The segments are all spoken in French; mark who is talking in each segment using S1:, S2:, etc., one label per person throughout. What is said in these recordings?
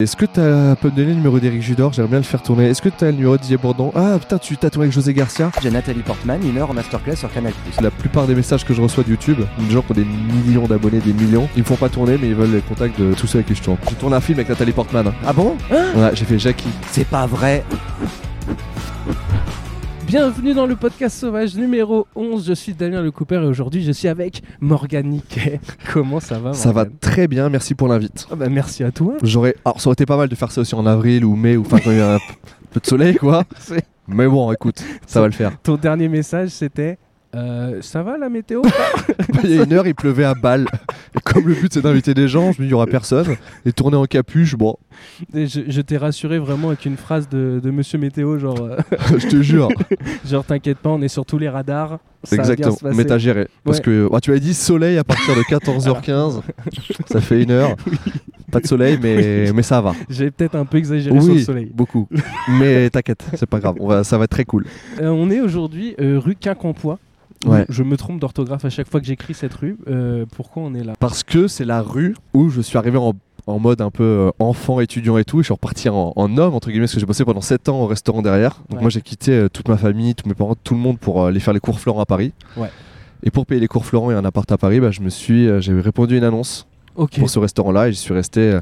S1: Est-ce que tu peux me donner le numéro d'Éric Judor J'aimerais bien le faire tourner. Est-ce que tu as le numéro de Didier Bourdon Ah putain, tu t'as tourné avec José Garcia
S2: J'ai Nathalie Portman, une heure en masterclass sur Canal+.
S1: La plupart des messages que je reçois de YouTube, des gens qui ont des millions d'abonnés, des millions, ils me font pas tourner mais ils veulent les contacts de tous ceux avec qui je tourne. Je tourne un film avec Nathalie Portman.
S2: Ah bon Hein
S1: Ouais, j'ai fait Jackie.
S2: C'est pas vrai.
S3: Bienvenue dans le podcast sauvage numéro 11. Je suis Damien Lecouper et aujourd'hui je suis avec Morgane Niquet. Comment ça va
S1: Ça va
S3: Morgane
S1: très bien, merci pour l'invite.
S3: Ah bah, Merci à toi.
S1: J'aurais. Alors, ça aurait été pas mal de faire ça aussi en avril ou mai ou enfin quand il y a un peu de soleil quoi.
S3: C'est-
S1: Mais bon, écoute, ça va le faire.
S3: Ton dernier message c'était euh, Ça va la météo
S1: Il y a une heure, il pleuvait à balles. Et comme le but c'est d'inviter des gens, je me dis il y aura personne. Et tourner en capuche, bon,
S3: Et Je, je t'ai rassuré vraiment avec une phrase de, de Monsieur Météo genre, euh,
S1: je te jure.
S3: genre t'inquiète pas, on est sur tous les radars. Ça va bien
S1: Exactement,
S3: se passer.
S1: mais t'as géré. Parce que ouais, tu as dit soleil à partir de 14h15, ça fait une heure. Pas de soleil, mais, mais ça va.
S3: J'ai peut-être un peu exagéré sur le
S1: Oui,
S3: soleil.
S1: beaucoup. Mais t'inquiète, c'est pas grave, on va, ça va être très cool.
S3: Euh, on est aujourd'hui euh, rue Quincampoix.
S1: Ouais.
S3: Je me trompe d'orthographe à chaque fois que j'écris cette rue. Euh, pourquoi on est là
S1: Parce que c'est la rue où je suis arrivé en, en mode un peu euh, enfant, étudiant et tout. Et je suis reparti en, en homme, entre guillemets, parce que j'ai bossé pendant 7 ans au restaurant derrière. Donc
S3: Ouais.
S1: moi, j'ai quitté euh, toute ma famille, tous mes parents, tout le monde pour euh, aller faire les cours Florent à Paris.
S3: Ouais.
S1: Et pour payer les cours Florent et un appart à Paris, bah, je me suis, euh, j'ai répondu à une annonce
S3: Ok.
S1: pour ce restaurant-là et j'y suis resté euh,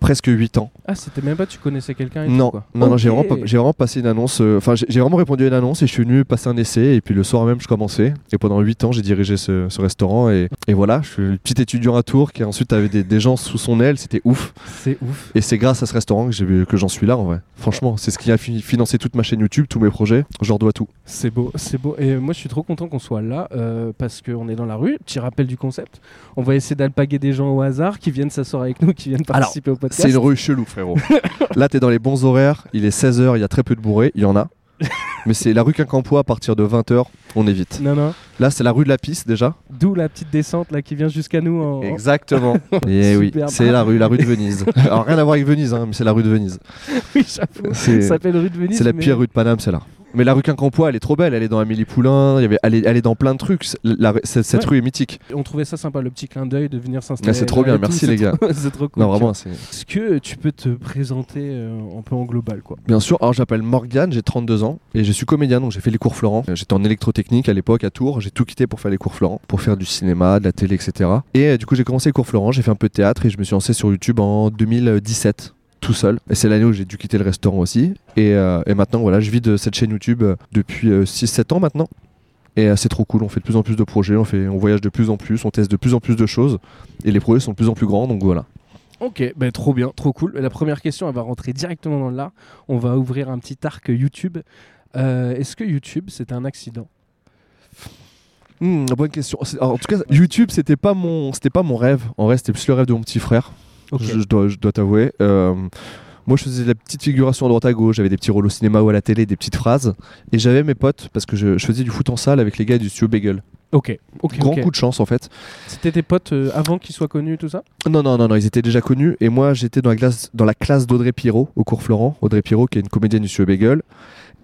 S1: presque 8 ans.
S3: Ah, c'était même pas tu connaissais quelqu'un et tout,
S1: Non,
S3: quoi.
S1: non, non, j'ai
S3: Ok.
S1: vraiment, pas- j'ai vraiment passé une annonce. euh, Enfin, j'ai j'ai vraiment répondu à une annonce et je suis venu passer un essai. Et puis le soir même, je commençais. Et pendant 8 ans, j'ai dirigé ce, ce restaurant. Et, et voilà, je suis le petit étudiant à Tours qui ensuite avait des, des gens sous son aile. C'était ouf.
S3: C'est ouf.
S1: Et c'est grâce à ce restaurant que j'ai vu- que j'en suis là en vrai. Franchement, c'est ce qui a fi- financé toute ma chaîne YouTube, tous mes projets. Je leur dois tout.
S3: C'est beau, c'est beau. Et euh, moi, je suis trop content qu'on soit là euh, parce qu'on est dans la rue. Petit rappel du concept. On va essayer d'alpaguer des gens au hasard qui viennent s'asseoir avec nous, qui viennent
S1: Alors,
S3: participer au podcast.
S1: C'est une rue chelou, frérot. là, t'es dans les bons horaires. Il est 16h, il y a très peu de bourrés. Il y en a. Mais c'est la rue Quincampoix à partir de 20h. On évite.
S3: Non, non.
S1: Là, c'est la rue de la piste déjà.
S3: D'où la petite descente là qui vient jusqu'à nous. En...
S1: Exactement. Et Eh oui,
S3: Oh. Superbe.
S1: c'est la rue, la rue de Venise. Alors rien à voir avec Venise, hein, mais c'est la rue de Venise.
S3: Oui, j'avoue.
S1: C'est
S3: Ça s'appelle rue de Venise.
S1: c'est la
S3: mais-
S1: pire rue de Paname, celle-là. Mais la rue Quincampoix, elle est trop belle. Elle est dans Amélie Poulain. il y avait- elle, est, elle est dans plein de trucs. c- la- cette cette
S3: Ouais.
S1: rue est mythique.
S3: On trouvait ça sympa, le petit clin d'œil de venir s'installer.
S1: Mais c'est trop
S3: là
S1: bien.
S3: et tout,
S1: Merci
S3: c'est
S1: les gars.
S3: trop- c'est trop cool.
S1: Non vraiment, c'est.
S3: Est-ce que tu peux te présenter euh, un peu en global, quoi
S1: Bien sûr. Alors j'appelle Morgane, j'ai 32 ans et je suis comédien. Donc j'ai fait les cours Florent. Euh, J'étais en électrotechnique à l'époque à Tours. J'ai tout quitté pour faire les cours Florent, pour faire du cinéma, de la télé, etc. Et euh, du coup j'ai commencé les cours Florent. J'ai fait un peu de théâtre et je me suis lancé sur YouTube en 2017. tout seul. Et c'est l'année où j'ai dû quitter le restaurant aussi. Et, euh, et maintenant, voilà, je vis de cette chaîne YouTube euh, depuis 6-7 ans maintenant. Et euh, c'est trop cool, on fait de plus en plus de projets, on, fait, on voyage de plus en plus, on teste de plus en plus de choses. Et les projets sont de plus en plus grands, donc voilà.
S3: Ok, ben trop bien, trop cool. La première question, elle va rentrer directement dans là. On va ouvrir un petit arc YouTube. Euh, Est-ce que YouTube, c'est un accident
S1: Hmm, bonne question. C'est- alors, en tout cas, YouTube, c'était pas mon, c'était pas mon rêve. En vrai, c'était plus le rêve de mon petit frère.
S3: Ok.
S1: Je, je dois, je dois t'avouer. Euh, moi, je faisais de la petite figuration à droite à gauche. J'avais des petits rôles au cinéma ou à la télé, des petites phrases. Et j'avais mes potes parce que je, je faisais du foot en salle avec les gars du studio Bagel.
S3: Ok, ok.
S1: Grand
S3: ok.
S1: coup de chance en fait.
S3: C'était tes potes euh, avant qu'ils soient connus, tout ça
S1: Non, non, non, non, ils étaient déjà connus. Et moi, j'étais dans la, classe, dans la classe d'Audrey Pirot, au cours Florent. Audrey Pirot, qui est une comédienne du studio Bagel.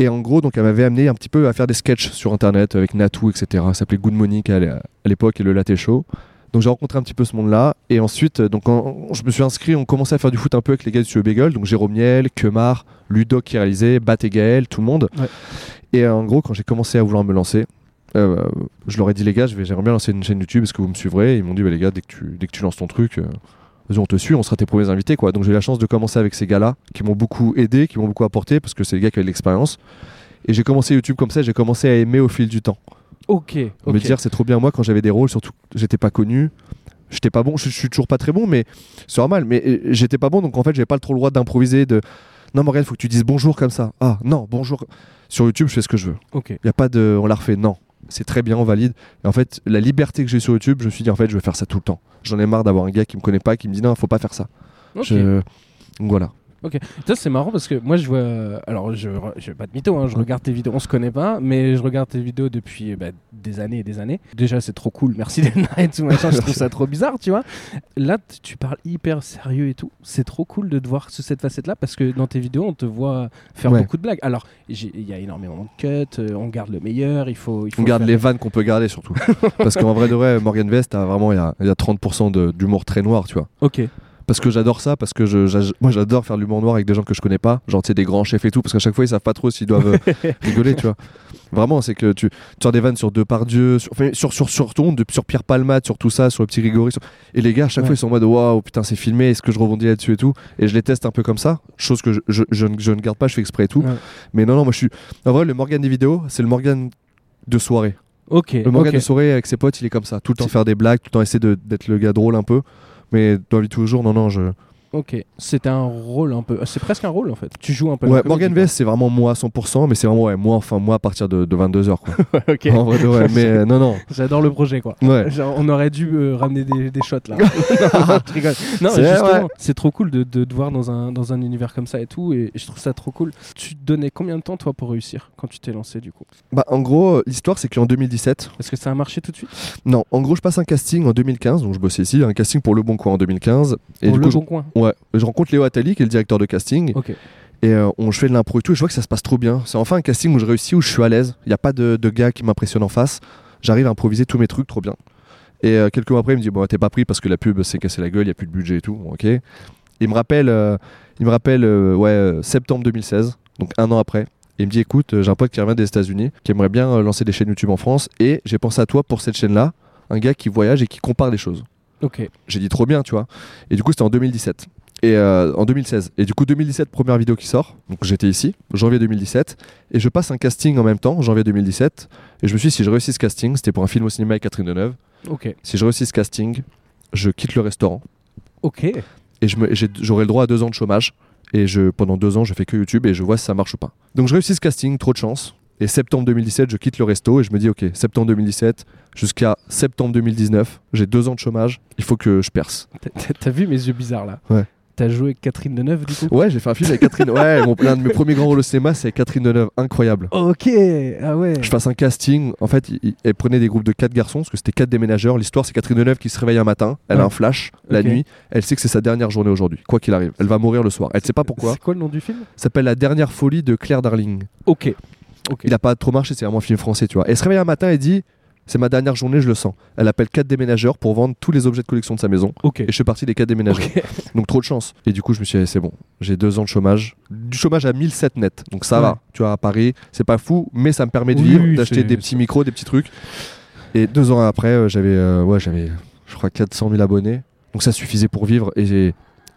S1: Et en gros, donc, elle m'avait amené un petit peu à faire des sketchs sur Internet avec Natou, etc. Ça s'appelait Good Morning à l'é- à l'époque et le Latte Show. Donc, j'ai rencontré un petit peu ce monde-là. Et ensuite, euh, donc, en- je me suis inscrit, on commençait à faire du foot un peu avec les gars du studio Bagel. Donc, Jérôme Niel, Kemar, Ludoc qui réalisait, Bat et Gaël, tout le monde.
S3: Ouais.
S1: Et euh, en gros, quand j'ai commencé à vouloir me lancer, euh, je leur ai dit les gars, je vais- j'aimerais bien lancer une chaîne YouTube, est-ce que vous me suivrez Et Ils m'ont dit bah, les gars, dès que tu, dès que tu lances ton truc, euh, vas-y, on te suit, on sera tes premiers invités quoi. Donc j'ai eu la chance de commencer avec ces gars-là qui m'ont beaucoup aidé, qui m'ont beaucoup apporté parce que c'est des gars qui avaient de l'expérience. Et j'ai commencé YouTube comme ça, j'ai commencé à aimer au fil du temps.
S3: Ok, ok.
S1: Me dire c'est trop bien moi quand j'avais des rôles, surtout que j'étais pas connu. J'étais pas bon, je, je suis toujours pas très bon, mais c'est normal. Mais euh, j'étais pas bon, donc en fait, j'avais pas trop le droit d'improviser. De non, Morgane, faut que tu dises bonjour comme ça. Ah non, bonjour. Sur YouTube, je fais ce que je veux.
S3: Ok,
S1: Il n'y a pas de. On la refait. Non. C'est très bien, on valide. Et en fait, la liberté que j'ai sur YouTube, je me suis dit, en fait, je vais faire ça tout le temps. J'en ai marre d'avoir un gars qui me connaît pas, qui me dit, non, faut pas faire ça.
S3: ok.
S1: Je- Donc voilà.
S3: Ça, c'est marrant parce que moi, je vois. Alors, je, re- je fais pas de mytho, hein, je regarde tes vidéos, on se connaît pas, mais je regarde tes vidéos depuis euh, bah, des années et des années. Déjà, c'est trop cool, merci d'être là et tout, machin, je trouve ça trop bizarre, tu vois. Là, t- tu parles hyper sérieux et tout. C'est trop cool de te voir sous cette facette-là parce que dans tes vidéos, on te voit faire
S1: Ouais.
S3: beaucoup de blagues. Alors, j'ai- il y a énormément de cuts, euh, on garde le meilleur, il faut. Il faut
S1: On garde
S3: faire-
S1: les vannes qu'on peut garder surtout. hein, Parce qu'en vrai de vrai, Morgan Vest a vraiment, il y a, il y a 30% de- d'humour très noir, tu vois.
S3: Ok,
S1: parce que j'adore ça, parce que je, j'a- moi j'adore faire de l'humour noir avec des gens que je connais pas, genre tu sais, des grands chefs et tout, parce qu'à chaque fois ils savent pas trop s'ils doivent euh, rigoler, tu vois. Vraiment, c'est que tu, tu sors des vannes sur Depardieu, sur, enfin, sur, sur, sur ton, de- sur Pierre Palmade, sur tout ça, sur le petit Grégory. sur- Et les gars, à chaque
S3: Ouais.
S1: fois ils sont en mode waouh, putain, c'est filmé, est-ce que je rebondis là-dessus et tout. Et je les teste un peu comme ça, chose que je, je- je ne, je ne garde pas, je fais exprès et tout.
S3: Ouais.
S1: Mais non, non, moi je suis. En vrai, le Morgan des vidéos, c'est le Morgan de soirée.
S3: Ok.
S1: Le Morgan
S3: ok.
S1: de soirée avec ses potes, il est comme ça. Tout le temps
S3: C'est-
S1: faire des blagues, tout le temps essayer de- d'être le gars drôle un peu. Mais dans la vie de tous les jours, non, non, je.
S3: Ok. C'était un rôle un peu. C'est presque un rôle en fait. Tu joues un peu. la
S1: Ouais,
S3: comédie,
S1: Morgan
S3: quoi.
S1: VS, c'est vraiment moi à 100%, mais c'est vraiment ouais, moi, enfin, moi à partir de, 22h. Quoi.
S3: Ok.
S1: En vrai, de vrai, mais euh, non, non.
S3: J'adore le projet quoi.
S1: Ouais.
S3: Genre, on aurait dû euh, ramener des, des shots là. non, je rigole. Non,
S1: C'est
S3: mais justement,
S1: vrai.
S3: c'est trop cool de, de te voir dans un, dans un univers comme ça et tout. Et je trouve ça trop cool. Tu te donnais combien de temps toi pour réussir quand tu t'es lancé du coup
S1: Bah, en gros, euh, l'histoire, c'est qu'en 2017,
S3: Est-ce que ça a marché tout de suite
S1: non, en gros, je passe un casting en 2015, donc je bossais ici, un casting pour Le Bon Coin en 2015. Et
S3: Pour
S1: du
S3: le
S1: coup,
S3: bon coin.
S1: je, ouais, je rencontre Léo Attali, qui est le directeur de casting,
S3: Ok.
S1: et euh, on, je fais de l'impro et tout, et je vois que ça se passe trop bien. C'est enfin un casting où je réussis, où je suis à l'aise. Il n'y a pas de, de gars qui m'impressionne en face. J'arrive à improviser tous mes trucs, trop bien. Et euh, quelques mois après, il me dit Bon, t'es pas pris parce que la pub s'est cassée la gueule, il n'y a plus de budget et tout. Bon, ok. Il me rappelle, euh, il me rappelle euh, ouais, euh, septembre 2016, donc un an après. Et il me dit Écoute, euh, j'ai un pote qui revient des États-Unis, qui aimerait bien euh, lancer des chaînes YouTube en France, et j'ai pensé à toi pour cette chaîne-là, un gars qui voyage et qui compare les choses.
S3: Ok.
S1: J'ai dit trop bien, tu vois. Et du coup, c'était en 2017. Et euh, en 2016. Et du coup, 2017, première vidéo qui sort. Donc j'étais ici, janvier 2017. Et je passe un casting en même temps, janvier 2017. Et je me suis dit, si je réussis ce casting, c'était pour un film au cinéma avec Catherine Deneuve.
S3: Ok.
S1: Si je réussis ce casting, je quitte le restaurant.
S3: Ok.
S1: Et je me- j'ai- j'aurai le droit à deux ans de chômage. Et je, pendant deux ans, je fais que YouTube et je vois si ça marche ou pas. Donc je réussis ce casting, trop de chance. Et septembre 2017, je quitte le resto et je me dis, ok, septembre 2017 jusqu'à septembre 2019, j'ai deux ans de chômage, il faut que je perce.
S3: T'as- t'as- T'as vu mes yeux bizarres là
S1: Ouais.
S3: T'as joué avec Catherine Deneuve du coup
S1: Ouais, j'ai fait un film avec Catherine. Ouais, mon- l'un de mes premiers grands rôles au cinéma, c'est avec Catherine Deneuve. Incroyable.
S3: Ok. Ah ouais.
S1: Je fasse un casting. En fait, il- il- elle prenait des groupes de quatre garçons, parce que c'était quatre déménageurs. L'histoire, c'est Catherine Deneuve qui se réveille un matin. Elle a
S3: Ouais.
S1: un flash la
S3: Ok.
S1: nuit. Elle sait que c'est sa dernière journée aujourd'hui, quoi qu'il arrive. Elle va mourir le soir. Elle sait pas pourquoi.
S3: C'est quoi le nom du film
S1: Ça s'appelle La dernière folie de Claire Darling.
S3: Ok. Ok.
S1: Il a pas trop marché, c'est vraiment un film français, tu vois. Elle se réveille un matin et dit C'est ma dernière journée, je le sens. Elle appelle quatre déménageurs pour vendre tous les objets de collection de sa maison.
S3: Ok.
S1: Et je suis parti des quatre déménageurs.
S3: Ok.
S1: Donc trop de chance. Et du coup, je me suis dit, c'est bon, j'ai deux ans de chômage. Du chômage à 1007 net. Donc ça
S3: Ouais.
S1: va, tu vois, à Paris, c'est pas fou, mais ça me permet de
S3: Oui,
S1: vivre,
S3: oui, c'est-
S1: d'acheter des petits micros, des petits trucs. Et deux ans après, euh, j'avais, euh, ouais, j'avais, je crois, 400 000 abonnés. Donc ça suffisait pour vivre et,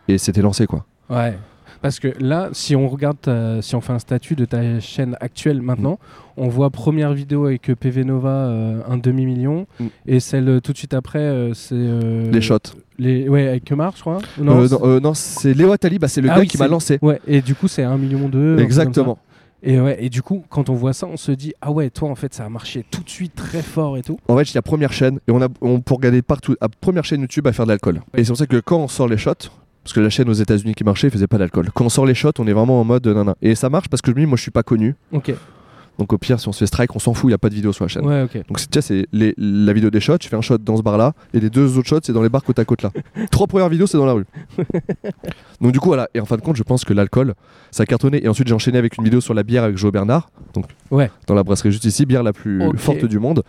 S1: et c'était lancé, quoi.
S3: Ouais. Parce que là, si on regarde, ta- si on fait un statut de ta chaîne actuelle
S1: Mm.
S3: maintenant, on voit première vidéo avec euh, PV Nova, euh, un demi-million,
S1: Mm.
S3: et celle euh, tout de suite après, euh, c'est. euh,
S1: les shots.
S3: les- ouais, avec Kemar, je crois.
S1: Euh,
S3: Non,
S1: Non,
S3: c'est-
S1: euh, non, c'est Léo Attali, bah, c'est le
S3: Ah
S1: gars
S3: oui,
S1: qui
S3: c'est-
S1: m'a lancé.
S3: Ouais, et du coup, c'est un million deux. un truc comme
S1: Exactement.
S3: ça. Et, ouais, et du coup, quand on voit ça, on se dit, ah ouais, toi, en fait, ça a marché tout de suite très fort et tout.
S1: En fait, il y a première chaîne et on a on peut regarder partout la première chaîne YouTube à faire de l'alcool. Et c'est pour ça que quand on sort les shots parce que la chaîne aux États-Unis qui marchait faisait pas d'alcool. Quand on sort les shots, on est vraiment en mode euh, nanana. Et ça marche parce que je me dis, moi je suis pas connu.
S3: Ok.
S1: Donc au pire, si on se fait strike, on s'en fout, il y a pas de vidéo sur la chaîne.
S3: Ouais, ok.
S1: Donc c'est déjà c'est les- la vidéo des shots, je fais un shot dans ce bar là et les deux autres shots c'est dans les bars côte à côte là. Trois premières vidéos c'est dans la rue. donc du coup voilà et en fin de compte je pense que l'alcool ça a cartonné et ensuite j'ai enchaîné avec une vidéo sur la bière avec Joe Bernard donc
S3: Ouais.
S1: dans la brasserie juste ici bière la plus
S3: Ok.
S1: forte du monde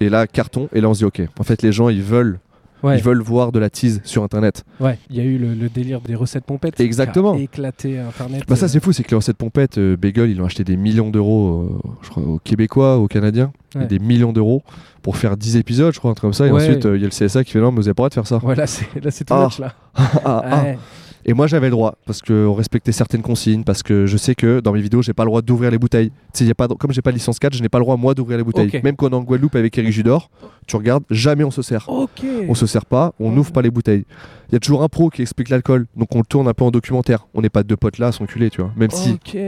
S1: et là carton et là on se dit ok en fait les gens ils veulent
S3: Ouais,
S1: ils veulent voir de la tease sur internet.
S3: ouais. Il y a eu le, le délire des recettes pompettes.
S1: Exactement.
S3: qui a Éclaté Internet.
S1: Bah ça
S3: euh,
S1: c'est fou c'est que les recettes pompettes euh, Bagel ils ont acheté des millions d'euros euh, je crois aux Québécois aux Canadiens et
S3: Ouais.
S1: des millions d'euros pour faire 10 épisodes je crois un truc comme ça et
S3: Ouais.
S1: ensuite euh, il y a le CSA qui fait non mais vous avez pas le droit de faire ça.
S3: Ouais, là, c'est là, c'est tout
S1: Ah.
S3: match, là.
S1: Ah, ah.
S3: Ouais.
S1: Et moi j'avais le droit parce qu'on respectait certaines consignes parce que je sais que dans mes vidéos j'ai pas le droit d'ouvrir les bouteilles. Tu sais, y a pas de- comme j'ai pas de licence 4 je n'ai pas le droit moi d'ouvrir les bouteilles.
S3: Ok.
S1: Même quand on est en Guadeloupe avec Eric Judor, tu regardes jamais on se sert.
S3: Ok.
S1: On se sert pas, on
S3: Ouais.
S1: n'ouvre pas les bouteilles. Il y a toujours un pro qui explique l'alcool, donc on le tourne un peu en documentaire. On n'est pas deux potes là à s'enculer, tu vois. Même si
S3: Ok.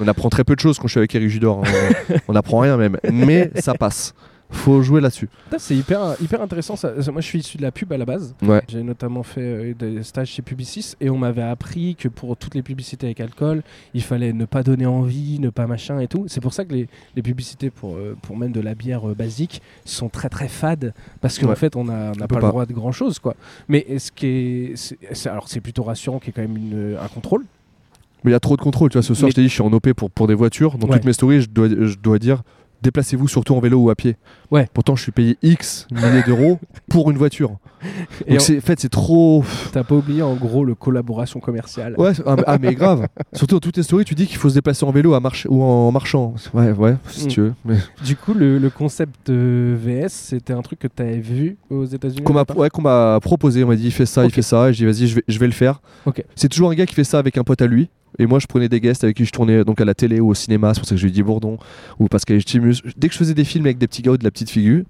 S1: on apprend très peu de choses quand je suis avec Eric Judor, hein. on apprend rien même. Mais ça passe. Faut jouer là-dessus.
S3: Putain, C'est hyper, hyper intéressant. ça. Ça, Moi, je suis issu de la pub à la base.
S1: Ouais.
S3: J'ai notamment fait euh, des stages chez Publicis et on m'avait appris que pour toutes les publicités avec alcool, il fallait ne pas donner envie, ne pas machin et tout. C'est pour ça que les, les publicités pour, euh, pour même de la bière euh, basique sont très très fades parce qu'en
S1: Ouais.
S3: fait, on n'a on a
S1: peut
S3: pas,
S1: pas.
S3: le droit de grand chose. quoi. Mais ce qui est. c'est- c'est- alors, c'est plutôt rassurant qu'il y ait quand même une- euh, un contrôle.
S1: Mais il y a trop de contrôle, tu vois. Ce soir,
S3: Mais-
S1: je t'ai dit, je suis en OP pour, pour des voitures. Dans
S3: Ouais.
S1: toutes mes stories, je dois, je dois dire déplacez-vous surtout en vélo ou à pied.
S3: Ouais.
S1: Pourtant, je suis payé X milliers d'euros pour une voiture.
S3: Et
S1: Donc,
S3: en-
S1: c'est- en fait, c'est trop.
S3: t'as pas oublié en gros le collaboration commerciale.
S1: Ouais, c'est- ah, mais- ah, mais grave. Surtout dans toutes tes stories, tu dis qu'il faut se déplacer en vélo à marche ou en marchant. Ouais, ouais, si
S3: Mm.
S1: tu veux. Mais-
S3: Du coup, le, le concept euh, VS, c'était un truc que t'avais vu aux États-Unis
S1: Qu'on m'a
S3: au départ
S1: ouais, qu'on m'a proposé, on m'a dit il fait ça, il
S3: Ok.
S1: fait ça, et j'ai dit vas-y, je vais, je vais le faire.
S3: Ok.
S1: C'est toujours un gars qui fait ça avec un pote à lui. Et moi, je prenais des guests avec qui je tournais euh, donc à la télé ou au cinéma, c'est pour ça que j'ai eu Guy Bourdon ou Pascal Estimus. Dès que je faisais des films avec des petits gars ou de la petite figure,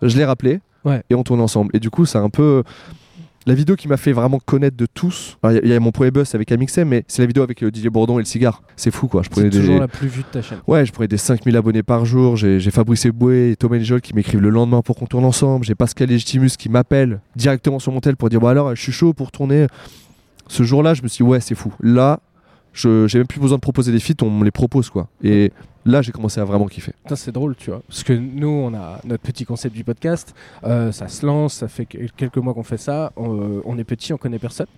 S1: je les rappelais
S3: Ouais.
S1: et on tournait ensemble. Et du coup, c'est un peu la vidéo qui m'a fait vraiment connaître de tous. Alors, Il y, a- il y a mon premier buzz avec Amixem, mais c'est la vidéo avec euh, Didier Bourdon et le cigare. C'est fou quoi. Je prenais
S3: C'est
S1: des...
S3: toujours la plus vue de ta chaîne.
S1: Ouais, je prenais des 5000 abonnés par jour. J'ai j'ai Fabrice Eboué et Thomas Nijol qui m'écrivent le lendemain pour qu'on tourne ensemble. J'ai Pascal Legitimus qui m'appelle directement sur mon tel pour dire Bon, alors, je suis chaud pour tourner. Ce jour-là, je me suis dit Ouais, c'est fou. Là, je- j'ai même plus besoin de proposer des feats, on me les propose quoi. Et là, j'ai commencé à vraiment kiffer.
S3: Putain, c'est drôle, tu vois. Parce que nous, on a notre petit concept du podcast. euh, ça se lance, ça fait que- quelques mois qu'on fait ça. On, on est petit, on connaît personne.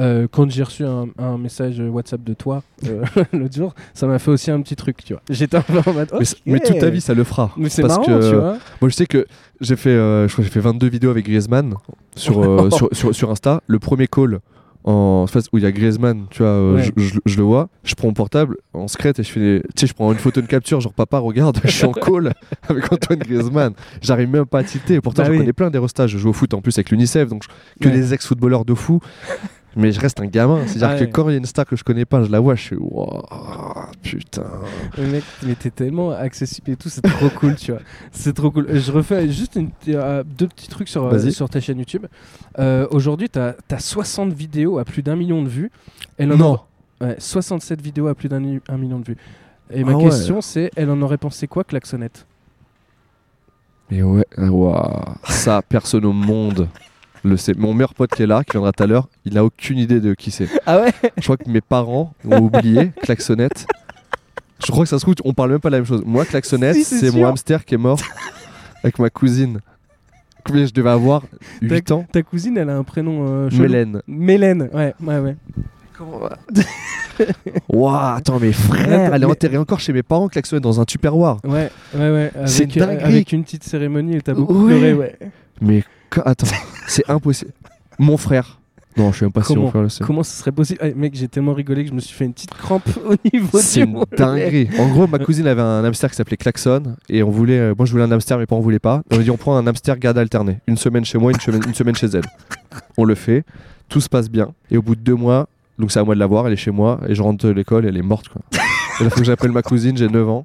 S3: Euh, quand j'ai reçu un, un message WhatsApp de toi euh, l'autre jour, ça m'a fait aussi un petit truc, tu vois. J'étais un peu en mode.
S1: Mais,
S3: ok.
S1: c- mais toute ta vie, ça le fera.
S3: Mais c'est
S1: Parce
S3: marrant,
S1: que-
S3: tu vois.
S1: Moi, je sais que j'ai fait, euh, je crois que j'ai fait 22 vidéos avec Griezmann sur, euh, sur, sur, sur Insta. Le premier call en face où il y a Griezmann, tu vois, euh,
S3: Ouais.
S1: je, je- je le vois. Je prends mon portable en secrète et je fais, tu sais, je prends une photo, une capture, genre papa, regarde, je suis en call avec Antoine Griezmann. J'arrive même pas à tilter. Et Pourtant,
S3: Bah
S1: j'en
S3: oui.
S1: connais plein des restages. Je joue au foot en plus avec l'UNICEF, donc je- que
S3: Ouais.
S1: des ex-footballeurs de fou. Mais je reste un gamin. C'est-à-dire
S3: Ah ouais.
S1: que quand il y a une star que je connais pas, je la vois, je suis, waouh, putain.
S3: Mais mec, mais t'es tellement accessible et tout, c'est trop cool, tu vois. C'est trop cool. Euh, Je refais juste une- euh, deux petits trucs sur, euh,
S1: Vas-y.
S3: sur ta chaîne YouTube. Euh, Aujourd'hui, t'as as 60 vidéos à plus d'un million de vues. Et l'on
S1: Non.
S3: Ouais, 67 vidéos à plus d'un mi- un million de vues. Et ma
S1: Ah ouais.
S3: question, c'est elle en aurait pensé quoi, Klaxonnette
S1: Mais ouais, waouh, ça, personne au monde le sait. Mon meilleur pote qui est là, qui viendra tout à l'heure, il n'a aucune idée de qui c'est.
S3: Ah ouais
S1: Je crois que mes parents ont oublié Klaxonnette. Je crois que ça se trouve, on parle même pas la même chose. Moi, Klaxonnette,
S3: Si, c'est
S1: c'est mon
S3: sûr.
S1: hamster qui est mort avec ma cousine. Mais je devais avoir 8 ans.
S3: Ta cousine, elle a un prénom. Euh, chelou.
S1: Mélène.
S3: Mélène, ouais, ouais, ouais.
S1: Waouh, attends, mes
S3: Attends,
S1: frères, elle est
S3: mais-
S1: enterrée encore chez mes parents, Klaxonnette, dans un tupperware.
S3: Ouais, ouais, ouais.
S1: C'est
S3: Avec, euh,
S1: dinguerie.
S3: avec une petite cérémonie, elle t'a beaucoup
S1: Ouais.
S3: pleuré, ouais.
S1: Mais qu- attends, c'est impossible. Mon frère. Non, je sais même pas si
S3: Comment
S1: mon frère le sait.
S3: Comment ce serait possible Ah, Mec, j'ai tellement rigolé que je me suis fait une petite crampe au niveau
S1: C'est
S3: du
S1: une
S3: mollet.
S1: dinguerie. En gros, ma cousine avait un hamster qui s'appelait Klaxon et on voulait. euh, moi, je voulais un hamster, mes parents voulaient pas. On a dit on prend un hamster garde alterné, une semaine chez moi, une semaine, une semaine chez elle. On le fait, tout se passe bien et au bout de deux mois, donc c'est à moi de la voir, elle est chez moi et je rentre de l'école et elle est morte quoi. Et là, faut que j'appelle ma cousine, j'ai 9 ans.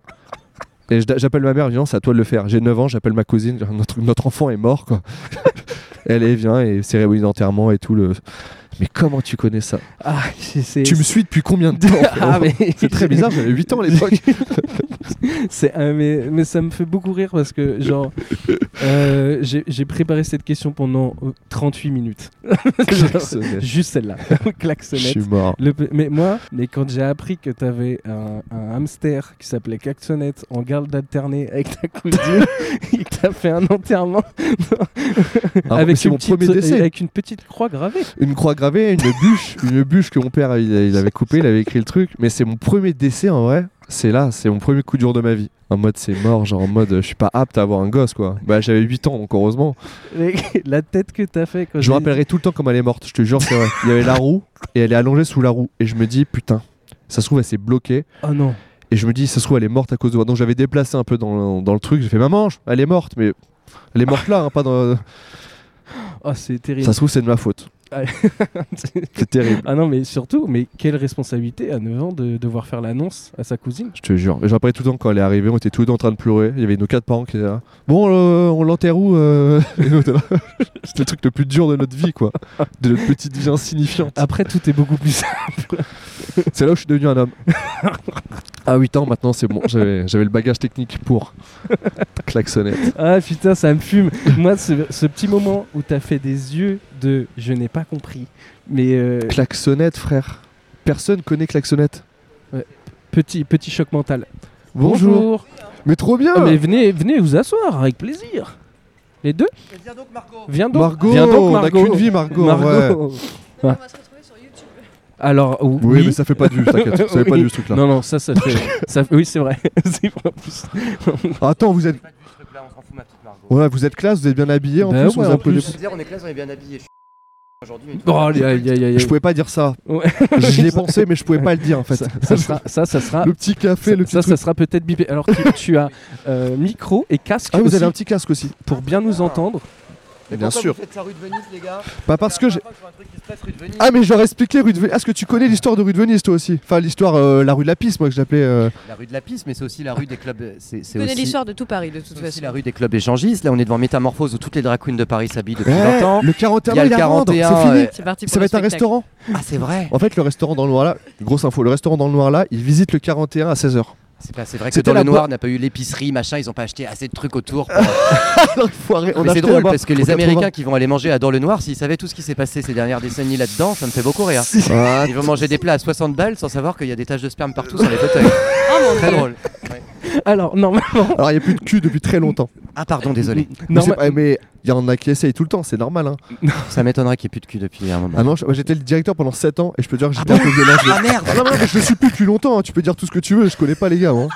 S1: Et je- j'appelle ma mère, elle dit non, c'est à toi de le faire. J'ai 9 ans, j'appelle ma cousine, genre, notre, notre enfant est mort quoi. elle est, vient et cérémonie d'enterrement et tout le. Mais comment tu connais ça
S3: Ah, c'est- c'est-
S1: Tu me suis depuis combien de temps
S3: Ah, mais-
S1: C'est très bizarre, j'avais 8 ans à l'époque.
S3: C'est un- mais, mais ça me fait beaucoup rire parce que genre euh, j'ai j'ai préparé cette question pendant euh, 38 minutes.
S1: Klaxonnette.
S3: Juste celle-là.
S1: Je
S3: Klaxonnette.
S1: suis mort.
S3: Le pe- mais moi, mais quand j'ai appris que t'avais un, un hamster qui s'appelait Caxonnette en garde d'alterné avec ta cousine et que t'as fait un enterrement
S1: Ah, avec
S3: avec
S1: c'est
S3: une,
S1: mon
S3: petite,
S1: premier décès.
S3: avec une petite croix gravée.
S1: Une croix gravée, une bûche, une bûche que mon père il, il avait coupée, il avait écrit le truc. Mais c'est mon premier décès en vrai. C'est là, c'est mon premier coup dur de ma vie. En mode c'est mort, genre en mode euh, je suis pas apte à avoir un gosse quoi. Bah j'avais 8 ans donc heureusement.
S3: Mec, La tête que t'as fait quand
S1: Je
S3: j'ai-
S1: me rappellerai tout le temps comme elle est morte, je te jure c'est vrai. Il y avait la roue et elle est allongée sous la roue. Et je me dis putain, ça se trouve elle s'est bloquée.
S3: Oh non.
S1: Et je me dis ça se trouve elle est morte à cause de moi. Donc j'avais déplacé un peu dans, dans le truc, j'ai fait maman, je- elle est morte mais elle est morte là, hein, pas dans...
S3: Oh c'est terrible.
S1: Ça se trouve c'est de ma faute. C'est terrible.
S3: ah non mais surtout, mais quelle responsabilité à 9 ans de devoir faire l'annonce à sa cousine.
S1: Je te jure. Et Je me rappelle tout le temps quand elle est arrivée, on était tous les deux en train de pleurer. Il y avait nos quatre parents qui étaient là. Bon, euh, on l'enterre où euh Et nous, on était là. C'était le truc le plus dur de notre vie, quoi. De notre petite vie insignifiante.
S3: Après tout est beaucoup plus simple.
S1: C'est là où je suis devenu un homme. À 8 ans, maintenant, c'est bon. J'avais j'avais le bagage technique pour klaxonner.
S3: Ah putain, ça me fume. Moi, ce, ce petit moment où t'as fait des yeux de je n'ai pas compris, mais euh,
S1: Klaxonnette, frère. Personne connaît klaxonnette.
S3: petit, petit choc mental.
S1: Bonjour. Mais trop bien
S3: Ah, mais venez, venez vous asseoir avec plaisir. Les deux
S2: Eh
S4: Viens donc Margot.
S3: Viens donc.
S1: Margot,
S3: viens donc,
S1: on n'a
S3: Margot.
S1: qu'une vie, Margot. ouais.
S3: Margot.
S4: On va se retrouver sur YouTube.
S3: Alors, ou-
S1: Oui, mais ça fait pas de vue, t'inquiète. Ça fait pas de
S3: Oui.
S1: vue ce truc-là.
S3: Non, non, ça, ça fait. ça- Oui, c'est vrai. C'est vrai, en plus.
S1: Attends, vous êtes,
S2: Pas de ce truc-là, on s'en fout, ma petite Margot.
S1: ouais, vous êtes classe, vous êtes bien habillé en
S3: Bah
S1: plus.
S3: ouais,
S1: vous
S3: en
S1: applaudissez.
S2: Je veux dire, on est classe, on est bien habillé. Aujourd'hui, mais
S3: Oh, aïe, aïe, aïe, aïe.
S1: Je pouvais pas dire ça.
S3: Ouais.
S1: J'y ai pensé, mais je pouvais pas le dire en fait.
S3: ça, ça sera, ça, ça sera.
S1: Le petit café,
S3: ça,
S1: le petit
S3: ça,
S1: truc.
S3: ça sera peut-être bipé. Alors, tu, tu as euh, micro et casque
S1: Ah, vous
S3: aussi
S1: avez un petit casque aussi.
S3: pour bien nous entendre.
S2: Mais
S1: Bien
S2: pourquoi
S1: sûr.
S2: Vous faites ça rue de Venise, les gars
S1: Pas Bah, parce que j'ai.
S2: C'est la première fois je vois un truc qui se passe rue de Venise.
S1: Ah, mais je leur ai expliqué rue de Venise. Ah, Est-ce que tu connais l'histoire de rue de Venise toi aussi Enfin, l'histoire, euh, la rue de la piste, moi que j'appelais. euh,
S2: La rue de la piste, mais c'est aussi la rue des clubs. euh, C'est c'est
S4: Tu connais
S2: aussi,
S4: l'histoire de tout Paris de toute
S2: c'est aussi
S4: façon.
S2: la rue des clubs échangistes. Là, on est devant Métamorphose où toutes les drag queens de Paris s'habillent depuis
S1: ouais,
S2: longtemps.
S1: le 41
S2: Il y a le
S1: il y a rendre,
S2: 41,
S1: c'est fini.
S2: ouais.
S4: C'est parti pour
S1: Ça va
S4: le
S1: être un
S4: spectacle.
S1: restaurant.
S2: Ah, c'est vrai.
S1: En fait, le restaurant dans le noir là, grosse info, le restaurant dans le noir là, il visite le 41 à 16h.
S2: C'est pas- c'est vrai que
S1: C'était
S2: dans le
S1: la
S2: noir, on n'a pas eu l'épicerie, machin, ils ont pas acheté assez de trucs autour. pour-
S1: L'enfoiré, on
S2: Mais
S1: a
S2: c'est
S1: acheté
S2: drôle
S1: là-bas
S2: parce que
S1: au
S2: les
S1: 80.
S2: Américains qui vont aller manger à Dans le Noir, s'ils savaient tout ce qui s'est passé ces dernières décennies là-dedans, ça me fait beaucoup rire.
S1: Ah,
S2: Ils vont manger des plats à 60 balles sans savoir qu'il y a des taches de sperme partout sur les fauteuils.
S4: Oh mon
S2: Très
S4: Dieu.
S2: drôle.
S3: Alors, normalement.
S1: Alors, il n'y a plus de cul depuis très longtemps.
S2: Ah pardon, désolé.
S1: Mais c'est
S3: norma-
S1: pas- Mais il y en a qui essayent tout le temps, c'est normal. hein.
S2: Ça m'étonnerait qu'il n'y ait plus de cul depuis un moment.
S1: Ah non, je- moi, j'étais le directeur pendant 7 ans et je peux dire que j'étais un peu violent. je-
S2: Ah, merde
S1: Ah non, non, mais je le suis plus depuis longtemps, hein, tu peux dire tout ce que tu veux, je connais pas les gars. moi.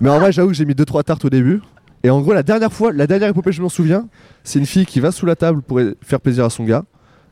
S1: Mais en vrai, j'avoue que j'ai mis 2-3 tartes au début. Et en gros, la dernière fois, la dernière épopée, je m'en souviens, c'est une fille qui va sous la table pour e- faire plaisir à son gars.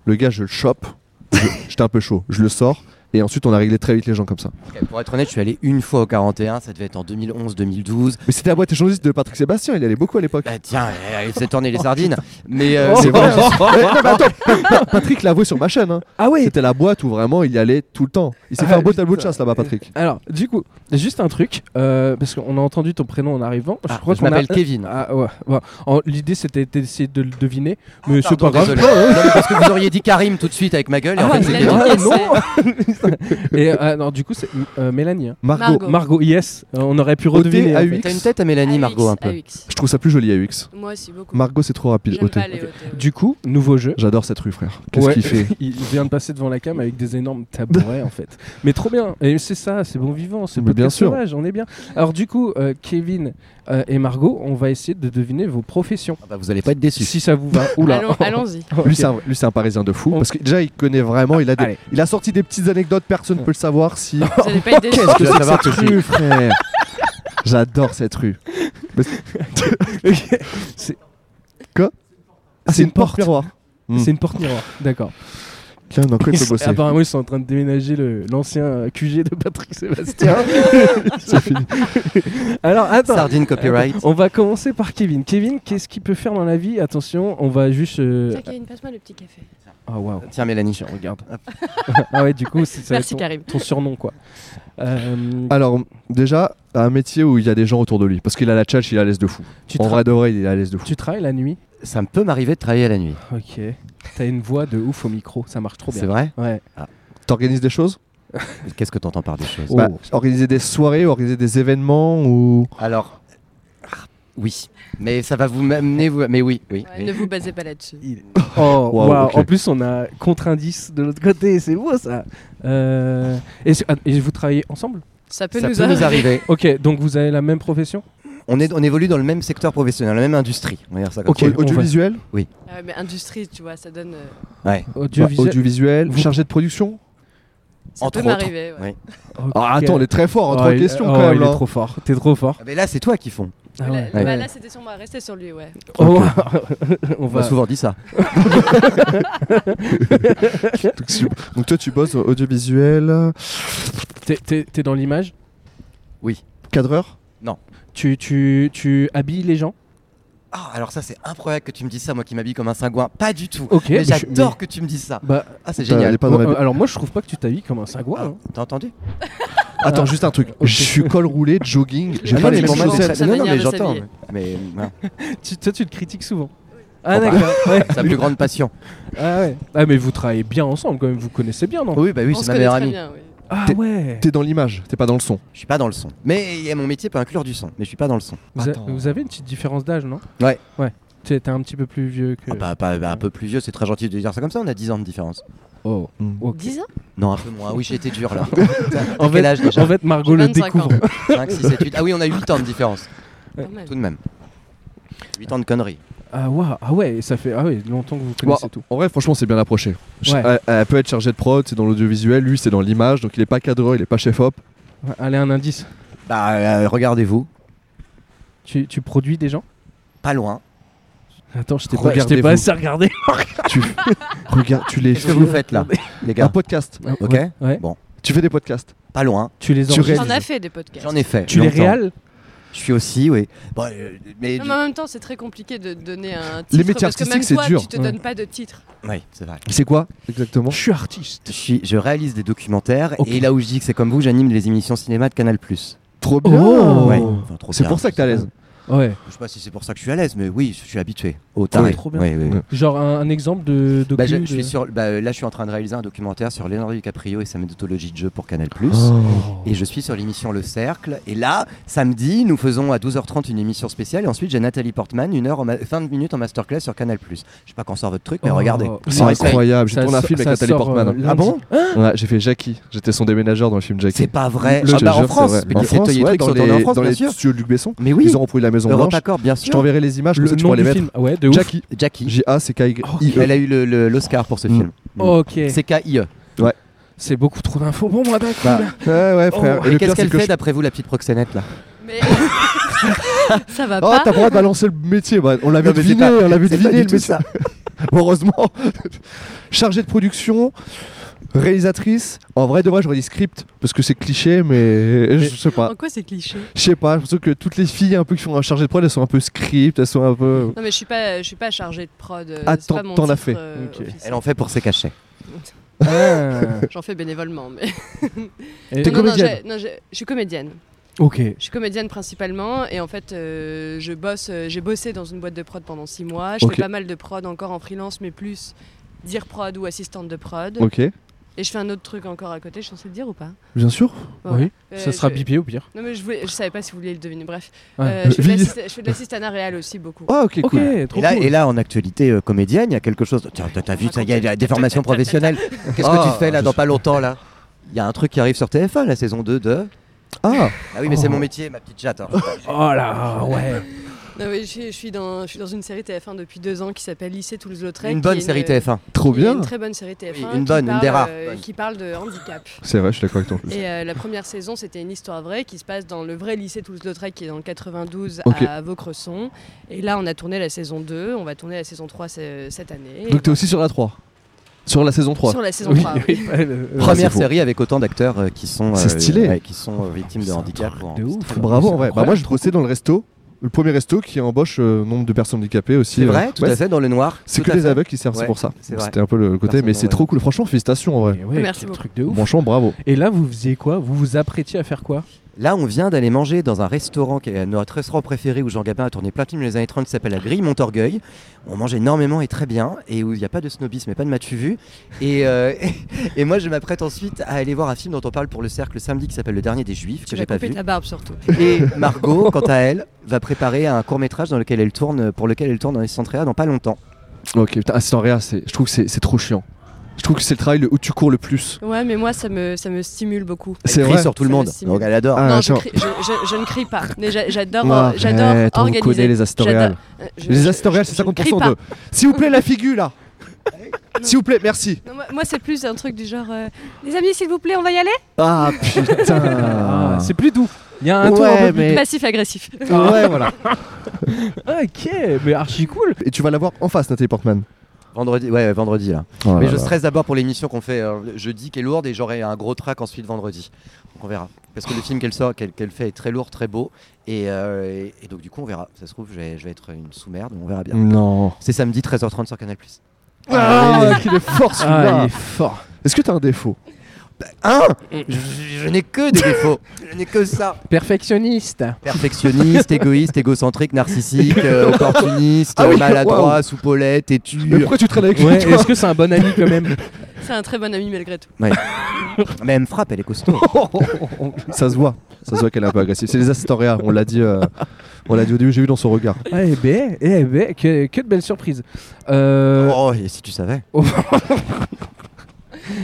S1: Le gars, je le chope. Je- J'étais un peu chaud, je le sors. Et ensuite, on a réglé très vite les gens comme ça.
S2: Ok, Pour être honnête, je suis allé une fois au 41, ça devait être en 2011-2012.
S1: Mais c'était la boîte échangiste de Patrick Sébastien, il y allait beaucoup à l'époque.
S2: Bah tiens, euh, elle faisait tourner les sardines. Mais euh,
S1: Oh,
S2: c'est vrai.
S1: Ouais, non, mais attends, Pa- Pa- Patrick l'a avoué sur ma chaîne. hein.
S3: Ah oui
S1: C'était la boîte où vraiment il y allait tout le temps. Il s'est
S3: Ah,
S1: fait un beau tableau de
S3: putain.
S1: chasse là-bas, Patrick.
S3: Alors, du coup, juste un truc, euh, parce qu'on a entendu ton prénom en arrivant.
S2: Ah,
S3: crois
S2: je
S3: qu'on a-
S2: m'appelle Kevin.
S3: Ah, ouais, ouais. En- L'idée c'était d'essayer de le deviner, mais c'est
S2: Ah, Pardon,
S3: pas grave.
S2: désolé. Non, mais parce que vous auriez dit Karim tout de suite avec ma gueule. Et en
S4: Ah,
S2: fait,
S4: il
S2: c'est
S4: a
S2: Kevin.
S4: dit
S3: Ah,
S4: qu'elle sait.
S3: Et euh, non, du coup, c'est euh, Mélanie. hein.
S1: Margot,
S4: Margot.
S3: Margot, yes, euh, on aurait pu
S1: O-T-A-U-X.
S3: redeviner. en fait.
S2: Mais T'as une tête à Mélanie,
S3: Ah
S4: AUX,
S2: Margot, un peu.
S4: AUX.
S1: je trouve ça plus joli à UX.
S4: Moi aussi, beaucoup.
S1: Margot, c'est trop rapide.
S4: J'aime
S1: OT.
S4: pas les OT.
S3: Du coup, nouveau jeu.
S1: J'adore cette rue, frère. Qu'est-ce
S3: Ouais.
S1: qu'il fait
S3: Il vient de passer devant la cam avec des énormes tabourets en fait. Mais trop bien. Et c'est ça, c'est bon vivant, c'est
S1: Mais bien
S3: bien
S1: sûr.
S3: sauvage, on est bien. Alors du coup, euh, Kevin euh, et Margot, on va essayer de deviner vos professions.
S2: Ah bah, vous allez pas être déçus.
S3: Si ça vous va. Oula.
S4: Allons- Allons-y.
S3: Ok.
S1: Lui, c'est un, lui, c'est un parisien de fou.
S3: On-
S1: Parce que déjà, il connaît vraiment. Il a, des-
S3: Allez.
S1: il a sorti des petites anecdotes, personne ne peut le savoir. Si.
S4: Vous allez pas être déçus.
S1: Qu'est-ce que c'est
S2: vas
S1: que
S2: savoir
S1: cette
S2: que c'est-
S1: rue, frère J'adore cette rue.
S3: Ah, Ok. C'est
S1: Quoi
S3: Ah, C'est une porte.
S1: miroir. Mm.
S3: C'est une porte miroir. D'accord.
S1: Tiens, dans quoi il
S3: Ils
S1: peut
S3: sont-
S1: bosser
S3: Apparemment, ils sont en train de déménager le- l'ancien euh, QG de Patrick Sébastien.
S1: Tiens, c'est fini.
S3: Alors attends.
S2: Sardine copyright.
S3: On va commencer par Kevin. Kevin, qu'est-ce qu'il peut faire dans la vie Attention, on va juste. euh,
S4: Tiens, Karine, passe-moi le petit café.
S3: Ah waouh.
S2: Tiens, Mélanie, je regarde.
S3: Ah ouais, du coup, c'est ça va être
S4: Merci,
S3: ton,
S4: Karim.
S3: ton surnom quoi. Euh,
S1: Alors, déjà, un métier où il y a des gens autour de lui. Parce qu'il a la tchatche, il est à l'aise de fou.
S3: tu,
S1: En
S3: tra-
S1: vrai de vrai, il est à l'aise de fou.
S3: tu travailles la nuit
S2: Ça me peut m'arriver de travailler à la nuit.
S3: Ok. T'as une voix de ouf au micro, ça marche trop
S2: C'est
S3: bien.
S2: vrai
S3: Ouais.
S1: T'organises des choses
S2: Qu'est-ce que t'entends par des choses
S3: Oh.
S1: Bah, Organiser des soirées, organiser des événements ou.
S2: Alors, ah, oui. Mais ça va vous m'amener, vous... mais oui, oui.
S4: Ouais,
S2: oui.
S4: Ne vous basez pas là-dessus.
S3: Oh,
S1: Wow,
S3: waouh.
S1: ok.
S3: En plus, on a contre-indice de l'autre côté, c'est beau ça. Euh, Et, c'est- ah, et vous travaillez ensemble
S4: Ça peut
S2: Ça
S4: nous
S2: peut nous
S4: arriver.
S2: arriver.
S3: Ok, donc vous avez la même profession
S2: On, est, on évolue dans le même secteur professionnel, la même industrie. On va dire ça comme
S3: Ok.
S2: ça.
S1: Au- Audiovisuel
S4: Ah ouais, mais industrie, tu vois, ça donne. euh,
S2: Ouais.
S1: Bah,
S3: Audiovisuel
S1: Audiovisuel,
S3: Vous-
S1: chargé de production
S4: Ça
S2: Entre
S4: peut
S2: autres.
S4: m'arriver. ouais.
S2: Ouais.
S3: Ok.
S1: Ah, attends, on est très fort en
S3: Oh,
S1: trois
S3: il-
S1: questions
S3: oh,
S1: quand même. hein.
S3: Il
S1: là.
S3: est trop fort, t'es trop fort.
S2: Ah, Mais là, c'est toi qui font.
S3: Ah
S4: Là,
S3: ouais.
S4: bah,
S2: Ouais.
S4: là, c'était sur moi. Restez sur lui, ouais.
S3: Oh, on
S2: On m'a
S3: va.
S2: Bah, souvent dit ça.
S1: Donc, tu- donc toi tu bosses dans audiovisuel, euh,
S3: T'es- T'es t'es dans l'image
S1: cadreur
S3: tu, tu, tu habilles les gens
S2: Ah, alors ça, c'est improbable que tu me dises ça, moi qui m'habille comme un cingouin. Pas du tout.
S3: Ok, mais
S2: mais
S3: je-
S2: j'adore
S3: mais-
S2: que tu me dises ça.
S3: Bah,
S2: Ah,
S1: T'as-
S2: c'est
S1: elle
S2: génial.
S1: est pas dans la-
S3: euh, alors moi je trouve pas que tu t'habilles comme un sagouin.
S2: Ah,
S3: hein.
S2: T'as entendu
S1: Attends juste un truc,
S3: Ah. ok.
S1: je suis col roulé, jogging, j'ai
S2: Ah
S1: pas
S2: non,
S1: les
S2: mais
S1: mêmes
S2: pour moi,
S4: choses.
S2: c'est
S1: chaussettes.
S2: très-
S4: Sa
S2: Non, non, mais
S4: manière de
S2: j'entends.
S4: s'habiller.
S2: Mais ouais,
S3: Tu, toi tu le critiques souvent. Ah
S2: bah.
S3: d'accord. ouais.
S2: sa plus grande passion.
S3: Ah ouais. Ah mais vous travaillez bien ensemble quand même, vous connaissez bien non
S2: Oui, bah oui,
S4: On
S2: c'est
S4: se
S2: ma
S4: connaît
S2: meilleure
S4: très
S2: amie.
S4: bien. oui.
S1: Oh,
S3: Ah
S1: T'es-
S3: ouais.
S1: T'es dans l'image, t'es pas dans le son.
S2: Je suis pas dans le son. Mais euh, mon métier peut inclure du son. Mais je suis pas dans le son.
S3: Vous, a-
S1: Attends.
S3: vous avez une petite différence d'âge non
S2: Ouais.
S3: Ouais. T'es t'es un petit peu plus vieux que.
S2: Ah, pas- pas- bah, un peu plus vieux, c'est très gentil de dire ça comme ça. On a 10 ans de différence.
S3: Oh. Ok.
S4: 10 ans
S2: Non, un peu moins. Oui, j'ai été dur là.
S3: En
S2: quel
S3: fait,
S2: âge déjà
S3: en fait, Margot le
S4: 25 ans.
S3: découvre.
S2: 5, 6, 7, 8. Ah oui, on a 8 ans de différence.
S4: Quand même.
S2: Tout de même. 8 ans de conneries.
S3: Ah, waouh, ah ouais, ça fait ah ouais, longtemps que vous connaissez
S1: Bon,
S3: tout.
S1: En vrai, franchement, c'est bien approché. Ch-
S3: Ouais.
S1: Elle, elle peut être chargée de prod, c'est dans l'audiovisuel. Lui, c'est dans l'image, donc il est pas cadreur, il est pas chef op.
S3: Ouais, allez, un indice.
S2: Bah, euh, regardez-vous.
S3: Tu, tu produis des gens
S2: Pas loin.
S3: Attends, je t'ai pas, je
S1: Regardez-vous.
S3: t'ai pas assez regardé.
S1: Tu regarde, tu les
S2: Qu'est-ce que vous faites là, les
S1: un
S2: gars
S1: podcast.
S2: Ok.
S3: Ouais, ouais.
S1: Tu fais des podcasts.
S2: Pas loin.
S3: Tu les
S1: Tu
S3: enregistres.
S1: réalises.
S4: J'en ai fait des podcasts.
S2: J'en ai fait.
S3: Tu les
S2: longtemps.
S3: réales
S2: Je suis aussi, oui. Bon, euh, mais
S4: Non, mais en même temps, c'est très compliqué de donner un titre.
S1: Les métiers
S4: parce que même
S1: artistiques, c'est
S4: toi,
S1: dur.
S4: Tu te
S3: Ouais.
S4: donnes pas de titre.
S2: oui, c'est vrai.
S1: C'est quoi exactement
S3: Je suis artiste.
S2: Je, suis- je réalise des documentaires
S3: Ok.
S2: et là où je dis que c'est comme vous, j'anime les émissions cinéma de Canal+.
S1: Trop
S3: bien. Oh.
S2: Ouais. Enfin, trop
S1: C'est
S2: bien.
S1: pour ça que t'es à l'aise.
S3: Ouais.
S2: Je sais pas si c'est pour ça que je suis à l'aise, mais oui, je suis habitué au taré.
S3: trop bien.
S2: Oui, oui, oui.
S1: Ouais.
S3: Genre un, un exemple de docu
S2: Bah, je,
S3: de-
S2: je suis sur, bah, euh, là, je suis en train de réaliser un documentaire sur Leonardo DiCaprio et sa méthodologie de jeu pour Canal+.
S3: Oh.
S2: Et je suis sur l'émission Le Cercle. Et là, samedi, nous faisons à 12h30 une émission spéciale. Et ensuite, j'ai Nathalie Portman, une heure, en ma- 20 minutes en masterclass sur Canal+. Je sais pas quand sort votre truc, mais
S3: Oh.
S2: regardez.
S1: C'est
S2: Non,
S1: incroyable. J'ai
S3: Ça
S1: tourné un
S3: sort-
S1: film avec
S3: ça
S1: Nathalie
S3: sort,
S1: Portman.
S3: euh,
S2: Ah bon
S3: lundi. Hein
S1: Ouais, j'ai fait Jackie. J'étais son déménageur dans le film Jackie.
S2: C'est pas vrai.
S1: Je
S2: Ah
S1: te
S2: bah, en
S1: jure, c'est
S2: France,
S1: vrai.
S2: mais
S1: En
S2: il y a des
S1: France,
S2: théories
S1: ouais,
S2: qui
S1: dans
S2: sont
S1: les,
S2: tournées en France,
S1: dans
S2: bien
S1: les
S2: sûr.
S1: studios de Luc Besson.
S2: Mais oui,
S1: Ils ont repris la Maison Blanche.
S2: Europe Accord, bien
S1: Je
S2: sûr.
S1: t'enverrai les images, comme
S3: Le
S1: ça tu
S3: nom
S1: pourras les
S3: du
S1: mettre.
S3: film. Ah ouais, de ouf.
S1: Jackie.
S2: Jackie.
S1: J-A-C-K-I-E.
S2: Elle a eu le- le- l'Oscar pour ce
S1: E. Mm.
S2: film.
S3: Ok.
S2: C'est E. KIE.
S3: C'est beaucoup trop d'infos. Bon, moi, d'un coup,
S2: Bah,
S3: là.
S1: Ouais, ouais, frère.
S3: Oh.
S1: Et
S2: Et
S1: le pire,
S2: qu'est-ce
S1: c'est
S2: qu'elle
S1: que
S2: fait
S1: je-
S2: d'après vous, la petite proxénète là
S4: Mais ça va
S1: Oh,
S4: pas.
S1: t'as pas le droit de balancer le métier. bah, On l'avait
S2: Non, mais c'est
S1: deviné,
S2: pas-
S1: on l'avait
S2: C'est pas
S1: deviné
S2: du
S1: le
S2: tout
S1: métier.
S2: ça.
S1: Heureusement. Chargée de production, réalisatrice. En vrai, de vrai, j'aurais dit script parce que c'est cliché, mais je sais pas.
S4: En quoi c'est cliché
S1: Je sais pas. Je pense que toutes les filles un peu qui sont chargées de prod, elles sont un peu script, elles sont un peu.
S4: Non mais je suis pas, je suis pas chargée de prod. euh,
S1: Ah,
S4: c'est
S1: t'en-
S4: pas mon
S1: t'en as
S4: titre,
S1: fait.
S4: euh,
S3: Ok.
S4: officiel.
S2: Elle en fait pour ses cachets.
S3: Ah.
S4: J'en fais bénévolement, mais.
S3: Et-
S1: T'es
S4: Non, non,
S1: comédienne
S4: j'ai- non, j'ai- je suis comédienne.
S3: Ok.
S4: Je suis comédienne principalement et en fait, euh, je bosse, euh, j'ai bossé dans une boîte de prod pendant six mois. Je
S1: Ok.
S4: fais pas mal de prod encore en freelance, mais plus dire prod ou assistante de prod.
S1: Ok.
S4: Et je fais un autre truc encore à côté. Je suis censée le dire ou pas
S1: Bien sûr.
S4: Voilà.
S3: Oui. Ça
S4: Euh,
S3: sera
S4: je-
S3: bipé au pire.
S4: Non mais je, voulais, je savais pas si vous vouliez le deviner. Bref,
S3: Ouais.
S4: Euh, je, fais de
S1: Vili-
S4: l'assist- je fais de l'assistanat réel aussi beaucoup.
S1: Ah, ok,
S3: Ok,
S1: cool.
S3: trop
S2: Et là,
S3: cool.
S2: et là, en actualité euh, comédienne, il y a quelque chose. Tiens, t'as- t'as vu, ça, il y a- il y a des formations professionnelles. Qu'est-ce que
S1: Ah,
S2: tu fais là
S1: je
S2: dans
S1: sais.
S2: pas longtemps là Il y a un truc qui arrive sur TF1, la saison 2 de.
S1: Ah,
S2: Ah oui, mais c'est
S3: Oh.
S2: mon métier, ma petite chatte. hein.
S3: Oh là, ouais.
S4: Non, mais je, suis- je suis dans, je suis dans une série TF1 depuis deux ans qui s'appelle Lycée Toulouse-Lautrec.
S2: Une
S4: qui
S2: bonne
S4: est
S2: série TF1.
S1: trop
S4: qui est
S1: bien.
S4: Une très bonne série TF1.
S2: Oui, une
S4: qui
S2: bonne, une
S4: parle,
S2: des rares.
S4: euh,
S2: Bonne.
S4: qui parle de handicap.
S1: C'est vrai, je suis d'accord avec toi.
S4: Et euh, la première saison, c'était une histoire vraie qui se passe dans le vrai lycée Toulouse-Lautrec qui est dans le 92
S1: Ok.
S4: à Vaucresson. Et là, on a tourné la saison 2, on va tourner la saison 3 ce- cette année.
S1: Donc t'es aussi sur la 3 Sur la saison 3
S4: Sur la saison
S3: Oui,
S4: 3. oui.
S3: oui, ouais, le-
S1: Bravo,
S2: Première
S1: Ah, c'est faux.
S2: série avec autant d'acteurs euh, qui sont.
S1: C'est stylé.
S2: ouais, qui sont euh, victimes de
S3: C'est un
S2: handicap.
S3: truc
S2: ou en-
S3: de ouf. hein.
S1: Bravo,
S3: C'est
S1: en vrai. Bah,
S3: incroyable.
S1: moi, je bossais dans le resto. Le premier resto qui embauche euh, nombre de personnes handicapées aussi.
S2: C'est
S1: euh,
S2: vrai, tout
S1: ouais,
S2: à fait, dans le noir.
S1: C'est
S2: tout
S1: que
S2: à
S1: les
S2: fait.
S1: aveugles qui servent, c'est
S2: Ouais,
S1: pour ça.
S2: c'est vrai.
S1: C'était un peu le côté, mais
S2: Personne
S1: c'est
S2: n'aurait-
S1: trop cool. Franchement, félicitations en vrai.
S3: Et ouais,
S4: Merci
S3: quel
S4: beaucoup.
S3: truc de ouf.
S1: Franchement, bravo.
S3: Et là, vous faisiez quoi Vous vous apprêtiez à faire quoi
S2: Là, on vient d'aller manger dans un restaurant qui est notre restaurant préféré où Jean Gabin a tourné plein de films dans les années 30 qui s'appelle La Grille Montorgueil. On mange énormément et très bien et où il n'y a pas de snobisme et pas de matu vu. Et, euh, et moi, je m'apprête ensuite à aller voir un film dont on parle pour le cercle samedi qui s'appelle Le Dernier des Juifs, que
S4: Tu
S2: j'ai
S4: vas
S2: pas
S4: couper
S2: vu.
S4: ta barbe surtout.
S2: Et Margot, quant à elle, va préparer un court métrage dans lequel elle tourne, pour lequel elle tourne dans les Centréa dans pas longtemps.
S1: Ok, putain, assistant réa, c'est- je trouve que c'est c'est trop chiant. Je trouve que c'est le travail le- où tu cours le plus.
S4: Ouais, mais moi, ça me, ça me stimule beaucoup.
S1: C'est
S2: Elle crie
S1: vrai.
S2: sur tout le
S4: Ça me
S2: monde,
S4: stimule.
S2: donc elle adore.
S1: Ah,
S4: non, je,
S1: genre-
S4: crie- je- je- je ne crie pas. Mais j'a- J'adore
S1: Ouais,
S4: euh, j'adore
S1: arrête, on
S4: organiser.
S1: connaît les assistants
S4: J'adore-
S1: réels.
S4: euh, je-
S1: Les
S4: je-
S1: assistants réels, c'est
S4: je- je ne crie
S1: 50%
S4: pas.
S1: d'eux. S'il vous plaît, la figure là S'il vous plaît, merci.
S4: Non, moi, moi, c'est plus un truc du genre euh, Les amis, s'il vous plaît, on va y aller
S1: Ah putain
S3: Ah, C'est plus doux. Il y a un tour un
S2: Eh,
S1: Ouais,
S3: peu plus-
S1: mais.
S4: Passif-agressif.
S1: Ouais, voilà.
S3: Ok, mais archi cool.
S1: Et tu vas l'avoir en face, Nathalie Portman.
S2: Vendredi, ouais, ouais, vendredi hein. là.
S1: Oh
S2: Mais
S1: là
S2: je
S1: là.
S2: stresse d'abord pour l'émission qu'on fait euh, le jeudi qui est lourde et j'aurai un gros track ensuite vendredi. Donc on verra. Parce que le film qu'elle sort, qu'elle qu'elle fait est très lourd, très beau. Et, euh, et- et donc du coup on verra. Ça se trouve, je vais, je vais être une sous-merde, on verra bien.
S1: Mm. Non.
S2: C'est samedi 13h30 sur Canal+.
S1: Ah, qu'il est fort
S3: Ah, il
S1: celui-là
S3: est fort.
S1: Est-ce que t'as un défaut Ah
S2: Hein Je, je- je n'ai que des défauts. Je n'ai que ça.
S3: Perfectionniste.
S2: Perfectionniste, égoïste, égocentrique, narcissique, euh, opportuniste,
S1: Ah oui,
S2: maladroit, soupolet,
S1: Mais
S2: têtu.
S1: pourquoi tu traînes avec lui
S3: Ouais,
S1: toi
S3: est-ce que c'est un bon ami quand même
S4: C'est un très bon ami malgré tout.
S2: Mais elle me frappe, elle est costaud.
S1: Ça se voit, ça se voit qu'elle est un peu agressive. C'est les assistants réa, on l'a dit, euh, on l'a dit au début, j'ai vu dans son regard.
S3: Eh ben, eh
S1: Euh, Oh,
S3: ben, que, que de belles surprises. Euh,
S2: Oh, et si tu savais.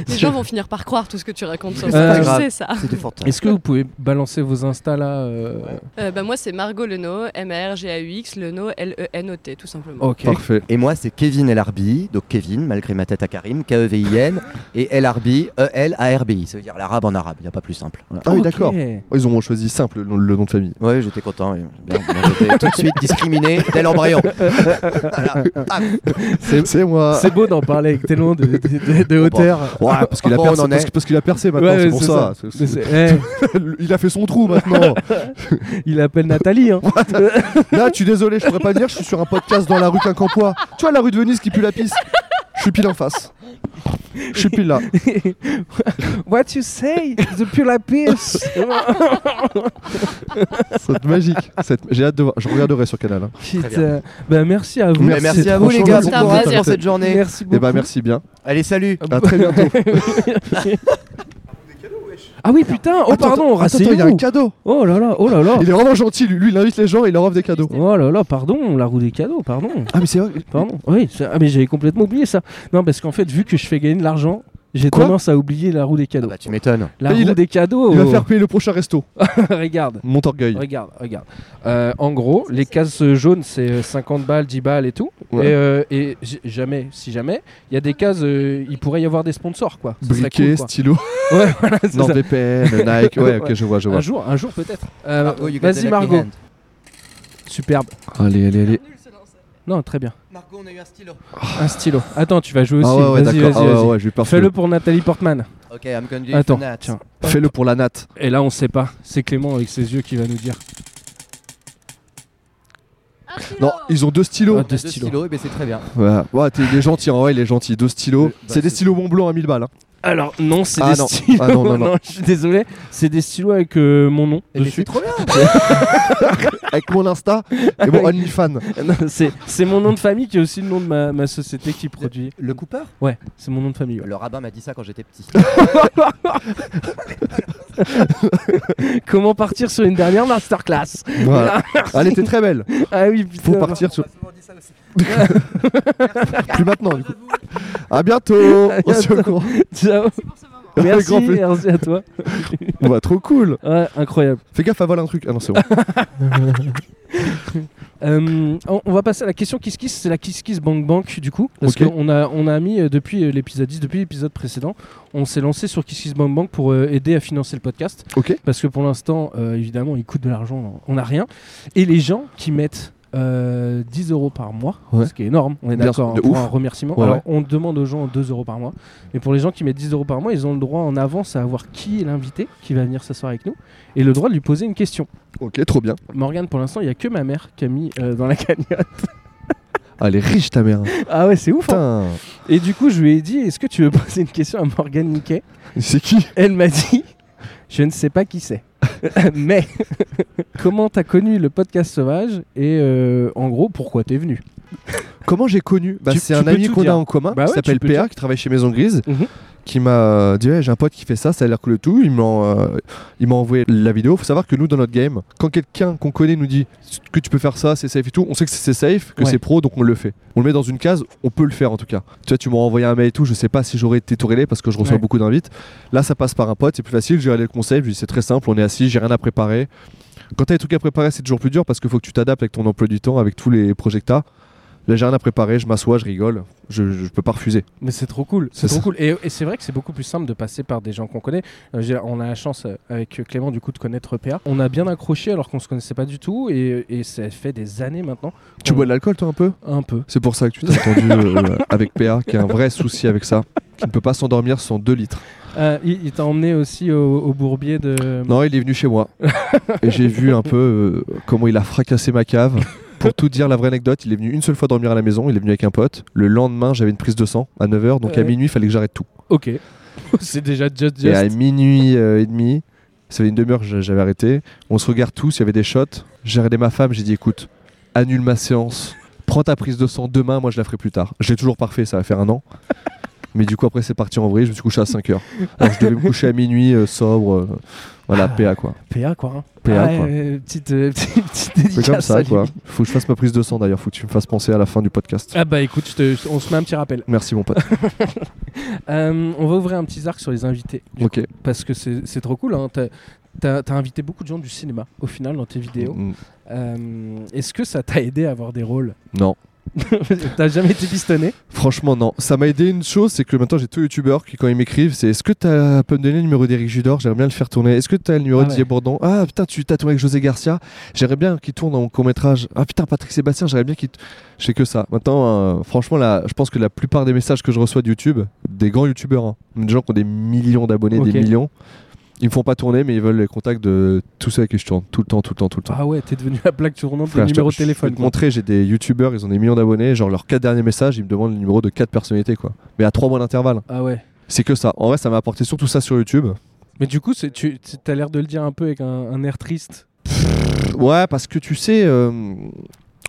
S4: Les gens vont finir par croire tout ce que tu racontes sur
S2: C'est
S4: ça.
S3: pas
S4: tu
S2: grave.
S4: sais ça.
S2: C'est du fantasme.
S3: Est-ce que vous pouvez balancer vos Insta là euh,
S4: Euh, bah, moi, c'est Margot Leno, M-A-R-G-A-U-X, Leno, E L-E-N-O-T, tout simplement.
S3: Ok.
S1: Parfait.
S2: Et moi, c'est Kevin Elarbi, donc Kevin, malgré ma tête à Karim, E K-E-V-I-N, et Elarbi, E-L-A-R-B-I. Ça veut dire l'arabe en arabe, il n'y a pas plus simple. Voilà.
S1: Ah oui,
S3: Ok.
S1: d'accord. Ils ont choisi simple le le nom de famille.
S2: Ouais, j'étais content. et- Merde, moi, J'étais tout de suite discriminé, tel embryon. Voilà. Ah,
S1: C'est Ah, moi.
S3: C'est beau d'en parler avec tes noms de, de- de- de hauteur.
S2: ouais,
S1: Parce qu'il a,
S2: bon,
S1: percé-
S2: on en
S1: parce que-
S2: est.
S1: parce qu'il a percé maintenant,
S3: Ouais,
S1: bah, c'est pour
S3: c'est
S1: ça.
S3: ça.
S1: C'est- c'est-
S3: Mais c'est-
S1: Il a fait son trou maintenant.
S3: eh, il appelle Nathalie. hein.
S1: Là, tu désolé, je pourrais pas le dire, je suis sur un podcast dans la rue Quincampoix. Tu vois la rue de Venise qui pue la pisse Je suis pile en face. Je suis pile là.
S3: What you say? The pure pierce.
S1: C'est magique. Cette- J'ai hâte de voir. Je regarderai sur Canal. hein.
S3: Putain. Bah, merci à vous.
S2: Mais merci
S1: Merci,
S2: à vous, les gars,
S1: franchement,
S4: c'était un
S2: pour
S4: plaisir.
S2: pour cette journée.
S3: Merci beaucoup.
S1: Eh ben, merci bien.
S2: Allez, salut.
S1: À très bientôt.
S3: Ah oui, putain. Oh,
S1: Attends,
S3: pardon.
S1: attends, attends, il y a un
S3: rasseyez-vous.
S1: cadeau.
S3: Oh là là, oh là là.
S1: Il est vraiment gentil. Lui, lui, il invite les gens et il leur offre des cadeaux.
S3: Oh là là, pardon, la roue des cadeaux, pardon.
S1: Ah, mais c'est vrai.
S3: Pardon. Oui, ça- ah, mais j'avais complètement oublié ça. Non, parce qu'en fait, vu que je fais gagner de l'argent, j'ai
S1: Quoi
S3: tendance à oublier la roue des cadeaux.
S2: bah, tu m'étonnes.
S3: La
S1: Et
S3: roue
S1: il-
S3: des cadeaux.
S1: Il va faire payer le prochain resto.
S3: regarde,
S1: Montorgueil.
S3: regarde, regarde. Euh, en gros, les cases euh, jaunes, c'est euh, 50 balles, 10 balles et tout.
S1: Ouais.
S3: Et, euh, et j- jamais, si jamais, il y a des cases, euh, il pourrait y avoir des sponsors, quoi. Ça serait
S1: Briquet,
S3: cool,
S1: stylo.
S3: quoi. Ouais, voilà, c'est ça. Ah,
S1: NordVPN, Nike. Ouais, ok, je vois, je
S3: Un
S1: vois.
S3: jour, un jour peut-être. Euh,
S2: Margot, you got the
S3: Vas-y
S2: lucky
S3: Margot,
S2: hand.
S3: superbe.
S1: Allez, allez, allez.
S3: Non, très bien.
S2: Margot, on a eu un stylo.
S3: Un stylo. Attends, tu vas jouer aussi.
S1: Ah ouais, ouais,
S3: vas-y,
S1: d'accord.
S3: vas-y,
S1: Ah ouais,
S3: vas-y.
S1: ouais, je lui parfait.
S3: Fais-le pour Nathalie Portman.
S2: Ok, I'm gonna do it
S3: Attends,
S2: for Nat.
S3: tiens.
S1: Fais-le pour la natte.
S3: Et là, on sait pas. C'est Clément avec ses yeux qui va nous dire.
S1: Non, ils ont deux stylos.
S3: Ah,
S2: Deux
S3: deux
S2: stylos,
S3: stylos.
S2: eh ben, c'est très bien.
S1: Ouais, ouais t'es- il est gentil, en vrai, il est gentil. Deux stylos.
S2: Euh, bah,
S1: c'est des
S2: c'est-
S1: stylos Mont Blanc à 1000 balles. hein.
S3: Alors, non, c'est
S1: Ah
S3: des
S1: non.
S3: stylos.
S1: Ah non, non, non.
S3: je suis désolé. C'est des stylos avec euh, mon nom
S2: Eh ben,
S3: dessus.
S2: c'est trop bien.
S1: Avec mon Insta et mon OnlyFans.
S3: Non, C'est c'est mon nom de famille qui est aussi le nom de ma, ma société qui produit.
S2: Le Cooper
S3: Ouais, c'est mon nom de famille. ouais.
S2: Le rabbin m'a dit ça quand j'étais petit.
S3: Comment partir sur une dernière masterclass
S1: Voilà. Allez, t'es très belle.
S3: Ah oui, putain.
S1: Faut partir sur. Plus maintenant, du coup. À bientôt. Oh,
S3: À
S1: On se
S3: bientôt.
S1: court.
S3: Ciao.
S1: Avec grand
S3: Merci,
S1: plaisir.
S3: merci à toi.
S1: On va trop cool.
S3: Ouais, incroyable.
S1: Fais gaffe, avale un truc. Ah non, c'est bon.
S3: Euh, on, on va passer à la question Kiss Kiss. C'est la Kiss Kiss Bank Bank du coup. Parce
S1: Ok.
S3: qu'on a, on a mis euh, depuis euh, l'épisode 10, depuis l'épisode précédent, on s'est lancé sur Kiss Kiss Bank Bank pour euh, aider à financer le podcast.
S1: Ok.
S3: Parce que pour l'instant, euh, évidemment, il coûte de l'argent, on n'a rien. Et les gens qui mettent euh, 10 euros par mois,
S1: Ouais.
S3: ce qui est énorme, on est
S1: Bien
S3: d'accord,
S1: sûr,
S3: hein,
S1: de
S3: pour
S1: ouf.
S3: un remerciement.
S1: Ouais,
S3: Alors,
S1: ouais.
S3: on demande aux gens 2 euros par mois. Mais pour les gens qui mettent 10 euros par mois, ils ont le droit en avance à avoir qui est l'invité qui va venir s'asseoir avec nous et le droit de lui poser une question.
S1: Ok, trop bien.
S3: Morgane, pour l'instant, il n'y a que ma mère qui a mis euh, dans la cagnotte.
S1: Ah, elle est riche, ta mère.
S3: Ah ouais, c'est ouf. hein.
S1: Putain.
S3: Et du coup, je lui ai dit Est-ce que tu veux poser une question à Morgane Niquet
S1: C'est qui
S3: Elle m'a dit Je ne sais pas qui c'est. Mais comment t'as connu le podcast sauvage et euh, en gros pourquoi t'es venu
S1: Comment j'ai connu bah,
S3: Tu-
S1: C'est
S3: tu
S1: un
S3: peux
S1: ami
S3: tout
S1: qu'on a
S3: dire.
S1: en commun
S3: Bah ouais,
S1: qui
S3: tu
S1: s'appelle
S3: peux
S1: PA,
S3: dire.
S1: qui travaille chez Maison Grise,
S3: Mhm.
S1: qui m'a euh, dit Ouais, J'ai un pote qui fait ça, ça a l'air cool et tout. Il m'a euh, il m'a envoyé la vidéo. Faut savoir que nous, dans notre game, quand quelqu'un qu'on connaît nous dit que tu peux faire ça, c'est safe et tout, on sait que c'est safe, que
S3: Ouais.
S1: c'est pro, donc on le fait. On le met dans une case, on peut le faire en tout cas. Tu vois, tu m'as envoyé un mail et tout, je sais pas si j'aurais été tout relais parce que je reçois
S3: Ouais.
S1: beaucoup d'invites. Là, ça passe par un pote, c'est plus facile. J'ai regardé le concept, je lui ai dit, C'est très simple, on est assis, j'ai rien à préparer. Quand t'as des trucs à préparer, c'est toujours plus dur parce qu'il faut que tu t'adaptes avec ton emploi du temps, avec tous les projectas. Là, j'ai rien à préparer, je m'assois, je rigole, je, je- je peux pas refuser.
S3: Mais c'est trop cool, c'est
S1: C'est
S3: trop
S1: ça.
S3: cool. Et, et c'est vrai que c'est beaucoup plus simple de passer par des gens qu'on connaît. Euh, j'ai- on a la chance euh, avec Clément du coup de connaître PA. On a bien accroché alors qu'on se connaissait pas du tout et, et ça fait des années maintenant.
S1: Tu
S3: qu'on-
S1: bois de l'alcool, toi, un peu
S3: un peu.
S1: C'est pour ça que tu t'es entendu euh, avec PA, qui a un vrai souci avec ça, qui ne peut pas s'endormir sans 2 litres.
S3: Euh, il il t'a emmené aussi au, au bourbier de.
S1: Non, il est venu chez moi. Et j'ai vu un peu euh, comment il a fracassé ma cave. Pour tout dire, la vraie anecdote, il est venu une seule fois dormir à la maison, il est venu avec un pote. Le lendemain, j'avais une prise de sang à 9h, donc à
S3: Ouais.
S1: minuit, il fallait que j'arrête tout.
S3: Ok. c'est déjà just just.
S1: Et à minuit euh, et demi, ça fait une demi-heure que j'a- j'avais arrêté. On se regarde tous, il y avait des shots. J'ai regardé ma femme, j'ai dit écoute, annule ma séance, prends ta prise de sang demain, moi je la ferai plus tard. Je l'ai toujours parfait, ça va faire un an. Mais du coup, après, c'est parti en vrai. Je me suis couché à 5 heures. Alors, je devais me coucher à minuit, euh, sobre. euh, voilà, PA quoi.
S3: PA quoi. hein.
S1: PA,
S3: Ah,
S1: quoi.
S3: euh, petite, euh, petite, petite dédicace.
S1: C'est comme
S3: à
S1: ça
S3: lui.
S1: quoi. Faut que je fasse ma prise de sang d'ailleurs. Faut que tu me fasses penser à la fin du podcast.
S3: Ah bah écoute, je te- on se met un petit rappel.
S1: Merci mon pote.
S3: Euh, on va ouvrir un petit arc sur les invités. du
S1: ok.
S3: coup, parce que c'est c'est trop cool. Hein. T'as- T'as t'as invité beaucoup de gens du cinéma au final dans tes vidéos.
S1: Mm,
S3: Euh, Est-ce que ça t'a aidé à avoir des rôles
S1: Non.
S3: T'as jamais été pistonné
S1: Franchement, non. Ça m'a aidé une chose, c'est que maintenant j'ai tous les youtubeurs qui, quand ils m'écrivent, c'est Est-ce que t'as peux me donner le numéro d'Éric Judor J'aimerais bien le faire tourner. Est-ce que t'as le numéro
S3: Ah
S1: de
S3: ouais.
S1: Didier Bourdon Ah putain, tu t'as tourné avec José Garcia J'aimerais bien qu'il tourne dans mon court-métrage. Ah putain, Patrick Sébastien, j'aimerais bien qu'il. t- Je sais que ça. Maintenant, euh, franchement, là, je pense que la plupart des messages que je reçois de YouTube, des grands youtubeurs, hein, des gens qui ont des millions d'abonnés,
S3: Ok.
S1: des millions, ils me font pas tourner, mais ils veulent les contacts de tous ceux avec qui je tourne. Tout le temps, tout le temps, tout le temps.
S3: Ah ouais, t'es devenu la plaque tournante
S1: Frère,
S3: des
S1: je te-
S3: numéros de
S1: je vais
S3: téléphone.
S1: te
S3: quoi.
S1: montrer, j'ai des youtubeurs, ils ont des millions d'abonnés, genre leurs quatre derniers messages, ils me demandent le numéro de quatre personnalités quoi. Mais à trois mois d'intervalle.
S3: Ah ouais.
S1: C'est que ça. En vrai, ça m'a apporté surtout ça sur YouTube.
S3: Mais du coup, c'est- tu as l'air de le dire un peu avec un, un air triste.
S1: Ouais, parce que tu sais, euh,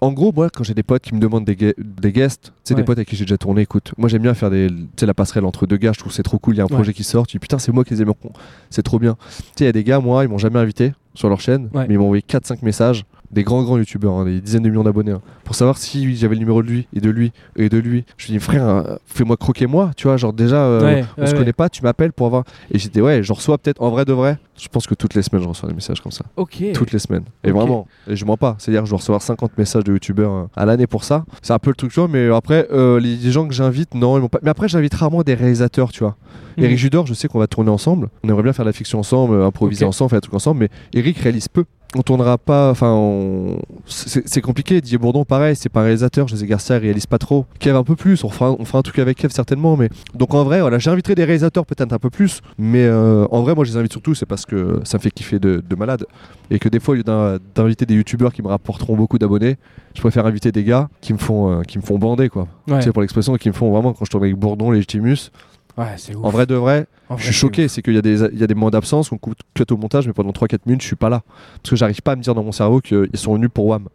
S1: en gros, moi, quand j'ai des potes qui me demandent des, gue- des guests, tu sais,
S3: Ouais.
S1: des potes avec qui j'ai déjà tourné, écoute, moi j'aime bien faire des, tu sais, la passerelle entre deux gars, je trouve que c'est trop cool, il y a un
S3: Ouais.
S1: projet qui sort, tu dis putain, c'est moi qui les ai mis en con- c'est trop bien. Tu sais, il y a des gars, moi, ils m'ont jamais invité sur leur chaîne,
S3: Ouais.
S1: mais ils m'ont envoyé 4-5 messages, des grands, grands youtubeurs, hein, des dizaines de millions d'abonnés, hein, pour savoir si j'avais le numéro de lui, et de lui, et de lui. Je lui dis, frère, euh, fais-moi croquer moi, tu vois, genre déjà, euh,
S3: Ouais,
S1: on
S3: ouais,
S1: se
S3: ouais.
S1: connaît pas, tu m'appelles pour avoir. Et j'étais, ouais, j'en reçois peut-être en vrai de vrai. Je pense que toutes les semaines, je reçois des messages comme ça
S3: Ok.
S1: toutes les semaines. Et
S3: Ok.
S1: vraiment, et je mens pas. C'est-à-dire que je dois recevoir 50 messages de youtubeurs euh, à l'année pour ça. C'est un peu le truc, tu vois. Mais après, euh, les, les gens que j'invite, non, ils m'ont pas. Mais après, j'invite rarement des réalisateurs, tu vois.
S3: Mhm.
S1: Eric Judor, je sais qu'on va tourner ensemble. On aimerait bien faire de la fiction ensemble, euh, improviser
S3: Ok.
S1: ensemble, faire des trucs ensemble. Mais Eric réalise peu. On tournera pas, enfin, on... c'est c'est compliqué. Didier Bourdon, pareil, c'est pas un réalisateur. José Garcia réalise pas trop. Kev, un peu plus. On fera, on fera un truc avec Kev certainement. Mais donc en vrai, voilà, j'inviterai des réalisateurs peut-être un peu plus. Mais euh, en vrai, moi, je les invite surtout, c'est parce que ça me fait kiffer de- de malade et que des fois au lieu d'in- d'inviter des youtubeurs qui me rapporteront beaucoup d'abonnés je préfère inviter des gars qui me font euh, qui me font bander quoi
S3: Ouais.
S1: tu sais pour l'expression qui me font vraiment quand je tourne avec Bourdon Légitimus
S3: Ouais, c'est ouf.
S1: en vrai de vrai
S3: En
S1: je
S3: vrai,
S1: suis
S3: c'est
S1: choqué c'est qu'il y a des il y a des moments d'absence qu'on coupe cut au montage mais pendant 3-4 minutes je suis pas là parce que j'arrive pas à me dire dans mon cerveau qu'ils sont venus pour Wham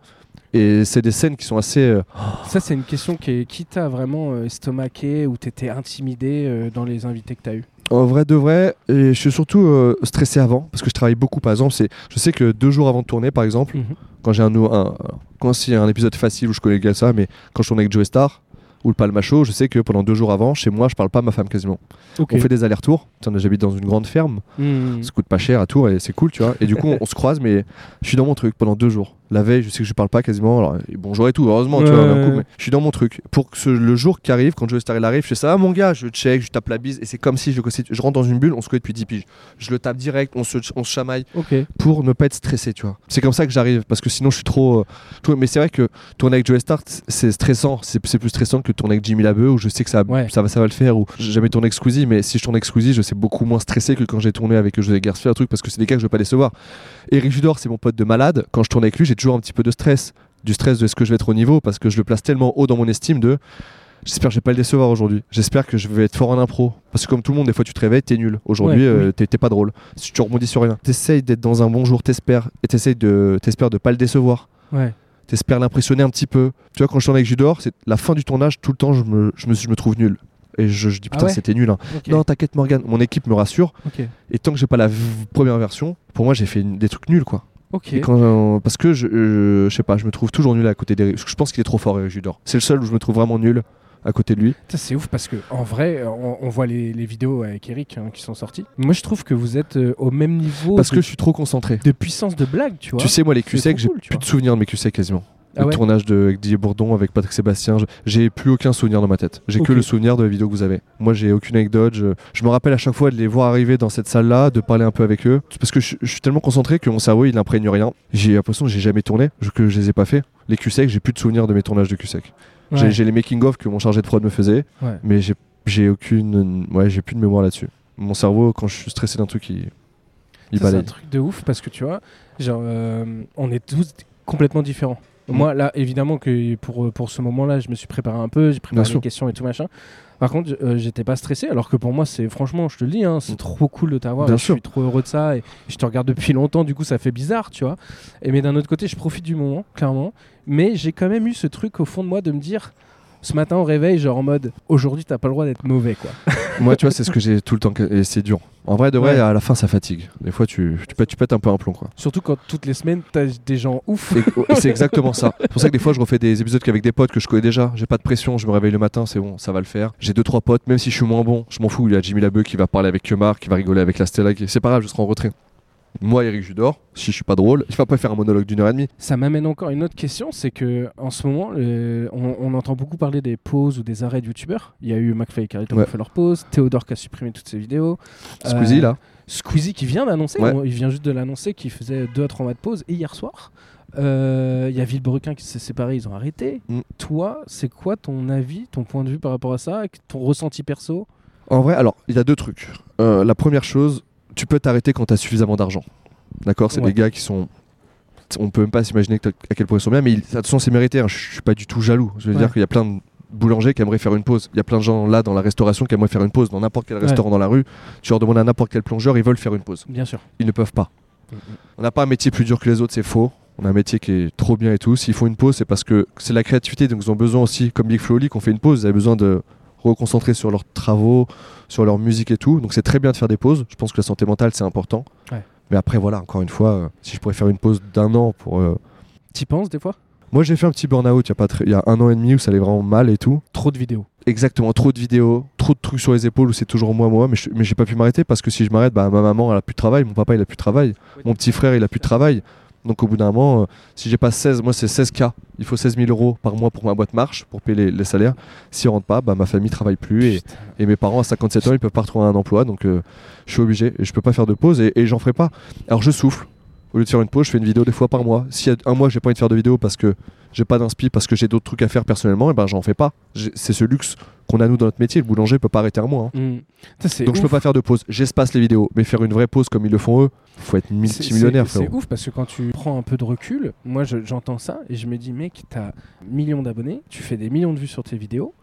S1: et c'est des scènes qui sont assez euh,
S3: ouf. Ça, c'est une question qui, est- qui t'a vraiment euh, estomaqué ou t'étais intimidé euh, dans les invités que t'as eu
S1: En vrai de vrai, et je suis surtout euh, stressé avant parce que je travaille beaucoup. Par exemple, c'est, je sais que deux jours avant de tourner, par exemple,
S3: Mhm.
S1: quand j'ai un, nou- un- quand c'est un épisode facile où je connais le gars ça, mais quand je tourne avec Joe Star ou le Palma Show, je sais que pendant deux jours avant, chez moi, je parle pas à ma femme quasiment.
S3: Ok.
S1: On fait des allers-retours. Tiens, J'habite dans une grande ferme,
S3: Hmm.
S1: ça coûte pas cher à Tours et c'est cool, tu vois. Et du coup, on, on se croise, mais je suis dans mon truc pendant deux jours. La veille, je sais que je parle pas quasiment. Alors, et bonjour et tout, heureusement, tu vois, on est en
S3: Ouais.
S1: couple, mais je suis dans mon truc. Pour que ce- le jour qui arrive, quand Joe Star il arrive, je fais ça, ah mon gars, je check, je tape la bise, et c'est comme si je, le connaissais- je rentre dans une bulle, on se connaît depuis 10 piges. Je le tape direct, on se, on se chamaille
S3: Ok.
S1: pour ne pas être stressé, tu vois. C'est comme ça que j'arrive, parce que sinon je suis trop. euh, tout- mais c'est vrai que tourner avec Joe Star, c'est stressant, c'est c'est plus stressant que tourner avec Jimmy Labeu, où je sais que ça,
S3: Ouais.
S1: ça, va, ça va le faire, ou j'ai jamais tourné avec Squeezie, mais si je tourne avec Squeezie, je sais beaucoup moins stressé que quand j'ai tourné avec José Garcia, un truc, parce que c'est des gars que je veux pas décevoir. Eric Judor, c'est mon pote de malade, quand je tourne avec lui, j'ai toujours un petit peu de stress, du stress de est-ce que je vais être au niveau, parce que je le place tellement haut dans mon estime de. J'espère que je vais pas le décevoir aujourd'hui. J'espère que je vais être fort en impro. Parce que comme tout le monde, des fois tu te réveilles, t'es nul. Aujourd'hui,
S3: Ouais,
S1: euh, t'es t'es pas drôle. Si tu rebondis sur rien, t'essayes d'être dans un bon jour, t'espères. Et t'essayes de, t'espères de pas le décevoir.
S3: Ouais.
S1: T'espères l'impressionner un petit peu. Tu vois, quand je tourne avec Judor, c'est la fin du tournage, tout le temps, je me, je me, je me trouve nul. Et je, je dis
S3: Ah
S1: putain,
S3: ouais
S1: c'était nul. hein.
S3: Ok.
S1: Non, t'inquiète, Morgan. Mon équipe me rassure.
S3: Ok.
S1: Et tant que j'ai pas la v- première version, pour moi, j'ai fait une- des trucs nuls, quoi.
S3: Ok.
S1: Et quand j'en- parce que je, euh, je sais pas, je me trouve toujours nul à côté d'Eric. Parce que Je pense qu'il est trop fort, Eric Judor. C'est le seul où je me trouve vraiment nul à côté de lui.
S3: Putain, C'est ouf parce que en vrai, on, on voit les, les vidéos avec Eric hein, qui sont sorties. Moi, je trouve que vous êtes euh, au même niveau
S1: Parce
S3: de,
S1: que je suis trop concentré.
S3: de puissance de blague, tu vois.
S1: Tu sais, moi, les
S3: C'est
S1: QC,
S3: trop
S1: j'ai
S3: cool, tu
S1: plus
S3: vois.
S1: de souvenirs de mes QC quasiment.
S3: ah
S1: le
S3: ouais.
S1: tournage de avec Didier Bourdon, avec Patrick Sébastien, je- j'ai plus aucun souvenir dans ma tête. J'ai
S3: Ok.
S1: que le souvenir de la vidéo que vous avez. Moi, j'ai aucune anecdote. Je, je me rappelle à chaque fois de les voir arriver dans cette salle-là, de parler un peu avec eux. C'est Parce que je, je suis tellement concentré que mon cerveau, il imprègne rien. J'ai l'impression que j'ai jamais tourné, je- que je les ai pas fait. Les QSEC, j'ai plus de souvenirs de mes tournages de E QSEC.
S3: Ouais.
S1: J'ai- J'ai les making-of que mon chargé de prod me faisait,
S3: Ouais.
S1: mais j'ai- j'ai aucune. Ouais, j'ai plus de mémoire là-dessus. Mon cerveau, quand je suis stressé d'un truc, il, il
S3: Ça, C'est un
S1: balaye.
S3: truc de ouf parce que tu vois, genre, euh, on est tous complètement différents.
S1: Mm.
S3: Moi, là, évidemment que pour, pour ce moment-là, je me suis préparé un peu, j'ai préparé
S1: Bien
S3: des
S1: sûr.
S3: questions et tout machin. Par contre, euh, j'étais pas stressé, alors que pour moi, c'est franchement, je te le dis, hein, c'est
S1: Mm.
S3: trop cool de t'avoir.
S1: Bien
S3: et Je
S1: sûr.
S3: suis trop heureux de ça et je te regarde depuis longtemps, du coup, ça fait bizarre, tu vois. Et mais d'un autre côté, je profite du moment, clairement. Mais j'ai quand même eu ce truc au fond de moi de me dire, ce matin au réveil, genre en mode aujourd'hui, t'as pas le droit d'être mauvais, quoi.
S1: Moi, tu vois, c'est ce que j'ai tout le temps. que- Et c'est dur. En vrai, de vrai,
S3: Ouais.
S1: à la fin, ça fatigue. Des fois, tu, tu, pètes, tu pètes un peu un plomb, quoi.
S3: Surtout quand toutes les semaines, t'as des gens ouf.
S1: Et- et c'est exactement ça. C'est pour ça que des fois, je refais des épisodes qu'avec des potes que je connais déjà. J'ai pas de pression, je me réveille le matin, c'est bon, ça va le faire. J'ai deux trois potes, même si je suis moins bon, je m'en fous. Il y a Jimmy Labeu qui va parler avec Kemar, qui va rigoler avec la Stella, qui- c'est pas grave, je serai en retrait. Moi, Eric Judor, si je suis pas drôle, il va pas faire un monologue d'une heure et demie.
S3: Ça m'amène encore une autre question, c'est que en ce moment, le- on, on entend beaucoup parler des pauses ou des arrêts de youtubeurs. Il y a eu McFly et Carlito
S1: Ouais.
S3: qui ont fait leur pause, Théodore qui a supprimé toutes ses vidéos.
S1: Squeezie,
S3: Euh,
S1: là,
S3: Squeezie qui vient d'annoncer,
S1: Ouais.
S3: on- il vient juste de l'annoncer qu'il faisait 2 à 3 mois de pause et hier soir. euh, Il y a Villebrequin qui s'est séparé, ils ont arrêté.
S1: Mm.
S3: Toi, c'est quoi ton avis, ton point de vue par rapport à ça, ton ressenti perso
S1: En vrai, alors, il y a deux trucs. Euh, la première chose, tu peux t'arrêter quand t'as suffisamment d'argent. D'accord C'est
S3: Ouais.
S1: des gars qui sont. On peut même pas s'imaginer que- à quel point ils sont bien, mais ils- de toute façon, c'est mérité. hein. Je suis pas du tout jaloux. Je veux
S3: Ouais.
S1: dire qu'il y a plein de boulangers qui aimeraient faire une pause. Il y a plein de gens là dans la restauration qui aimeraient faire une pause. Dans n'importe quel
S3: Ouais.
S1: restaurant dans la rue, tu leur demandes à n'importe quel plongeur, ils veulent faire une pause.
S3: Bien sûr.
S1: Ils ne peuvent pas.
S3: Mhm.
S1: On n'a pas un métier plus dur que les autres, c'est faux. On a un métier qui est trop bien et tout. S'ils font une pause, c'est parce que c'est la créativité, donc ils ont besoin aussi, comme Big Flow qu'on fait une pause, ils avaient besoin de reconcentrer sur leurs travaux, sur leur musique et tout. Donc c'est très bien de faire des pauses. Je pense que la santé mentale, c'est important.
S3: Ouais.
S1: Mais après, voilà, encore une fois, euh, si je pourrais faire une pause d'un an pour. euh,
S3: T'y penses des fois
S1: Moi, j'ai fait un petit burn-out il y, a pas très- il y a un an et demi où ça allait vraiment mal et tout.
S3: Trop de vidéos.
S1: Exactement, trop de vidéos, trop de trucs sur les épaules où c'est toujours moi, moi, mais je- mais j'ai pas pu m'arrêter parce que si je m'arrête, bah, ma maman, elle a plus de travail, mon papa, il a plus de travail mon petit frère il a plus de travail. Donc au bout d'un moment, euh, si j'ai pas 16, moi c'est 16K, il faut 16 000 euros par mois pour ma boîte marche, pour payer les, les salaires. Si on rentre pas, bah, ma famille travaille plus et,
S3: Putain.
S1: et mes parents à 57 ans ils peuvent pas retrouver un emploi, donc euh, je suis obligé et je peux pas faire de pause et, et j'en ferai pas. Alors je souffle. Au lieu de faire une pause, je fais une vidéo des fois par mois. S'il y a un mois j'ai pas envie de faire de vidéo parce que j'ai pas d'inspi, parce que j'ai d'autres trucs à faire personnellement, et ben j'en fais pas. J'ai- C'est ce luxe qu'on a nous dans notre métier. Le boulanger peut pas arrêter un mois. hein.
S3: Mm. Putain, c'est
S1: Donc je
S3: ouf.
S1: peux pas faire de pause. J'espace les vidéos, mais faire une vraie pause comme ils le font eux, faut être
S3: C'est-
S1: multimillionnaire.
S3: c'est-
S1: frérot.
S3: C'est ouf parce que quand tu prends un peu de recul, moi je- j'entends ça et je me dis mec, t'as millions d'abonnés, tu fais des millions de vues sur tes vidéos.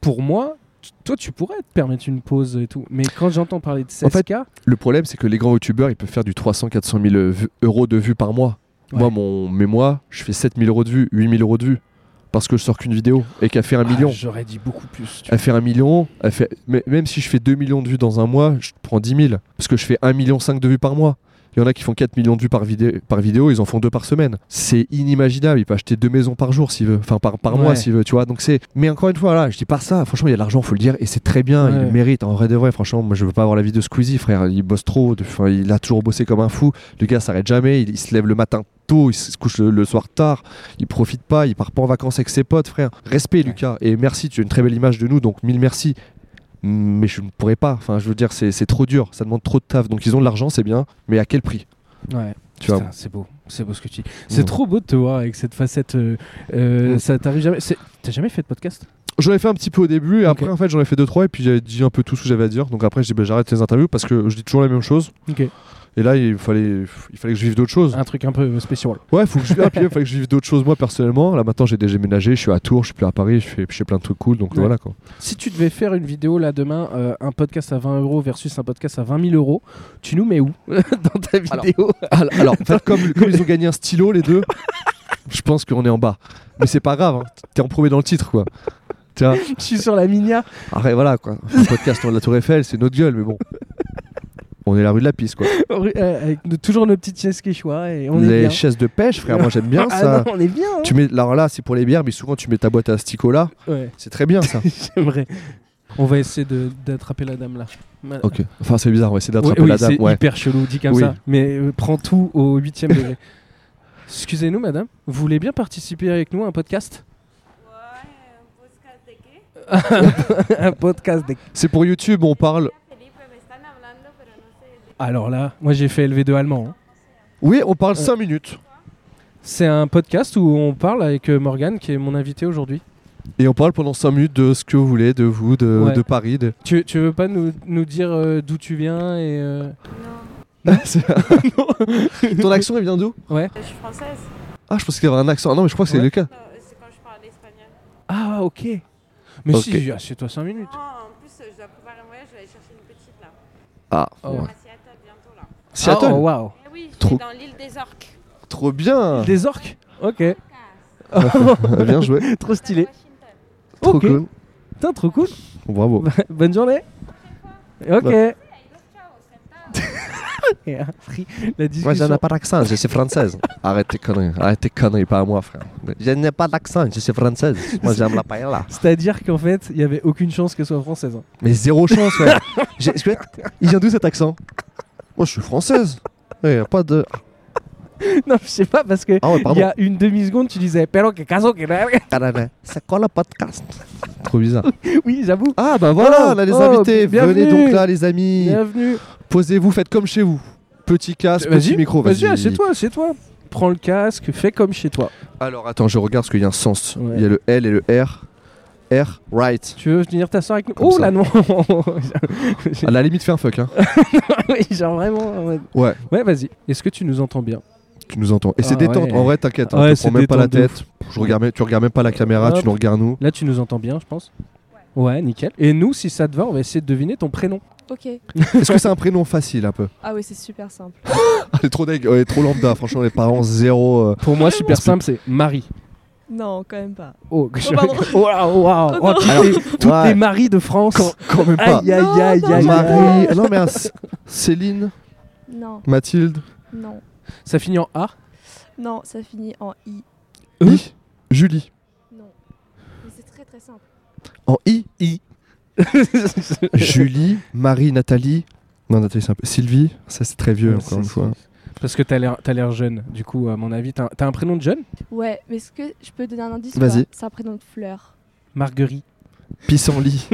S3: Pour moi, t- toi tu pourrais te permettre une pause et tout. Mais quand j'entends parler de 16K,
S1: En fait, Le problème, c'est que les grands youtubeurs, ils peuvent faire du 300-400 000 euh, vues- euros de vues par mois.
S3: Ouais.
S1: Moi, mon, mais moi, je fais 7 000 euros de vues, 8 000 euros de vues. Parce que je sors qu'une vidéo et qu'elle fait un
S3: ah,
S1: million.
S3: j'aurais dit beaucoup plus. tu
S1: Elle fait un million, elle fait... mais même si je fais 2 millions de vues dans un mois, je prends 10 000. Parce que je fais 1 million 5 de vues par mois. Il y en a qui font 4 millions de vues par, vidé- par vidéo, ils en font deux par semaine. C'est inimaginable, il peut acheter deux maisons par jour s'il veut, enfin par, par mois
S3: Ouais.
S1: s'il veut, tu vois. Donc c'est mais encore une fois là, je dis pas ça, franchement, il y a de l'argent, faut le dire et c'est très bien, il
S3: Ouais.
S1: le mérite hein, en vrai de vrai, franchement, moi je veux pas avoir la vie de Squeezie, frère, il bosse trop, de- enfin, il a toujours bossé comme un fou. Le gars s'arrête jamais, il, il se lève le matin tôt, il se couche le, le soir tard, il profite pas, il part pas en vacances avec ses potes, frère. Respect, Lucas, et merci, tu as une très belle image de nous, donc mille merci. Mais je ne pourrais pas, enfin, je veux dire, c'est c'est trop dur, ça demande trop de taf. Donc ils ont de l'argent, c'est bien, mais à quel prix
S3: vois. Ouais.
S1: tu vois.
S3: Putain, c'est beau, c'est beau ce que tu dis. C'est
S1: Mm.
S3: trop beau de te voir avec cette facette. euh, euh,
S1: Mm.
S3: Ça t'arrive jamais. c'est- T'as jamais fait de podcast
S1: J'en ai fait un petit peu au début, et
S3: Ok.
S1: après, en fait, j'en ai fait deux, trois, et puis j'avais dit un peu tout ce que j'avais à dire. Donc après, j'ai dit, bah, j'arrête les interviews parce que je dis toujours la même chose.
S3: Ok.
S1: Et là, il fallait, il fallait que je vive d'autres choses.
S3: Un truc un peu euh, spécial.
S1: Ouais, faut que je, ah, puis, il fallait que je vive d'autres choses, moi, personnellement. Là, maintenant, j'ai déménagé, je suis à Tours, je suis plus à Paris, je fais, je fais plein de trucs cool, donc
S3: Ouais.
S1: voilà quoi.
S3: Si tu devais faire une vidéo là demain, euh, un podcast à 20 euros versus un podcast à 20 000 euros, tu nous mets où dans ta vidéo
S1: Alors, alors, en fait, comme, comme ils ont gagné un stylo, les deux, je pense qu'on est en bas. Mais c'est pas grave, hein. t'es en premier dans le titre, quoi. Tu vois
S3: Je suis sur la minia.
S1: Après, voilà, quoi. Un podcast sur la Tour Eiffel, c'est notre gueule, mais bon. On est la rue de la pisse, quoi.
S3: euh, avec nos- toujours nos petites chaises quechua et on est
S1: Les
S3: bien.
S1: chaises de pêche, frère, moi j'aime bien
S3: ah
S1: ça.
S3: non, on est bien. hein.
S1: Tu mets, alors là, c'est pour les bières, mais souvent tu mets ta boîte à asticot là.
S3: Ouais,
S1: C'est très bien ça.
S3: j'aimerais. On va essayer de- d'attraper la dame là. Ma-
S1: ok. Enfin, c'est bizarre, on va essayer
S3: Ouais,
S1: d'attraper
S3: oui,
S1: la dame.
S3: C'est
S1: Ouais.
S3: hyper chelou, dit comme
S1: Oui.
S3: ça. Mais euh, prends tout au huitième degré. Excusez-nous, madame, vous voulez bien participer avec nous à un podcast Un podcast des
S1: C'est pour YouTube, on parle.
S3: Alors là, moi j'ai fait LV2 allemand. hein.
S1: Oui, on parle
S3: Ouais.
S1: 5 minutes.
S3: C'est un podcast où on parle avec euh, Morgane, qui est mon invité aujourd'hui.
S1: Et on parle pendant 5 minutes de ce que vous voulez, de vous, de,
S3: Ouais.
S1: de Paris. De...
S3: Tu, tu veux pas nous, nous dire euh, d'où tu viens et euh,
S1: Ton accent, il vient d'où
S3: Ouais.
S5: Je suis française.
S1: Ah, je pensais qu'il y avait un accent. Ah non, mais je crois que c'est
S3: Ouais.
S1: le cas.
S5: Non, c'est quand je parle espagnol.
S3: Ah, ok. Mais
S1: Ok.
S3: si, assieds-toi 5 minutes.
S5: Ah, en plus, je dois préparer un voyage, je vais aller chercher une petite là.
S1: Ah,
S3: Oh.
S1: ouais.
S5: À Seattle bientôt là.
S1: Seattle.
S3: Ah, oh, waouh.
S5: Eh oui, je
S1: Trop-
S5: suis dans l'île des orques.
S1: Trop bien.
S3: Des orques Ok.
S1: bien joué.
S3: Trop stylé.
S5: Washington.
S1: Trop
S3: Ok.
S1: cool.
S3: Putain, trop cool.
S1: Bravo.
S3: Bonne journée. Ok.
S5: Eh,
S3: euh, La
S1: Moi, je
S3: discussion.
S1: n'ai pas d'accent, je suis française. Arrête tes conneries, arrête tes conneries, pas à moi, frère. Je n'ai pas d'accent, je suis française. Moi, j'aime la paella.
S3: C'est-à-dire qu'en fait, il n'y avait aucune chance qu'elle soit française. hein.
S1: Mais zéro chance, Ah, ouais. J'ai- je- Il vient d'où cet accent Moi, je suis française. Il n'y a pas de.
S3: non, je sais pas parce que
S1: Ah ouais,
S3: il y
S1: pardon.
S3: a une demi-seconde, tu disais Pero que caso que
S1: Ah là là, C'est quoi le podcast Trop bizarre.
S3: Oui, j'avoue.
S1: Ah, bah voilà,
S3: Oh,
S1: là, les
S3: oh,
S1: invités.
S3: bienvenue.
S1: Venez donc là, les amis.
S3: Bienvenue.
S1: Posez-vous, faites comme chez vous. Petit casque, petit micro, vas-y.
S3: Vas-y, c'est toi, c'est toi. Prends le casque, fais comme chez toi.
S1: Alors, attends, je regarde parce qu'il y a un sens.
S3: Ouais.
S1: Il y a le L et le R. R, right.
S3: Tu veux venir t'asseoir avec nous
S1: Comme
S3: Oh
S1: ça.
S3: là non
S1: À la limite, fais un fuck, hein.
S3: Oui, genre vraiment. en mode-
S1: Ouais.
S3: Ouais, vas-y. Est-ce que tu nous entends bien
S1: Tu nous entends. Et c'est
S3: Ah
S1: détente.
S3: ouais.
S1: En vrai, t'inquiète.
S3: Ouais,
S1: hein, te
S3: c'est
S1: prends même pas la
S3: détente de
S1: tête. Je regarde, même- tu regardes même pas la caméra.
S3: Hop.
S1: Tu nous regardes nous.
S3: Là, tu nous entends bien, je pense. Ouais, nickel. Et nous, si ça te va, on va essayer de deviner ton prénom.
S4: Ok.
S1: Est-ce que c'est un prénom facile un peu Ah,
S4: Ah oui, c'est super simple.
S1: Elle est trop deg, elle est trop lambda. Franchement, les parents zéro. euh.
S3: Pour moi, super simple, c'est Marie.
S4: Non, quand même pas.
S3: Oh, que je-
S4: pardon.
S3: Waouh, waouh.
S4: Oh,
S3: Oh,
S4: non.
S3: toutes
S1: Alors,
S3: les- toutes
S1: ouais.
S3: les maries de France.
S1: Quand même pas.
S3: Aïe, aïe,
S4: Non,
S3: aïe,
S4: non,
S3: aïe, aïe, aïe.
S1: Marie. ah Non mais un C- Céline,
S6: Non,
S1: Mathilde,
S6: non,
S3: Ça finit en A
S6: non, ça finit en I.
S3: Euh.
S1: I, Julie.
S6: Non. Mais c'est très très simple.
S1: En I,
S3: I.
S1: Julie, Marie, Nathalie. Non, Nathalie, c'est un peu. Sylvie, ça c'est très vieux
S3: Ouais,
S1: encore une
S3: c'est-
S1: fois.
S3: Parce que t'as l'air t'as l'air jeune, du coup, à mon avis. T'as t'as un prénom de jeune
S6: Ouais, mais est-ce que je peux donner un indice
S1: Vas-y.
S6: ou pas C'est un prénom de fleur.
S3: Marguerite.
S1: Pissenlit.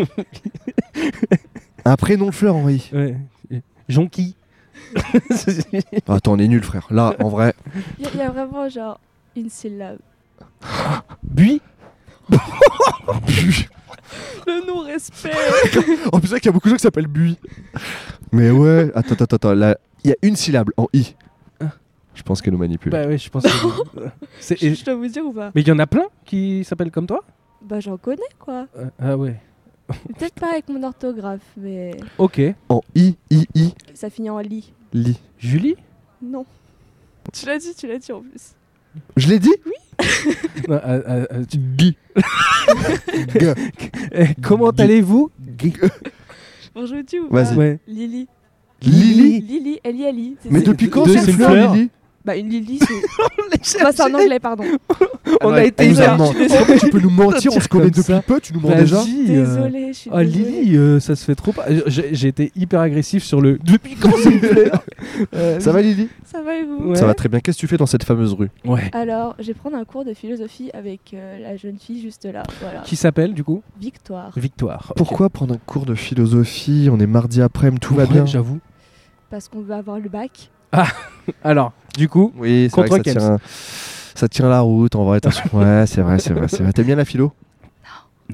S1: un prénom de fleur en I.
S3: Ouais. Jonqui.
S1: Attends, on est nul frère. Là, en vrai.
S6: Il y, a- il y a vraiment genre une syllabe.
S3: Bui.
S4: Le non-respect.
S1: En plus, c'est vrai qu'il y a beaucoup de gens qui s'appellent Bui. Mais ouais, attends, attends, attends. là, Il y a une syllabe en I.
S3: Ah.
S1: Je pense qu'elle nous manipule.
S3: Bah oui, je pense que. C'est-
S4: Je je dois vous dire ou pas
S3: Mais il y en a plein qui s'appellent comme toi
S6: Bah j'en connais quoi.
S1: Euh,
S3: Ah ouais.
S6: Peut-être pas avec mon orthographe, mais
S3: Ok.
S1: En I, I, I,
S6: ça finit en li.
S1: Li.
S3: Julie
S6: Non. Tu l'as dit, tu l'as dit en plus.
S1: Je l'ai dit
S3: Non, euh, euh, euh, tu-
S1: Guy. Guy.
S3: Eh, Comment
S1: Guy.
S3: allez-vous
S6: Bonjour tu ou
S1: Vas-y.
S3: Ouais.
S6: Lily.
S1: Lily.
S6: Lily, Ellie, Ellie.
S1: Mais depuis quand
S3: Deux,
S1: c'est une fleur, Lily
S6: Bah une Lily, c'est. bah, c'est en anglais, pardon.
S1: Ah
S3: On a
S1: ouais,
S3: été
S1: elle nous a
S3: hyper-
S1: menti. Tu peux nous mentir, on se connaît
S3: Comme
S1: depuis
S3: ça.
S1: peu, tu nous mens
S3: Vas-y,
S1: déjà
S3: euh,
S6: Désolée, je suis
S1: Oh,
S3: Ah
S6: désolée.
S3: Lily, euh, ça se fait trop pas. J'ai j'ai été hyper agressif sur le. Depuis quand c'est une fleur Euh,
S1: Ça va Lily
S6: Ça va et vous
S3: Ouais.
S1: Ça va très bien. Qu'est-ce que tu fais dans cette fameuse rue
S3: Ouais.
S6: Alors, je vais prendre un cours de philosophie avec euh, la jeune fille juste là. Voilà.
S3: Qui s'appelle du coup
S6: Victoire.
S3: Victoire. Ok.
S1: Pourquoi prendre un cours de philosophie On est mardi après-midi, tout va
S3: Ouais,
S1: bien.
S3: J'avoue.
S6: Parce qu'on veut avoir le bac.
S3: Alors, du coup,
S1: Oui, c'est
S3: Contre
S1: vrai que ça tient,
S3: Kems.
S1: ça tient la route, en vrai. attention. Ouais, c'est vrai, c'est vrai, c'est vrai. T'aimes bien la philo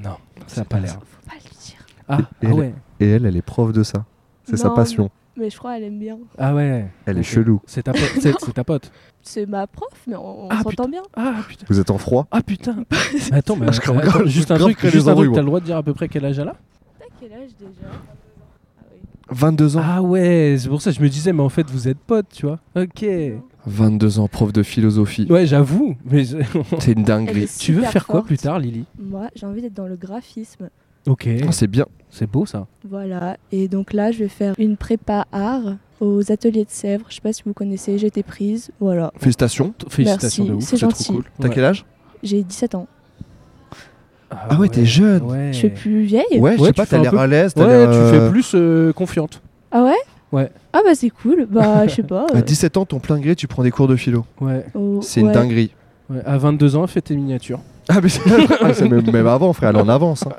S3: non, ça n'a pas l'air.
S6: Faut pas le dire.
S3: Ah,
S1: Et
S3: ah
S1: elle-
S3: ouais.
S1: Et elle, elle est prof de ça. C'est sa
S6: Non,
S1: passion.
S6: Mais je crois qu'elle aime bien.
S3: Ah ouais.
S1: Elle est
S3: Ok.
S1: chelou.
S3: C'est ta, pote- c'est- c'est ta pote.
S6: C'est ma prof, mais on, on
S3: Ah,
S6: s'entend bien.
S3: Ah putain.
S1: Vous êtes en froid
S3: Ah putain. Mais attends, mais,
S1: Ah, je
S3: euh,
S1: crois
S3: attends,
S1: grave-
S3: juste
S1: je
S3: un
S1: grave
S3: truc,
S1: que les
S3: juste un
S1: enrouilles,
S3: truc.
S1: moi.
S3: T'as le droit de dire à peu près quel âge elle a
S6: T'as quel âge déjà Ah oui.
S1: 22 ans.
S3: Ah ouais, c'est pour ça. Je me disais, mais en fait, vous êtes potes, tu vois. Ok.
S1: 22 Ah. ans, prof de philosophie.
S3: Ouais, j'avoue. Mais je-
S1: C'est une
S6: Elle
S1: dinguerie.
S6: est
S3: tu veux
S6: super
S3: faire quoi
S6: forte.
S3: plus tard, Lily
S6: Moi, j'ai envie d'être dans le graphisme.
S3: Ok.
S1: Oh, c'est bien.
S3: C'est beau ça.
S6: Voilà. Et donc là, je vais faire une prépa art aux ateliers de Sèvres. Je sais pas si vous connaissez, j'ai été prise. Voilà.
S1: Félicitations.
S3: T- Félicitations
S6: Merci,
S3: de ouf.
S6: c'est gentil.
S3: trop cool.
S1: T'as
S3: Ouais.
S1: quel âge
S6: J'ai 17 ans.
S1: Ah ouais, t'es jeune.
S3: Ouais.
S6: Je suis plus vieille.
S1: Ouais, je sais
S3: Ouais, tu
S1: pas,
S3: fais
S1: t'as
S3: un
S1: l'air
S3: peu-
S1: à l'aise. t'as
S3: Ouais,
S1: l'air,
S3: tu
S1: euh,
S3: fais plus euh, confiante.
S6: Ah ouais
S3: Ouais.
S6: Ah bah c'est cool. Bah je sais pas.
S1: À 17 ans, ton plein gré, tu prends des cours de philo.
S3: Ouais.
S6: Oh,
S1: C'est une
S6: ouais.
S1: dinguerie.
S3: Ouais, À 22 ans, fais tes miniatures.
S1: Ah, mais c'est ah, c'est même, même avant, frère, elle est en avance. hein.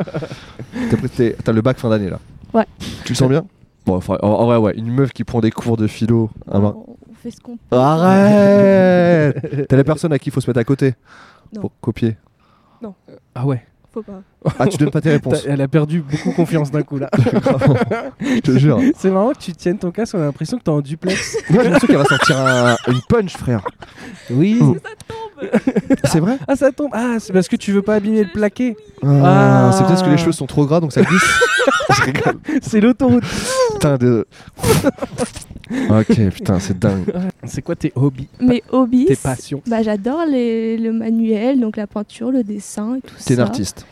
S1: T'as pris- t'es- T'as le bac fin d'année, là.
S6: Ouais.
S1: Tu le sens bien Bon, enfin, en, en vrai, ouais, une meuf qui prend des cours de philo. un mar-
S6: On on fait ce qu'on peut.
S1: Arrête T'as la personne à qui il faut se mettre à côté
S6: Non.
S1: pour copier.
S3: Ah ouais.
S6: Faut pas.
S1: Ah, tu donnes pas tes réponses.
S3: T'as- Elle a perdu beaucoup confiance d'un coup là.
S1: Je te jure.
S3: C'est marrant que tu tiennes ton casque, on a l'impression que t'es en duplex.
S1: Moi, j'ai l'impression qu'elle va sortir un- une punch, frère. Oh.
S3: Oui.
S1: C'est vrai
S3: Ah ça tombe. Ah c'est parce que tu veux pas abîmer le plaqué.
S1: Ah,
S3: Ah.
S1: C'est peut-être parce que les cheveux sont trop gras donc ça glisse. Je rigole.
S3: C'est l'autoroute.
S1: Putain de. Ok, putain, c'est dingue.
S3: C'est quoi tes hobbies
S6: Mes hobbies,
S3: Tes passions
S6: bah, j'adore les- le manuel, donc la peinture, le dessin et tout ça.
S1: T'es une artiste.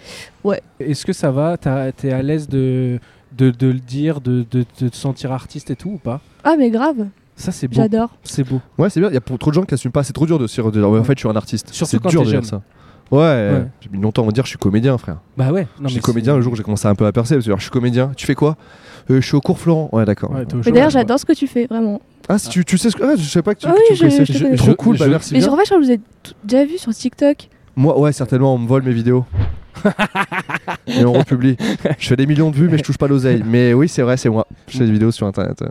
S3: Est-ce que ça va T'as- T'es à l'aise de, de, de le dire, de, de- de te sentir artiste et tout ou pas
S6: Ah mais grave,
S3: Ça, c'est beau.
S6: j'adore.
S3: C'est beau.
S1: Ouais, c'est bien. Il y a pour- trop de gens qui assument pas. C'est trop dur de se dire, ouais, en fait, je suis un artiste.
S3: Surtout
S1: c'est
S3: quand
S1: dur
S3: t'es
S1: de dire
S3: jeune.
S1: ça. Ouais, euh,
S3: Ouais.
S1: j'ai mis longtemps à me dire, je suis comédien, frère.
S3: Bah ouais. Non,
S1: je suis
S3: mais
S1: comédien
S3: c'est-
S1: le jour où j'ai commencé à un peu à percer. Parce que, alors, je suis comédien. Tu fais quoi Euh, Je suis au cours Florent. Ouais, d'accord.
S3: Ouais, t'es au
S6: Mais
S3: chômage,
S6: D'ailleurs,
S3: quoi.
S6: j'adore ce que tu fais, vraiment.
S1: ah, si tu, tu sais ce que. Ah, je savais pas que tu,
S6: Ah
S1: que
S6: oui,
S1: tu
S6: je-
S1: connaissais.
S6: je te connais.
S1: Trop cool,
S3: Je-
S1: bah
S3: je-
S1: merci
S6: Mais je
S1: bien.
S6: revanche, je vous ai tout- déjà vu sur TikTok.
S1: Moi, ouais, certainement, on me vole mes vidéos. Et on republie. Je fais des millions de vues, mais je touche pas l'oseille. Mais oui, c'est vrai, c'est moi. Je fais des vidéos sur internet. euh.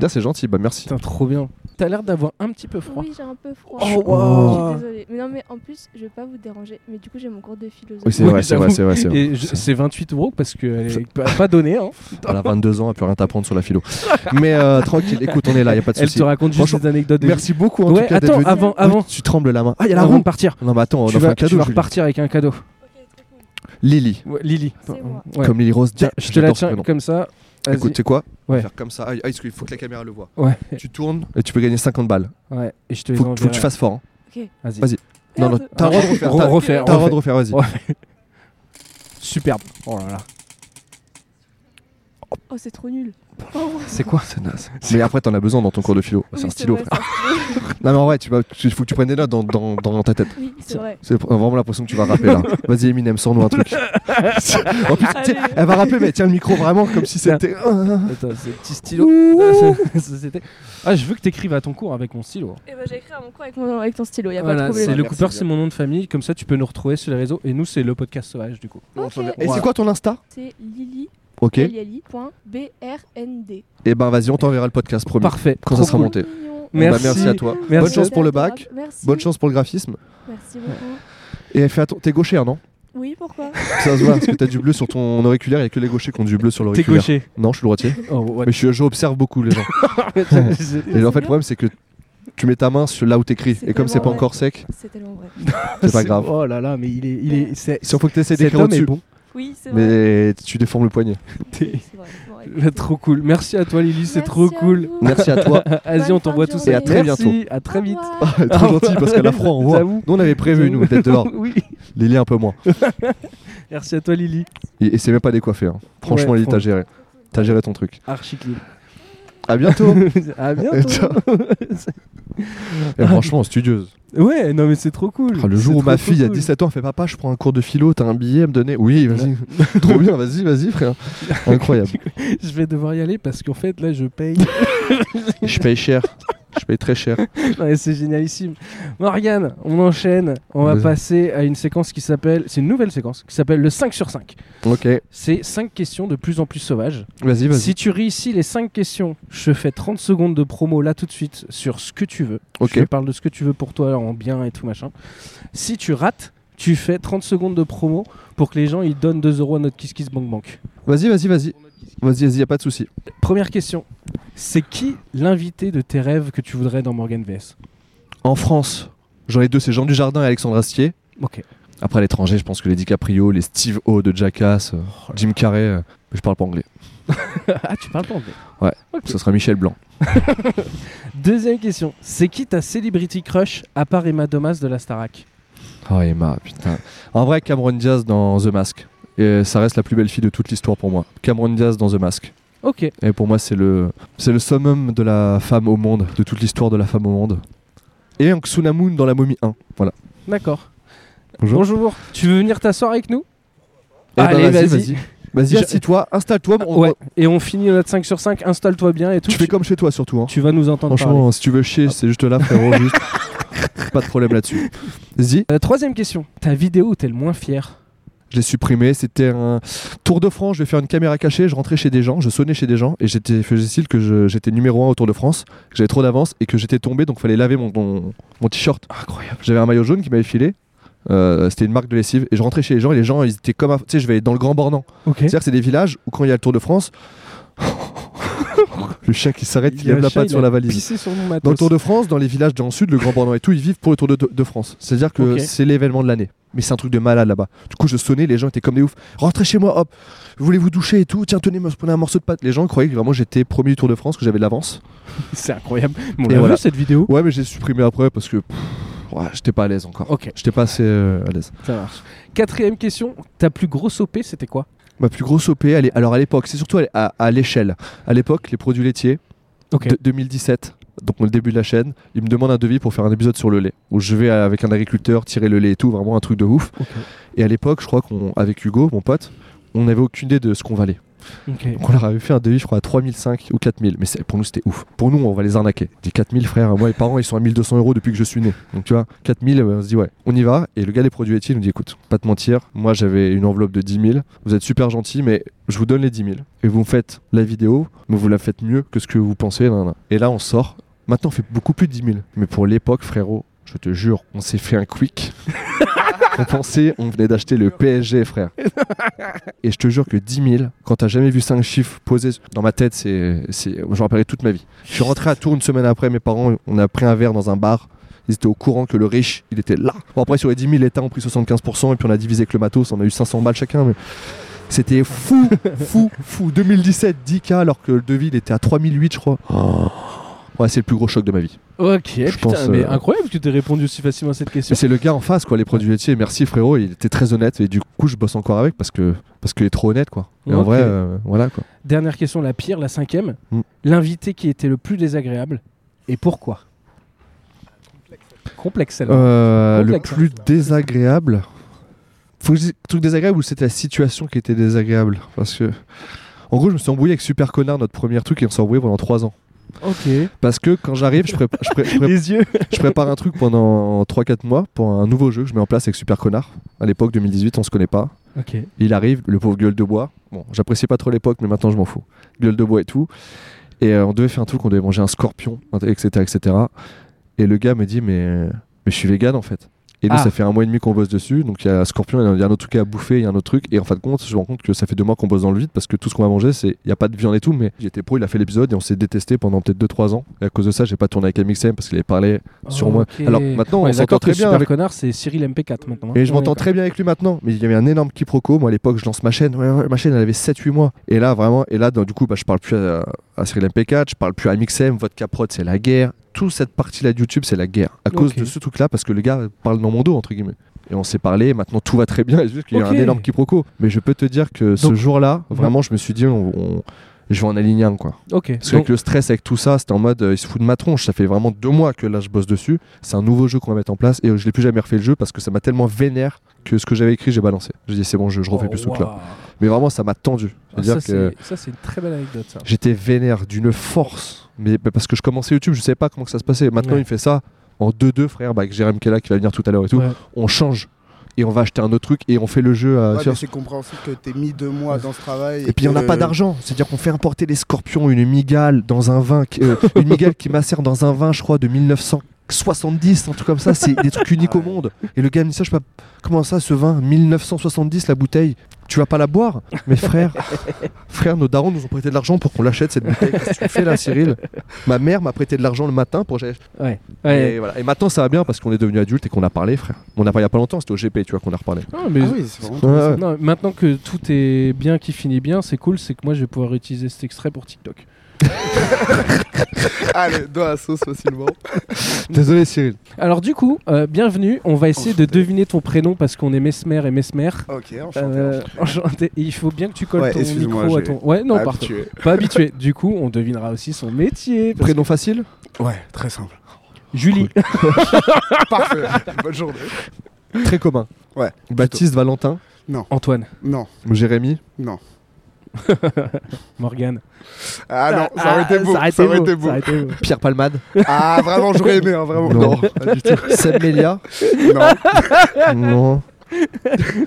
S1: Là, c'est gentil, bah merci.
S3: Putain, trop bien. T'as l'air d'avoir un petit peu froid.
S6: Oui, j'ai un peu froid.
S3: Oh,
S6: Je
S3: wow.
S6: suis désolée. Mais non, mais en plus, je vais pas vous déranger. Mais du coup, j'ai mon cours de philosophie.
S1: Oui, c'est
S3: Oui,
S1: vrai, c'est vrai,
S3: j'avoue.
S1: c'est vrai. c'est vrai.
S3: Et je- c'est 28 euros parce qu'elle est pas- pas donnée. Hein.
S1: Elle a 22 ans, elle a plus rien t'apprendre sur la philo. Mais euh, tranquille, écoute, on est là, y a pas de
S3: Elle
S1: souci.
S3: te raconte juste
S1: Franchement,
S3: des anecdotes de
S1: Merci beaucoup en
S3: Ouais,
S1: tout cas d'être
S3: attends,
S1: venu.
S3: avant-
S1: Oui,
S3: avant.
S1: Tu trembles la main. Ah, il y a la
S3: Avant de
S1: roue.
S3: partir.
S1: Non, mais attends, on
S3: tu
S1: offre
S3: vas,
S1: un
S3: tu
S1: cadeau.
S3: vas
S1: Julie.
S3: repartir avec un cadeau.
S1: Lily,
S3: Ouais, Lily.
S6: C'est moi.
S3: Ouais.
S1: comme Lily Rose.
S3: Tiens, je te la
S1: j'adore ce
S3: tiens
S1: prénom.
S3: comme ça. Vas-y.
S1: Écoute, tu sais quoi On va
S3: Ouais.
S1: Faire comme ça. Ah, ah, parce qu'il faut que la caméra le voit.
S3: Ouais.
S1: Tu tournes et tu peux gagner 50 balles.
S3: ouais. Et je te les
S1: Faut, faut que tu
S3: enverrai.
S1: fasses fort. hein.
S3: Vas-y.
S1: vas-y. Non, non,
S6: Merde.
S1: t'as le droit de refaire.
S3: Re-
S1: t'as-
S3: refaire,
S1: T'as le droit de
S3: refaire.
S1: refaire, vas-y.
S3: Ouais. Superbe. Oh là là.
S6: Oh, c'est trop nul.
S3: C'est quoi
S1: C'est naze. Mais après, t'en as besoin dans ton cours de philo.
S6: Oui,
S1: Oh, C'est un stylo,
S6: vrai,
S1: frère. Non, mais en vrai, tu vas, tu- faut que tu prennes des notes dans, dans, dans ta tête.
S6: ça. Oui, c'est vrai.
S1: C'est vraiment l'impression que tu vas rapper là. Vas-y, Eminem, sors-nous un truc. en plus, tiens,
S6: Allez.
S1: elle va rapper, mais tiens le micro vraiment comme si c'était. euh,
S3: Attends, c'est petit stylo. Ça, c'était- ah, je veux que t'écrives à ton cours avec mon stylo. hein.
S6: Et bah, j'ai écrit à mon cours avec, mon- avec ton stylo, y a
S3: Voilà,
S6: pas de
S3: c'est
S6: problème.
S3: le
S1: Merci
S3: Cooper,
S1: bien.
S3: c'est mon nom de famille. Comme ça, tu peux nous retrouver sur les réseaux. Et nous, c'est le podcast sauvage du coup.
S1: Et c'est quoi ton Insta
S6: C'est Lily.
S1: Ok.
S6: Lily.brnd.
S1: Et ben vas-y, on t'enverra le podcast premier.
S3: Parfait.
S1: Quand ça
S3: Trop
S1: sera
S3: cool.
S1: monté.
S6: Mignon.
S1: Bon, bah,
S3: Merci.
S1: merci à toi.
S3: Merci.
S1: Bonne chance pour le bac.
S6: Merci.
S1: Bonne chance pour le graphisme.
S6: Merci beaucoup.
S1: Et fais attention, t'es gaucher, hein, non
S6: Oui, pourquoi
S1: Ça se voit parce que t'as du bleu sur ton auriculaire. Il y a que les gauchers qui ont du bleu sur
S3: T'es
S1: l'auriculaire.
S3: gaucher.
S1: Non, je suis droitier.
S3: Oh, what
S1: Mais je- j'observe beaucoup les gens.
S3: the-
S1: Et en fait, le
S6: bien.
S1: problème, c'est que tu mets ta main sur là où t'écris.
S6: C'est
S1: Et comme c'est pas
S6: tellement
S1: encore sec,
S6: C'est tellement vrai.
S1: c'est pas grave.
S3: Oh là là, mais il est. Il est c'est-
S1: Sauf faut que t'essaies
S3: Cet
S1: d'écrire
S3: homme est
S1: au-dessus.
S3: bon.
S6: Oui, c'est vrai.
S1: Mais tu déformes le poignet.
S6: Oui, c'est vrai, c'est vrai.
S3: Là, trop cool. Merci à toi, Lily. C'est
S6: Merci
S3: trop
S6: à
S3: cool.
S6: vous.
S1: Merci à toi.
S3: Vas-y,
S6: Bonne
S3: on
S6: fin
S3: t'envoie
S6: de
S3: tout
S1: journée.
S3: ça.
S1: Et à très
S3: Merci,
S1: bientôt.
S3: À très
S6: Au
S3: vite.
S6: revoir.
S1: Elle est trop gentille parce qu'elle a froid en voit.
S3: Ah J'avoue.
S1: Nous, on avait prévu, nous, d'être dehors.
S3: Oui.
S1: Lily est un peu moins.
S3: Merci à toi, Lily.
S1: Et, et c'est même pas décoiffé. hein. Franchement,
S3: Ouais,
S1: Lily, t'as géré. T'as géré ton truc.
S3: Archi clean.
S1: À bientôt.
S3: à
S1: Et
S3: bientôt.
S1: ciao. Et franchement, studieuse.
S3: Ouais, non, mais c'est trop cool.
S1: Ah, le jour
S3: C'est
S1: où ma
S3: trop, trop
S1: fille à
S3: cool.
S1: 17 ans elle fait Papa, je prends un cours de philo, t'as un billet à me donner Oui, vas-y. trop bien, vas-y, vas-y, frère. Incroyable.
S3: Je vais devoir y aller parce qu'en fait, là, je paye.
S1: Je paye cher. Je paye très cher.
S3: Non, mais c'est génialissime. Morgane, on enchaîne. On va
S1: Vas-y.
S3: passer à une séquence qui s'appelle. C'est une nouvelle séquence qui s'appelle le 5 sur 5.
S1: Ok,
S3: C'est 5 questions de plus en plus sauvages.
S1: vas-y, vas-y.
S3: Si tu réussis les 5 questions, je fais 30 secondes de promo là tout de suite sur ce que tu veux.
S1: Ok.
S3: Je te parle de ce que tu veux pour toi en bien et tout machin. Si tu rates, tu fais 30 secondes de promo pour que les gens ils donnent 2 euros à notre Kiss Kiss Bank Bank.
S1: Vas-y, vas-y, vas-y. Vas-y, vas-y, y a pas de souci.
S3: Première question. C'est qui l'invité de tes rêves que tu voudrais dans Morgan VS
S1: En France, j'en ai deux, c'est Jean Dujardin et Alexandre Astier.
S3: Ok.
S1: Après, à l'étranger, je pense que les DiCaprio, les Steve O de Jackass, euh,
S3: Oh
S1: Jim Carrey, euh, mais je parle pas anglais.
S3: ah, tu parles pas anglais.
S1: Ouais.
S3: Ok.
S1: Ce sera Michel Blanc.
S3: Deuxième question. C'est qui ta celebrity crush à part Emma Domas de la Starac Ah,
S1: Oh, Emma, putain. En vrai, Cameron Diaz dans The Mask. Et ça reste la plus belle fille de toute l'histoire pour moi. Cameron Diaz dans The Mask.
S3: Ok.
S1: Et pour moi, c'est le, c'est le summum de la femme au monde, de toute l'histoire de la femme au monde. Et un Tsunamun dans La Momie 1. Voilà.
S3: D'accord.
S1: Bonjour.
S3: Bonjour. Tu veux venir t'asseoir avec nous
S1: Eh ben,
S3: Allez,
S1: vas-y.
S3: vas-y.
S1: Vas-y,
S3: Je-
S1: assis-toi, installe-toi. on-
S3: Ouais. Et on finit notre 5 sur 5. Installe-toi bien et tout.
S1: Ah, Tu fais comme chez toi surtout. Hein.
S3: Tu vas nous entendre
S1: Franchement,
S3: parler.
S1: si tu veux chier, c'est juste là, frérot. juste. Pas de problème là-dessus. Vas-y,
S3: Euh, troisième question. Ta vidéo où t'es le moins fier
S1: je l'ai supprimé. C'était un Tour de France. Je vais faire une caméra cachée. Je rentrais chez des gens, je sonnais chez des gens et j'étais faisais style que je- j'étais numéro 1 au Tour de France, que j'avais trop d'avance et que j'étais tombé donc fallait laver mon, mon, mon t-shirt. Incroyable. J'avais un maillot jaune qui m'avait filé. Euh, c'était une marque de lessive et je rentrais chez les gens et les gens ils étaient comme un- tu sais je vais dans le Grand Bornand
S3: Ok.
S1: c'est-à-dire que c'est des villages où quand il y a le Tour de France Le chien qui s'arrête, qui
S3: y a
S1: lève
S3: un
S1: la
S3: chat,
S1: patte
S3: il
S1: sur
S3: a
S1: la valise.
S3: pissé sur mon matos.
S1: Dans le Tour de France, dans les villages dans le sud, le Grand Bornand et tout, ils vivent pour le Tour de, de France. C'est-à-dire que
S3: Ok.
S1: c'est l'événement de l'année. Mais c'est un truc de malade là-bas. Du coup, je sonnais, les gens étaient comme des oufs. Rentrez chez moi, hop, vous voulez vous doucher et tout, tiens, tenez, me prenez un morceau de pâte. Les gens croyaient que vraiment j'étais premier du Tour de France, que j'avais de l'avance.
S3: C'est incroyable. Mais on
S1: Et
S3: a
S1: voilà.
S3: vu cette vidéo.
S1: Ouais, mais j'ai supprimé après parce que pff, ouais, j'étais pas à l'aise encore.
S3: Ok,
S1: J'étais pas assez euh, à l'aise.
S3: ça marche. Quatrième question, ta plus grosse OP, c'était quoi
S1: Ma plus grosse OP, elle est- alors à l'époque, c'est surtout à, à- à l'échelle. À l'époque, les produits laitiers,
S3: Ok.
S1: de- 2017, donc le début de la chaîne, ils me demandent un devis pour faire un épisode sur le lait, où je vais euh, avec un agriculteur tirer le lait et tout, vraiment un truc de ouf.
S3: Ok.
S1: Et à l'époque, je crois qu'on, avec Hugo, mon pote, on n'avait aucune idée de ce qu'on valait.
S3: Ok.
S1: Donc on leur avait fait un devis, je crois, à 3005 ou 4000, mais c'est- pour nous c'était ouf. Pour nous, on va les arnaquer. Des 4000 frères, moi, les parents, ils sont à 1200 euros depuis que je suis né. Donc tu vois, 4000, euh, on se dit ouais, on y va. Et le gars des produits laitiers il nous dit écoute, pas te mentir, moi j'avais une enveloppe de 10 000, vous êtes super gentil, mais je vous donne les 10 000. Et vous me faites la vidéo, mais vous la faites mieux que ce que vous pensez. nan, nan. Et là, on sort. Maintenant, on fait beaucoup plus de 10 000. Mais pour l'époque, frérot, je te jure, on s'est fait un quick. on pensait, on venait d'acheter le PSG, frère. Et je te jure que 10 000, quand t'as jamais vu 5 chiffres posés dans ma tête, c'est, c'est, je me rappellerai toute ma vie. Je suis rentré à Tours une semaine après, mes parents, on a pris un verre dans un bar. Ils étaient au courant que le riche, il était là. Bon, après, sur les 10 000, l'État ont pris 75%, et puis on a divisé avec le matos, on a eu 500 balles chacun. Mais... C'était fou, fou, fou. 2017, 10K, alors que le devis, il était à 3008, je crois. Ouais, c'est le plus gros choc de ma vie.
S3: Ok, putain,
S1: pense,
S3: mais
S1: euh,
S3: incroyable que tu t'es répondu aussi facilement à cette
S1: Mais
S3: question.
S1: c'est le gars en face, quoi, les produits laitiers. Merci frérot, il était très honnête et du coup je bosse encore avec parce que parce qu'il est trop honnête, quoi. Et en
S3: Ok.
S1: vrai, euh, voilà quoi.
S3: Dernière question, la pire, la cinquième.
S1: Mm.
S3: L'invité qui était le plus désagréable et pourquoi Complexe, celle-là.
S1: Euh, le
S3: Complexe, hein.
S1: plus désagréable. Faut que je dise truc désagréable ou c'était la situation qui était désagréable Parce que en gros, je me suis embrouillé avec Super Connard, notre premier truc, et on s'est embrouillé pendant 3 ans.
S3: Ok.
S1: Parce que quand j'arrive, je, prépa- je pré- je pré-
S3: Les yeux.
S1: je prépare un truc pendant 3-4 mois pour un nouveau jeu que je mets en place avec Super Connard. À l'époque, 2018, on se connaît pas.
S3: Ok.
S1: Il arrive, le pauvre gueule de bois. Bon, j'appréciais pas trop l'époque, mais maintenant je m'en fous. Gueule de bois et tout. Et euh, on devait faire un truc, on devait manger un scorpion, etc. etc. Et le gars me dit, mais, euh, mais je suis vegan en fait. Et nous,
S3: Ah.
S1: ça fait un mois et demi qu'on bosse dessus. Donc il y a un scorpion, il y a un- il y a un autre truc à bouffer, il y a un autre truc. Et en fin de compte, je me rends compte que ça fait deux mois qu'on bosse dans le vide parce que tout ce qu'on va manger, c'est. Il n'y a pas de viande et tout. Mais j'étais pro, il a fait l'épisode et on s'est détesté pendant peut-être 2-3 ans. Et à cause de ça, j'ai pas tourné avec MXM parce qu'il avait parlé sur moi.
S3: Ok.
S1: Alors maintenant,
S3: Ouais,
S1: on s'entend
S3: d'accord
S1: très
S3: que
S1: bien
S3: Super
S1: avec
S3: connard, c'est Cyril MP4 maintenant. hein.
S1: et je
S3: On est
S1: m'entends très bien avec lui maintenant, mais il y avait un énorme quiproquo. Moi à l'époque, je lance ma chaîne. Ouais, ouais, ma chaîne, elle avait 7-8 mois. Et là, vraiment, et là, dans- du coup, bah, je parle plus à, à Cyril MP4, je parle plus à MXM, votre caprote, c'est la guerre. Toute cette partie-là de YouTube, c'est la guerre. À cause
S3: Ok.
S1: de ce truc-là, parce que le gars parle dans mon dos, entre guillemets. Et on s'est parlé, maintenant tout va très bien, c'est juste qu'il y a
S3: Ok.
S1: un énorme quiproquo. Mais je peux te dire que ce
S3: Donc-
S1: jour-là, vraiment, je me suis dit, on- on- je vais en aligner un, quoi.
S3: d'accord. Ok.
S1: Parce
S3: donc-
S1: qu'avec le stress, avec tout ça, c'était en mode euh, il se fout de ma tronche. Ça fait vraiment deux mois que là je bosse dessus. C'est un nouveau jeu qu'on va mettre en place et euh, je l'ai plus jamais refait le jeu parce que ça m'a tellement vénère que ce que j'avais écrit, j'ai balancé. J'ai dit c'est bon, je, je refais
S3: Oh,
S1: plus ce truc là.
S3: waouh.
S1: Mais vraiment, ça m'a tendu.
S3: Ah,
S1: C'est-à-dire
S3: ça,
S1: que
S3: c'est- ça, c'est une très belle anecdote, ça.
S1: j'étais vénère d'une force. Mais bah, parce que je commençais YouTube, je savais pas comment que ça se passait. Maintenant,
S3: Ouais.
S1: il fait ça en 2-2, frère, bah, avec Jérém Kella qui va venir tout à l'heure et tout.
S3: Ouais.
S1: On change et on va acheter un autre truc et on fait le jeu à.
S7: Ouais,
S1: sur-
S7: mais c'est compréhensible que t'aies mis deux mois dans ce travail.
S1: Et euh, puis on n'a
S7: que-
S1: pas d'argent, c'est-à-dire qu'on fait importer des scorpions, une migale dans un vin, qui- euh, une migale qui macère dans un vin, je crois, de 1970, un truc comme ça, c'est des trucs uniques au monde. Et le gars me dit ça, je sais pas, comment ça, ce vin, 1970, la bouteille, tu vas pas la boire Mais frère, frère, nos darons nous ont prêté de l'argent pour qu'on l'achète cette bouteille. Qu'est-ce que tu fais là, Cyril Ma mère m'a prêté de l'argent le matin pour que j'aille-
S3: Ouais. Ouais.
S1: Et, voilà. et maintenant ça va bien parce qu'on est devenu adulte et qu'on a parlé, frère. On n'a pas il y a pas longtemps, c'était au GP, tu vois, qu'on a reparlé.
S3: Non, mais
S7: Ah oui, c'est vraiment.
S1: Ouais, ouais.
S3: Non, maintenant que tout est bien, qui finit bien, c'est cool, c'est que moi je vais pouvoir utiliser cet extrait pour TikTok.
S7: Ah, le doigt à sauce facilement.
S1: Désolé, Cyril.
S3: Alors du coup, euh, bienvenue, on va essayer de
S7: Enchanté.
S3: deviner ton prénom parce qu'on est Mesmer et Mesmer.
S7: Ok, enchanté. Ah,
S3: Euh, enchanté. Il faut bien que tu colles
S7: Ouais,
S3: ton
S7: excuse-moi,
S3: micro à
S7: j'ai-
S3: ton. Ouais, non, pardon.
S7: Habitué.
S3: Pas habitué. Du coup, on devinera aussi son métier. parce
S1: Prénom facile
S7: Ouais, très simple.
S3: que- Julie.
S7: Parfait. Bonne journée.
S1: Très commun.
S7: Ouais,
S1: Baptiste, Valentin,
S3: Antoine.
S7: Non,
S1: Jérémy.
S7: non.
S3: Morgane.
S7: Ah non, ça aurait été beau. Ça aurait été beau.
S3: ça aurait été beau.
S1: Pierre Palmade
S7: Ah, vraiment, j'aurais aimé, hein, vraiment.
S1: Non.
S7: pas du tout.
S1: Seb Melia
S7: Non.
S1: Non.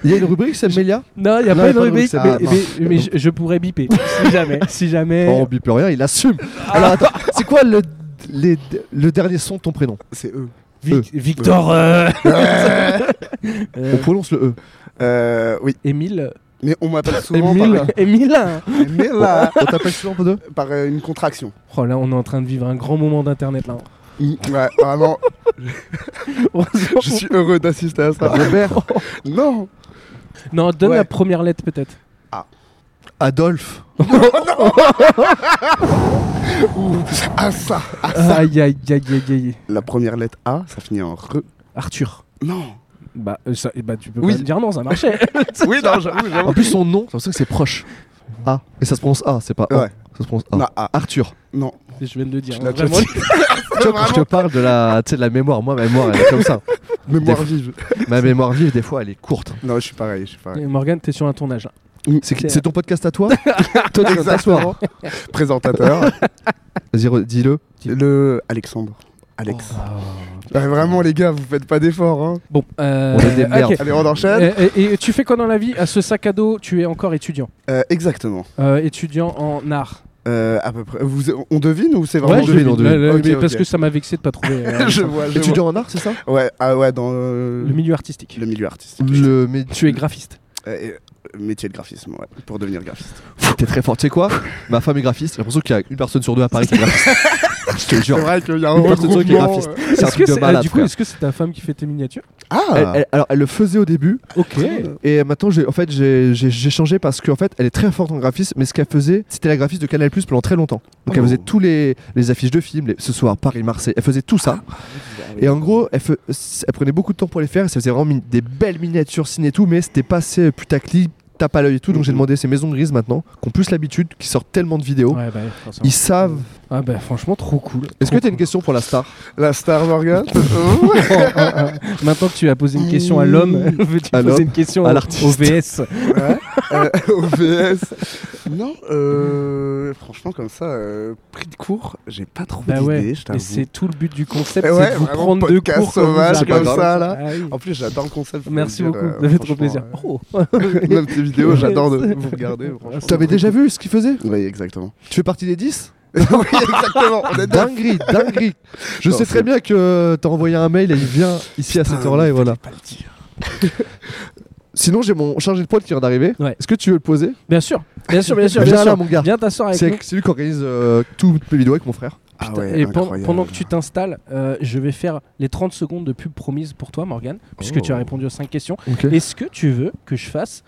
S1: Il y a une rubrique Seb Melia
S3: Non, il n'y a
S1: Non, il y a
S3: pas une
S1: pas de rubrique,
S3: rubrique, mais,
S7: Ah,
S1: c'est-
S3: mais- mais je, je pourrais biper. si jamais. Si jamais.
S1: Oh, On bip rien, il assume.
S7: Ah.
S1: Alors attends, c'est quoi le, les- le dernier son de ton prénom
S7: C'est eux.
S3: Vic- Victor. euh,
S1: On prononce le E.
S7: Euh, oui.
S3: Émile.
S7: Mais on m'appelle souvent par,
S3: Émile Émile hein.
S7: Mais là,
S1: On t'appelle souvent pour deux
S7: par euh, une contraction.
S3: Oh là, on est en train de vivre un grand moment d'internet là.
S7: Mm, Ouais, vraiment,
S3: Heureusement.
S7: je suis heureux d'assister à ça.
S1: Robert
S7: Non
S3: Non, donne
S7: Ouais.
S3: la première lettre peut-être.
S1: Adolphe
S7: Ah ça
S3: Aïe aïe aïe aïe aïe.
S7: La première lettre A, ça finit en RE.
S3: Arthur.
S7: Non
S3: Bah, euh, ça, bah tu peux
S1: Oui.
S3: pas me dire non, ça marchait.
S7: Oui, non, j'avoue, j'avoue.
S1: En plus, son nom, c'est pour ça que c'est proche. A. Et ça se prononce A, c'est pas O.
S7: Ouais.
S1: Ça se prononce A.
S7: Non, A.
S1: Arthur.
S7: Non.
S3: Je viens de le dire. hein,
S7: Je l'ai
S3: vraiment.
S1: Tu vois, quand je te parle de la, tu sais, de la mémoire, moi, ma mémoire, elle est comme ça.
S7: Mémoire
S1: Des-
S7: vive.
S1: Ma mémoire vive, des fois, elle est courte.
S7: Non, je suis pareil, je suis pareil.
S3: Et Morgane, t'es sur un tournage là.
S1: C'est qui-
S3: C'est-
S1: c'est ton podcast à toi Toi, tu vas t'asseoir. hein.
S7: Présentateur,
S1: Vas-y, re- dis-le.
S7: le Alexandre. Alex. Bah, vraiment, les gars, vous faites pas d'efforts. Hein.
S3: Bon, euh,
S1: On est des
S3: ok.
S1: merdes.
S7: Allez, on enchaîne.
S3: Euh, Et, et tu fais quoi dans la vie À ce sac à dos, tu es encore étudiant.
S7: Euh, exactement.
S3: Euh, étudiant en art.
S7: Euh, à peu près. Vous, on devine ou c'est vraiment
S1: Ouais,
S7: je
S1: devine, on devine.
S3: Euh,
S7: Ok,
S3: mais
S7: ok.
S3: Parce que ça m'a vexé de pas trouver euh,
S7: je vois, je vois.
S1: Étudiant en art, c'est ça
S7: Ouais, ah ouais, dans euh,
S3: le milieu artistique.
S7: le milieu artistique.
S1: Le. Mais
S3: Tu es graphiste.
S7: Euh, euh, métier de graphisme, ouais, pour devenir graphiste.
S1: t'es très fort. Tu sais quoi Ma femme est graphiste. J'ai l'impression qu'il y a une personne sur deux à Paris qui est graphiste. Je te jure.
S7: vrai qu'il y a
S1: Une personne sur deux qui est graphiste. C'est euh, un
S3: Est-ce que
S1: truc de
S3: c'est- ah,
S1: malade.
S3: du coup,
S1: frère.
S3: est-ce que c'est ta femme qui fait tes miniatures
S7: Ah,
S1: Elle- elle- alors, elle le faisait au début,
S3: Ok.
S1: et maintenant, j'ai, en fait, j'ai, j'ai- j'ai changé parce qu'en fait, elle est très forte en graphisme, mais ce qu'elle faisait, c'était la graphiste de Canal Plus pendant très longtemps. Donc, elle
S7: Oh.
S1: faisait tous les, les affiches de films, les- ce soir, Paris, Marseille, elle faisait tout ça.
S7: Ah,
S1: Et en gros, elle, fe- elle prenait beaucoup de temps pour les faire, et ça faisait vraiment mi- des belles miniatures ciné et tout, mais c'était pas assez putaclic, tape à l'œil et tout. Donc, j'ai
S7: Mhm.
S1: demandé à ces maisons grises maintenant, qui ont plus l'habitude, qui sortent tellement de vidéos.
S3: Ouais, bah, forcément.
S1: Ils savent.
S3: Ah bah franchement trop cool.
S1: Est-ce que
S3: Trop
S1: t'as une
S3: cool.
S1: question pour la star
S7: la star Morgan.
S3: Oh, oh, oh. Maintenant que tu as posé une question à l'homme, veux-tu
S1: À l'homme,
S3: poser une question
S1: à
S3: au-
S1: l'artiste.
S3: au VS
S7: Ouais. Euh, OBS. Non, euh, franchement, comme ça, euh, pris de cours, j'ai pas trop
S3: Bah
S7: d'idées,
S3: ouais,
S7: je
S3: mais
S7: t'avoue.
S3: c'est tout le but du concept,
S7: Eh
S3: c'est
S7: ouais,
S3: de vous
S7: vraiment,
S3: prendre de
S7: podcast
S3: cours comme, vous
S7: sauvage,
S3: arrivez.
S1: comme
S7: ça, là.
S3: Ah oui.
S7: En plus, j'adore le concept. faut
S3: Merci
S7: le dire,
S3: beaucoup,
S7: euh,
S3: ça fait trop
S7: franchement,
S3: plaisir.
S7: euh,
S3: Oh.
S7: Même tes vidéos, j'adore de vous regarder. franchement.
S1: T'avais déjà vu ce qu'ils faisaient
S7: Oui, exactement. Ah
S1: Tu fais partie des 10
S7: oui, exactement. On est d'accord.
S1: Dinguerie, dinguerie. Je
S7: Non,
S1: sais
S7: c'est-
S1: très bien que euh, t'as envoyé un mail et il vient ici à cette
S7: Putain,
S1: heure-là
S7: mais
S1: et voilà.
S7: fallait pas le dire.
S1: Sinon, j'ai mon chargé de poids qui vient d'arriver.
S3: Ouais.
S1: Est-ce que tu veux le poser
S3: Bien sûr, bien sûr, bien sûr.
S1: Viens
S3: bien
S1: là,
S3: sûr.
S1: mon gars.
S3: Viens t'asseoir avec nous.
S1: C'est c'est lui qui organise euh, toutes mes vidéos avec mon frère.
S7: Ah
S3: Putain,
S7: ouais,
S3: et pen-
S7: incroyable.
S3: pendant que tu t'installes, euh, je vais faire les 30 secondes de pub promise pour toi, Morgane, puisque
S1: Oh.
S3: tu as répondu aux 5 questions. Est-ce que tu veux que je fasse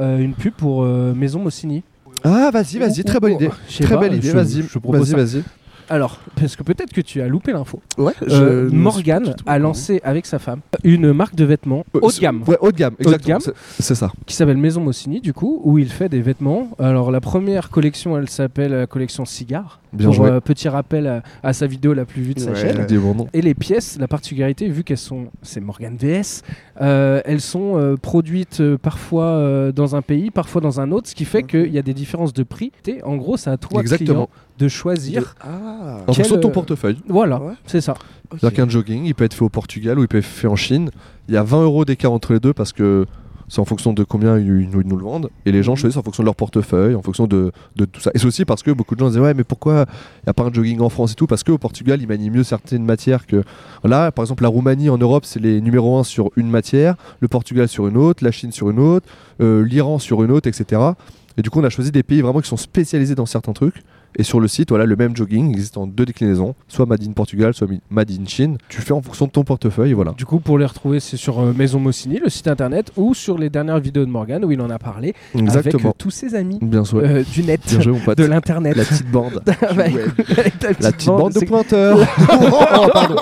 S3: euh, une pub pour euh, Maison Mossini
S1: Ah, vas-y, vas-y, très bonne idée.
S3: Oh, Je sais
S1: Très
S3: pas,
S1: belle idée,
S3: je-
S1: vas-y.
S3: je propose
S1: Vas-y,
S3: ça.
S1: vas-y.
S3: Alors, parce que peut-être que tu as loupé l'info.
S7: Ouais,
S3: Euh,
S7: je-
S3: Morgane
S7: tout
S3: a
S7: au
S3: lancé avec sa femme une marque de vêtements
S1: Euh,
S3: haut de
S1: c'est-
S3: gamme
S1: Ouais, haut de gamme,
S3: de
S1: exactement.
S3: gamme.
S1: c'est- C'est ça.
S3: qui s'appelle Maison Mossini du coup où il fait des vêtements. Alors la première collection elle s'appelle la collection Cigar.
S1: Bien
S3: pour
S1: joué.
S3: euh, petit rappel à, à sa vidéo la plus vue de sa
S7: Ouais.
S3: chaîne.
S1: Je dis bon nom.
S3: Et les pièces, la particularité, vu qu'elles sont, c'est Morgan VS, euh, elles sont euh, produites euh, parfois euh, dans un pays, parfois dans un autre, ce qui fait
S7: Mhm.
S3: qu'il y a des différences de prix. T'es, en gros, c'est à toi
S1: Exactement.
S3: client de
S7: De-
S3: choisir.
S7: Ah,
S1: En
S3: Quel,
S1: fonction de ton
S3: euh,
S1: portefeuille.
S3: Voilà,
S7: Ouais.
S3: c'est ça.
S7: ok.
S1: C'est-à-dire qu'un jogging, il peut être fait au Portugal ou il peut être fait en Chine. Il y a 20 euros d'écart entre les deux parce que c'est en fonction de combien ils nous, ils nous le vendent. Et les gens choisissent en fonction de leur portefeuille, en fonction de, de tout ça. Et c'est aussi parce que beaucoup de gens disaient Ouais, mais pourquoi il n'y a pas un jogging en France et tout Parce qu'au Portugal, ils manient mieux certaines matières que. Là, par exemple, la Roumanie en Europe, c'est les numéros 1 sur une matière, le Portugal sur une autre, la Chine sur une autre, euh, l'Iran sur une autre, etc. Et du coup, on a choisi des pays vraiment qui sont spécialisés dans certains trucs. Et sur le site, voilà, le même jogging existe en deux déclinaisons, soit Made in Portugal, soit mi- Made in Chine. Tu fais en fonction de ton portefeuille, voilà.
S3: Du coup, pour les retrouver, c'est sur euh, Maison Mossini, le site internet, ou sur les dernières vidéos de Morgan où il en a parlé avec
S1: Exactement.
S3: euh, tous ses amis
S1: Bien joué.
S3: euh, du net,
S1: Bien joué, mon pote.
S3: de l'internet.
S1: La petite bande.
S7: Ah bah,
S3: Avec- avec ta
S1: La
S3: petite
S1: petite bande de
S3: c'est-
S1: pointeurs. Oh, pardon.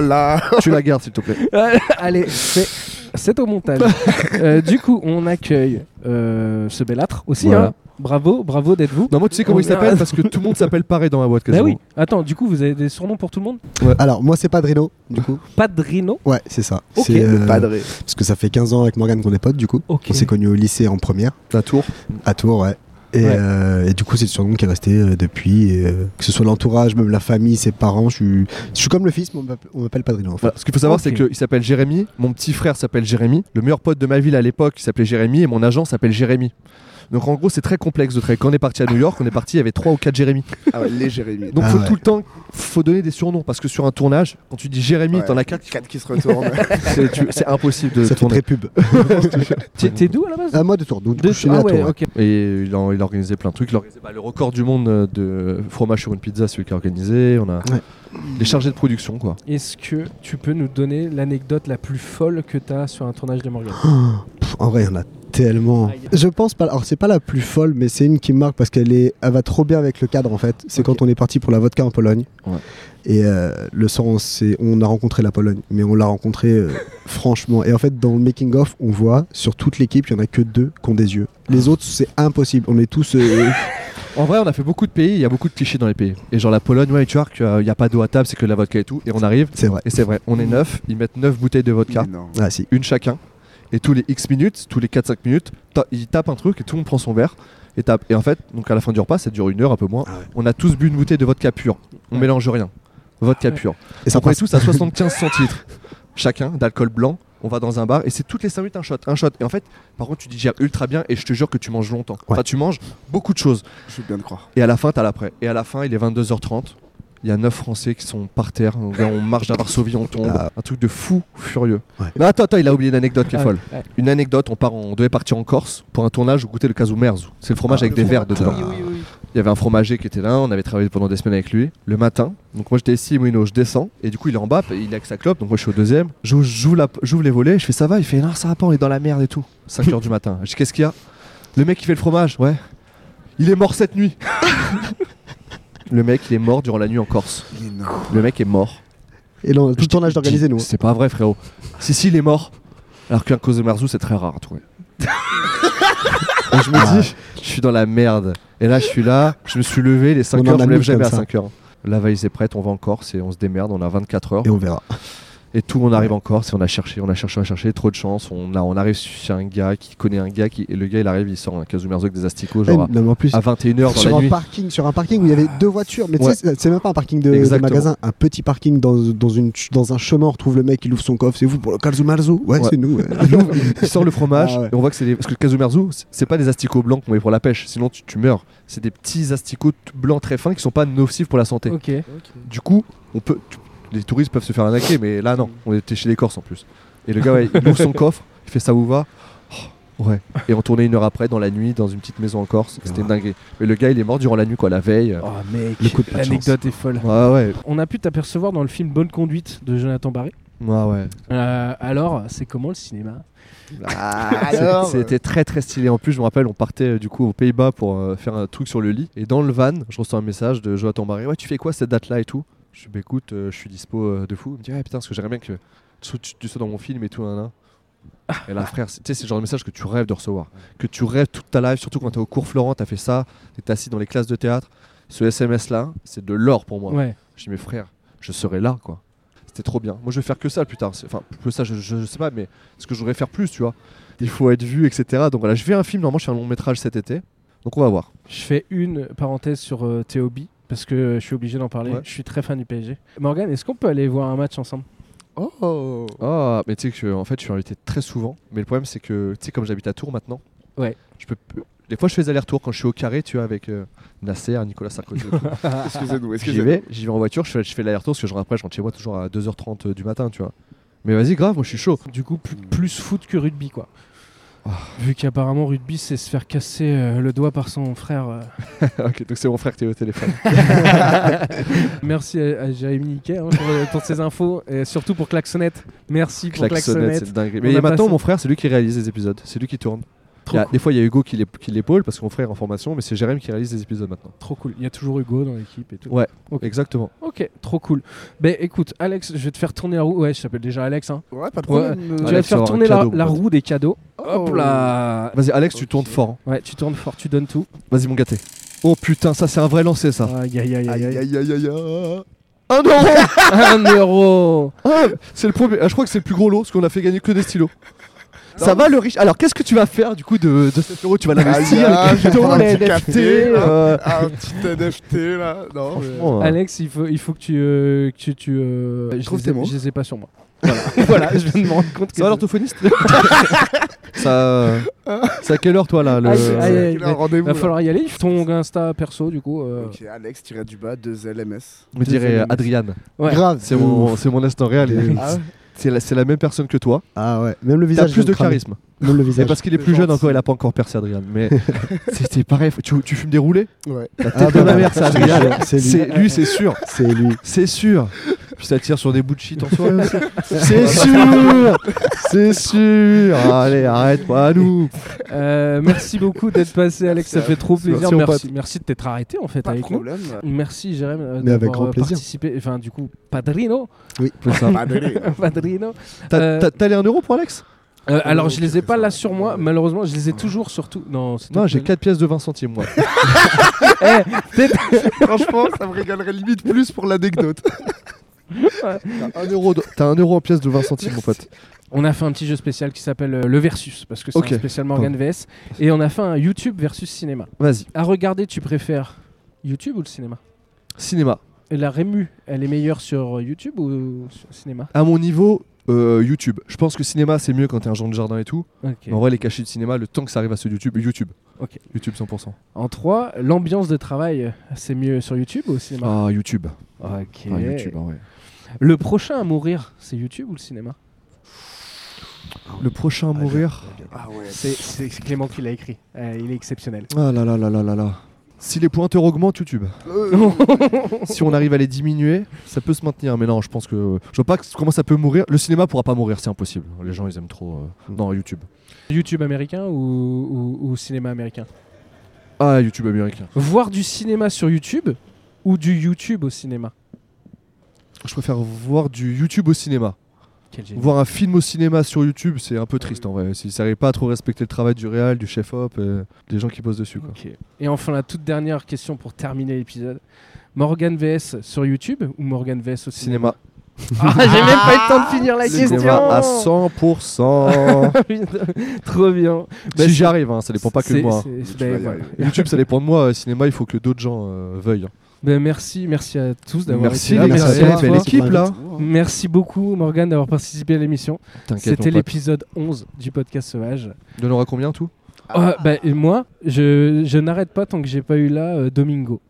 S7: là
S1: Tu la gardes, s'il te plaît.
S3: Euh, Allez, c'est c'est au montage. Euh, du coup, on accueille euh, ce bel âtre aussi.
S1: Voilà.
S3: hein. Bravo, bravo d'être vous.
S1: Non, moi, tu sais comment il s'appelle Parce que tout le monde s'appelle pareil dans ma boîte.
S3: Bah
S1: quasiment.
S3: oui. Attends, du coup, vous avez des surnoms pour tout le monde
S8: Alors, moi, c'est Padrino, du coup.
S3: Padrino.
S8: Ouais, c'est ça.
S3: Ok.
S8: C'est, euh,
S7: Le padré.
S8: Parce que ça fait 15 ans avec Morgane qu'on est potes, du coup.
S3: Ok.
S8: On s'est connus au lycée en première,
S1: La tour.
S8: à Tours, ouais. Et,
S3: Ouais.
S8: euh, et du coup, c'est le surnom qui est resté euh, depuis. et, euh, que ce soit l'entourage, même la famille, ses parents. Je suis, je suis comme le fils, mais on m'appelle- on m'appelle Padrino. En fait.
S1: Voilà. Ce qu'il faut savoir,
S3: Ok.
S1: c'est qu'il s'appelle Jérémy. Mon petit frère s'appelle Jérémy. Le meilleur pote de ma ville à l'époque il s'appelait Jérémy. Et mon agent s'appelle Jérémy. Donc en gros, c'est très complexe de travailler. Quand on est parti à New York, on est parti, il y avait trois ou quatre Jérémy.
S7: Ah ouais, les Jérémy.
S1: Donc
S8: Ah
S1: faut
S8: ouais.
S1: tout le temps, faut donner des surnoms parce que sur un tournage, quand tu dis Jérémy,
S7: Ouais,
S1: t'en as quatre.
S7: quatre qui se retournent.
S1: C'est tu- c'est impossible de
S8: Ça fait
S1: tourner.
S8: très pub.
S3: T'es- T'es d'où à la base
S8: À moi de tour. Donc, du
S3: De-
S8: coup, je suis né
S3: Ah
S8: à
S3: ouais,
S8: Tours. hein.
S3: ok.
S1: Et il a, il a organisé plein de trucs. Il a organisé bah, le record du monde euh, de fromage sur une pizza, celui qui a organisé. On a
S8: Ouais.
S1: les chargés de production, quoi.
S3: Est-ce que tu peux nous donner l'anecdote la plus folle que t'as sur un tournage de Morgan
S8: Pff, en vrai, il y en a tellement.
S3: Aïe.
S8: Je pense pas. Alors, c'est pas la plus folle, mais c'est une qui me marque parce qu'elle est, elle va trop bien avec le cadre en fait. C'est
S1: Ok.
S8: quand on est parti pour la vodka en Pologne.
S1: Ouais.
S8: Et euh, le soir, on, s'est- on a rencontré la Pologne, mais on l'a rencontré euh, franchement. Et en fait, dans le making of, on voit sur toute l'équipe, il y en a que deux qui ont des yeux.
S1: Ah.
S8: Les autres, c'est impossible. On est tous. euh,
S1: En vrai, on a fait beaucoup de pays. Il y a beaucoup de clichés dans les pays. Et genre la Pologne, ouais, tu vois qu'il n'y a pas d'eau à table, c'est que de la vodka et tout. Et on arrive.
S8: c'est vrai.
S1: Et c'est vrai, on est neuf. Ils mettent neuf bouteilles de vodka,
S7: Non.
S8: Ah si.
S1: une chacun. Et tous les X minutes, tous les 4-5 minutes, ta- ils tapent un truc et tout le monde prend son verre. Et, tape. et en fait, donc à la fin du repas, ça dure une heure, un peu moins.
S8: Ah ouais.
S1: On a tous bu une bouteille de vodka pure. On
S3: Ouais.
S1: mélange rien. Vodka
S3: Ah ouais.
S1: pure.
S8: Et ça
S1: Après
S8: passe.
S1: tous à 75 centilitres chacun d'alcool blanc. On va dans un bar et c'est toutes les 5 minutes un shot, un shot. Et en fait, par contre, tu digères ultra bien et je te jure que tu manges longtemps.
S8: Ouais.
S1: Enfin, tu manges beaucoup de choses.
S7: Je veux bien te croire.
S1: Et à la fin, t'as l'après. Et à la fin, il est 22h30. Il y a 9 Français qui sont par terre. On, on marche d'un Varsovie, on tombe.
S8: Ah.
S1: Un truc de fou, furieux.
S8: Ouais.
S1: Non, attends, attends, il a oublié une anecdote qui est
S3: Ah,
S1: folle.
S3: ouais.
S1: Une anecdote, on, part, en- on devait partir en Corse pour un tournage où goûter le merzu. C'est le fromage
S8: Ah,
S1: avec
S8: le
S1: des verres
S8: fromage.
S1: dedans.
S8: Ah.
S1: Il y avait un fromager qui était là, on avait travaillé pendant des semaines avec lui. Le matin, donc moi j'étais ici, Mouino, je descends, et du coup il est en bas, il est avec sa clope, donc moi je suis au deuxième. J'ouvre- J'ouvre la- j'ouvre les volets, je fais ça va, il fait non, ça va pas, on est dans la merde et tout. 5h du matin. Je dis qu'est-ce qu'il y a Le mec qui fait le fromage, ouais. Il est mort cette nuit Le mec il est mort durant la nuit en Corse.
S7: Mais non.
S1: Le mec est mort.
S8: Et là, on a tout
S1: Je
S8: le tournage
S1: dis-
S8: d'organiser
S1: dis-
S8: nous. hein.
S1: C'est pas vrai frérot. Si, si, il est mort. Alors qu'un cause de Marzou c'est très rare à trouver. Et je me
S8: Ah.
S1: dis, je suis dans la merde. Et là, je suis là, je me suis levé, les 5
S8: On en
S1: heures, je
S8: a
S1: me lève
S8: mille
S1: jamais
S8: comme
S1: à
S8: ça.
S1: 5 heures. La valise est prête, on va en Corse et on se démerde, on a 24 heures.
S8: Et on verra.
S1: Et tout, on arrive en Corse et on a cherché, on a cherché, on a cherché, trop de chance. On, a, on arrive chez un gars qui connaît un gars qui, et le gars il arrive, il sort un Casumerzo avec des asticots,
S8: Eh,
S1: genre
S8: non, mais en plus,
S1: à, 21h
S8: sur
S1: dans
S8: un
S1: la nuit.
S8: parking sur un parking où il y avait deux voitures mais tu sais,
S1: Ouais.
S8: c'est- c'est même pas un parking de, de
S1: Exactement.
S8: magasin un petit parking dans, dans, une, ch- dans un chemin on retrouve le mec il ouvre son coffre c'est vous pour le calzumarzu ouais,
S1: Ouais.
S8: c'est nous ouais.
S1: Il ouvre, il- il sort le fromage
S8: Ah ouais.
S1: et on voit que c'est des... parce que le casumerzu c'est- c'est pas des asticots blancs qu'on met pour la pêche sinon tu, tu meurs c'est des petits asticots t- blancs très fins qui sont pas nocifs pour la santé
S3: Ok.
S1: du coup on peut tu- les touristes peuvent se faire arnaquer mais là non on était chez les Corses en plus et le gars ouais, il ouvre son coffre il fait ça vous va Oh, ouais et on tournait une heure après dans la nuit dans une petite maison en Corse c'était une dinguerie mais le gars il est mort durant la nuit quoi la veille
S3: Oh mec,
S8: Le coup de pas de
S3: l'anecdote est folle.
S1: ah ouais
S3: On a pu t'apercevoir dans le film Bonne conduite de Jonathan Barré.
S1: ah ouais
S3: Euh, alors, c'est comment le cinéma Ah,
S7: Ah,
S1: C'est- C'était très très stylé. En plus, je me rappelle, on partait euh, du coup aux Pays-Bas pour euh, faire un truc sur le lit. Et dans le van, je reçois un message de Jonathan Barré. Ouais, tu fais quoi cette date-là et tout Je lui dis, Bah, écoute, euh, je suis dispo euh, de fou. Il me dit, ouais, putain, parce que j'aimerais bien que tu, tu- tu sois dans mon film et tout. nan, nan. Et là, frère, c'est- tu sais, c'est le genre de message que tu rêves de recevoir. Que tu rêves toute ta life, surtout quand t'es au cours Florent, t'as fait ça, t'es assis dans les classes de théâtre. Ce SMS-là, c'est de l'or pour moi.
S3: Ouais.
S1: Je dis, mais frère, je serai là, quoi. C'était trop bien. Moi, je vais faire que ça plus tard. C'est- Enfin, plus ça, je, je- je sais pas, mais ce que je voudrais faire plus, tu vois. Il faut être vu, etc. Donc voilà, je fais un film. Normalement, je fais un long métrage cet été. Donc on va voir.
S3: Je fais une parenthèse sur euh, Théobi parce que je suis obligé d'en parler.
S1: Ouais.
S3: Je suis très fan du PSG. Morgan, est-ce qu'on peut aller voir un match ensemble
S7: Oh.
S1: Ah, mais tu sais que en fait, je suis invité très souvent. Mais le problème, c'est que tu sais, comme j'habite à Tours maintenant,
S3: Ouais.
S1: Je peux. Des fois, je fais des allers-retours quand je suis au carré, tu vois, avec euh, Nasser, Nicolas Sarkozy. et tout.
S7: euh, Excusez-nous,
S1: j'y
S7: excusez-nous.
S1: vais, j'y vais en voiture. Je fais, je fais l'aller-retour parce que genre après, je rentre chez moi toujours à 2h30 euh, du matin, tu vois. Mais vas-y, grave, moi, je suis chaud.
S3: Du coup, plus,
S1: Hmm.
S3: plus foot que rugby, quoi.
S1: Ah.
S3: Vu qu'apparemment, rugby, c'est se faire casser euh, le doigt par son frère. euh.
S1: ok, donc c'est mon frère qui est au téléphone.
S3: Merci à, à Jérémy Niquet hein, pour, euh, pour ces infos et surtout pour Klaxonnette. Merci pour
S1: Klaxonnette,
S3: Klaxonnette.
S1: c'est dingue.
S3: On
S1: Mais
S3: a
S1: maintenant,
S3: passé-
S1: mon frère, c'est lui qui réalise les épisodes. C'est lui qui tourne. Il
S3: Trop,
S1: y a-
S3: cool,
S1: des fois, il y a Hugo qui l'ép- qui l'épaule parce que mon frère est en formation, mais c'est Jérémy qui réalise les épisodes maintenant.
S3: trop cool. Il y a toujours Hugo dans l'équipe et tout.
S1: Ouais,
S3: Ok.
S1: exactement.
S3: Ok, trop cool. Ben écoute, Alex, je vais te faire tourner la roue. Ouais, je s'appelle déjà Alex. Hein.
S7: Ouais, pas de
S3: Ouais.
S7: problème.
S3: Tu
S1: Alex
S3: vas te faire
S1: aura un
S3: tourner la,
S1: cadeau, mon
S3: la
S1: pote.
S3: roue des cadeaux.
S7: Oh.
S3: Hop là
S1: Vas-y, Alex, tu
S7: Ok.
S1: tournes fort. hein.
S3: Ouais, tu tournes fort, tu donnes tout.
S1: Vas-y, mon gâté. Oh putain, ça, c'est un vrai lancer, ça.
S3: Aïe aïe aïe aïe.
S7: Aïe, aïe, aïe, aïe, aïe.
S1: Un euro
S3: Un euro
S1: Ah, C'est le premier. Ah, je crois que c'est le plus gros lot parce qu'on a fait gagner que des stylos. Ça va le riche Alors qu'est-ce que tu vas faire du coup de, de 7 euros Tu vas l'investir
S7: Ah,
S1: les
S7: je vais
S1: cryptos,
S7: prendre un
S1: les
S7: petit
S1: NFT,
S7: café,
S3: hein.
S1: euh,
S7: Un petit NFT là. Non,
S1: Franchement, euh,
S3: Alex, il faut, il faut que tu. euh, que tu, tu, euh, je,
S7: Trouve
S3: les
S7: tes
S3: ai,
S7: mots.
S3: je les ai pas sur moi. Voilà, Voilà, je viens de me rendre compte que.
S1: ça va l'orthophoniste Ça. euh, C'est à quelle heure toi là le...
S3: Aïe, aïe, aïe.
S7: mais- Il a un
S3: Il va
S7: rendez-vous. là.
S3: falloir y aller. Ton Insta perso, du coup. euh,
S7: Ok, Alex tiré du bas, 2 LMS.
S1: Je me dirais euh, Adriane.
S3: Ouais.
S8: Grave.
S1: C'est
S8: de
S1: mon,
S8: ouf.
S1: c'est mon instant réel. et-
S8: Ah ouais
S1: C'est la, c'est la même personne que toi.
S8: Ah ouais. Même le
S1: T'as
S8: visage.
S1: plus
S8: ils
S1: de
S8: ont cramé.
S1: charisme. Eh ben,
S8: Même le
S1: Et
S8: visage.
S1: parce qu'il est plus jeune encore, il a pas encore percé Adriane. Mais c'était pareil. faut- Tu, tu fumes des roulés
S7: Ouais.
S1: La
S8: Ah
S1: tête de
S8: bah
S1: ma
S8: ouais.
S1: mère, c'est Adriane.
S8: C'est lui.
S1: C'est lui, c'est sûr.
S8: C'est lui.
S1: C'est sûr. Puis ça tire sur des bouts de shit en soi.
S8: C'est
S1: sûr C'est sûr Allez, arrête pas nous
S3: Euh, merci beaucoup d'être passé, Alex. Ça fait trop plaisir.
S1: Merci, mon
S3: Merci, merci de t'être arrêté en fait
S7: Pas de
S3: avec nous.
S7: problème.
S3: Merci Jérém euh,
S8: Mais avec
S3: d'avoir
S8: grand
S3: euh,
S8: plaisir.
S3: participé. Enfin, du coup, padrino.
S7: Pas d'aller.
S3: padrino.
S1: T'as
S3: Euh,
S1: t'as- t'as les 1 euro pour Alex
S3: Euh, alors, je les ai pas là sur moi.
S7: Ouais.
S3: Malheureusement, je les ai toujours sur tout. Non, c'est
S1: Non,
S3: tout.
S1: j'ai 4 pièces de 20 centimes moi.
S3: Eh, peut-être-
S7: Franchement, ça me régalerait limite plus pour l'anecdote.
S1: T'as 1 euro, de- t'as un euro en pièces de 20 centimes mon pote.
S3: On a fait un petit jeu spécial qui s'appelle euh, le versus parce que c'est
S1: Ok.
S3: un spécial Morgan VS et on a fait un YouTube versus cinéma.
S1: Vas-y,
S3: À regarder, tu préfères YouTube ou le cinéma
S1: cinéma.
S3: Et la rému, elle est meilleure sur YouTube ou sur le cinéma
S1: À mon niveau, euh, YouTube. Je pense que cinéma c'est mieux quand t'es un genre de jardin et tout.
S3: Ok.
S1: Mais en vrai, les cachets de cinéma, le temps que ça arrive à ce YouTube, YouTube.
S3: Ok.
S1: YouTube 100%.
S3: En 3, l'ambiance de travail, euh, c'est mieux sur YouTube ou au cinéma
S1: Ah, YouTube.
S3: Ok.
S1: Ah, YouTube, ah ouais.
S3: Le prochain à mourir, c'est YouTube ou le cinéma
S1: Le prochain à mourir.
S7: Ah ouais.
S3: C'est- C'est Clément qui l'a écrit. Euh, il est exceptionnel.
S1: Ah là là là là là là. Si les pointeurs augmentent, YouTube. Euh. si on arrive à les diminuer, ça peut se maintenir. Mais non, je pense que. Je vois pas que- comment ça peut mourir. Le cinéma pourra pas mourir, c'est impossible. Les gens, ils aiment trop. euh, Non, YouTube.
S3: YouTube américain ou, ou- ou cinéma américain
S1: Ah, YouTube américain.
S3: Voir du cinéma sur YouTube ou du YouTube au cinéma
S1: Je préfère voir du YouTube au cinéma.
S3: Quel génie.
S1: Voir un film au cinéma sur YouTube, c'est un peu triste en vrai. S'ils n'arrivent pas à trop respecter le travail du réal, du chef-op, euh, des gens qui bossent dessus. Quoi.
S3: Ok. Et enfin, la toute dernière question pour terminer l'épisode. Morgan VS sur YouTube ou Morgan VS au
S1: Cinéma.
S3: cinéma Ah, j'ai même pas eu le temps de finir la
S1: Cinéma à 100%.
S3: Trop bien. Bah,
S1: si
S3: c'est-
S1: j'y arrive, hein, ça dépend pas que de
S3: C'est-
S1: moi. hein.
S3: c'est- c'est-
S7: Tu vas
S3: bah,
S7: y
S3: voilà.
S7: arriver.
S1: YouTube, ça dépend de moi. euh, Cinéma, il faut que d'autres gens euh, veuillent.
S3: Bah, merci, merci à tous d'avoir
S1: Merci
S3: été là.
S1: les gars,
S3: Merci,
S1: c'est
S3: à
S1: la
S3: toi.
S1: belle équipe là.
S3: Merci beaucoup Morgan d'avoir participé à l'émission. C'était l'épisode 11 du podcast Sauvage.
S1: Il y en aura combien tout
S3: Ah, bah, et moi, je, je n'arrête pas tant que j'ai pas eu là euh, Domingo.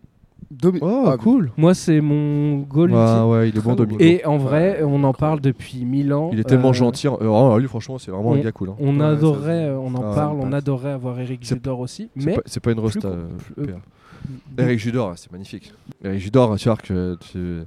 S7: Domi-
S1: Oh
S7: Ah,
S1: cool.
S3: Moi, c'est mon goal
S1: Ah
S3: ultime.
S1: ouais, il est bon Domingo.
S3: Et en vrai, on en parle depuis mille ans.
S1: il est tellement
S3: Euh,
S1: gentil. Euh, ah, lui franchement, c'est vraiment un
S3: on-
S1: gars cool. hein.
S3: On
S7: Ouais,
S3: adorait,
S7: ça,
S3: euh, on en
S1: Ah,
S3: parle,
S1: ouais.
S3: on adorait avoir Eric
S1: C'est-
S3: Judor aussi,
S1: C'est
S3: mais
S1: pas- C'est pas une resta.
S3: plus
S1: euh,
S3: euh,
S1: PA. Eric Judor, c'est magnifique. Eric Judor, tu vois que tu-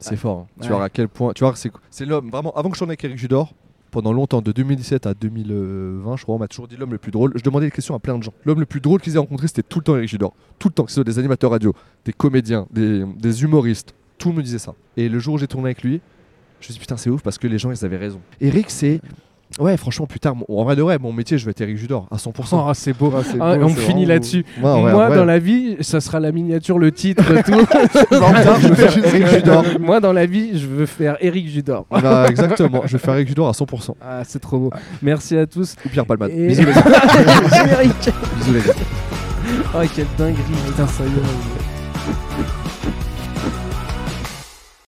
S1: c'est fort. hein. Tu
S3: Ouais.
S1: vois à quel point. Tu vois, que c'est c'est l'homme vraiment. Avant que je sois avec Eric Judor. Pendant longtemps, de 2017 à 2020, je crois, on m'a toujours dit l'homme le plus drôle. Je demandais des questions à plein de gens. L'homme le plus drôle qu'ils aient rencontré, c'était tout le temps Eric Judor. Tout le temps, que ce soit des animateurs radio, des comédiens, des, des humoristes. Tout me disait ça. Et le jour où j'ai tourné avec lui, je me suis dit putain, c'est ouf parce que les gens, ils avaient raison. Eric, c'est. Ouais, franchement, plus tard, mon- en vrai de vrai, mon métier, je vais être Eric Judor à 100%.
S3: Oh, c'est beau.
S7: Ah, c'est
S3: Ah,
S7: beau,
S3: on
S7: c'est
S3: finit
S7: vraiment
S3: là-dessus.
S1: Ah, Ouais, ouais,
S3: Moi,
S1: en vrai.
S3: dans la vie, ça sera la miniature, le titre, tout.
S7: beau. Non,
S3: Ah,
S7: putain, je fais juste-
S1: Eric Judor.
S3: Moi, dans la vie, je veux faire Eric Judor.
S1: Bah, exactement, je vais faire Eric Judor à 100%.
S3: Ah, c'est trop beau. Merci à tous.
S1: Ou Pierre Palmade.
S3: Et-
S1: Bisous les gars.
S3: Générique.
S1: Bisous les gars.
S3: Oh, quelle dinguerie. Putain, ça y est.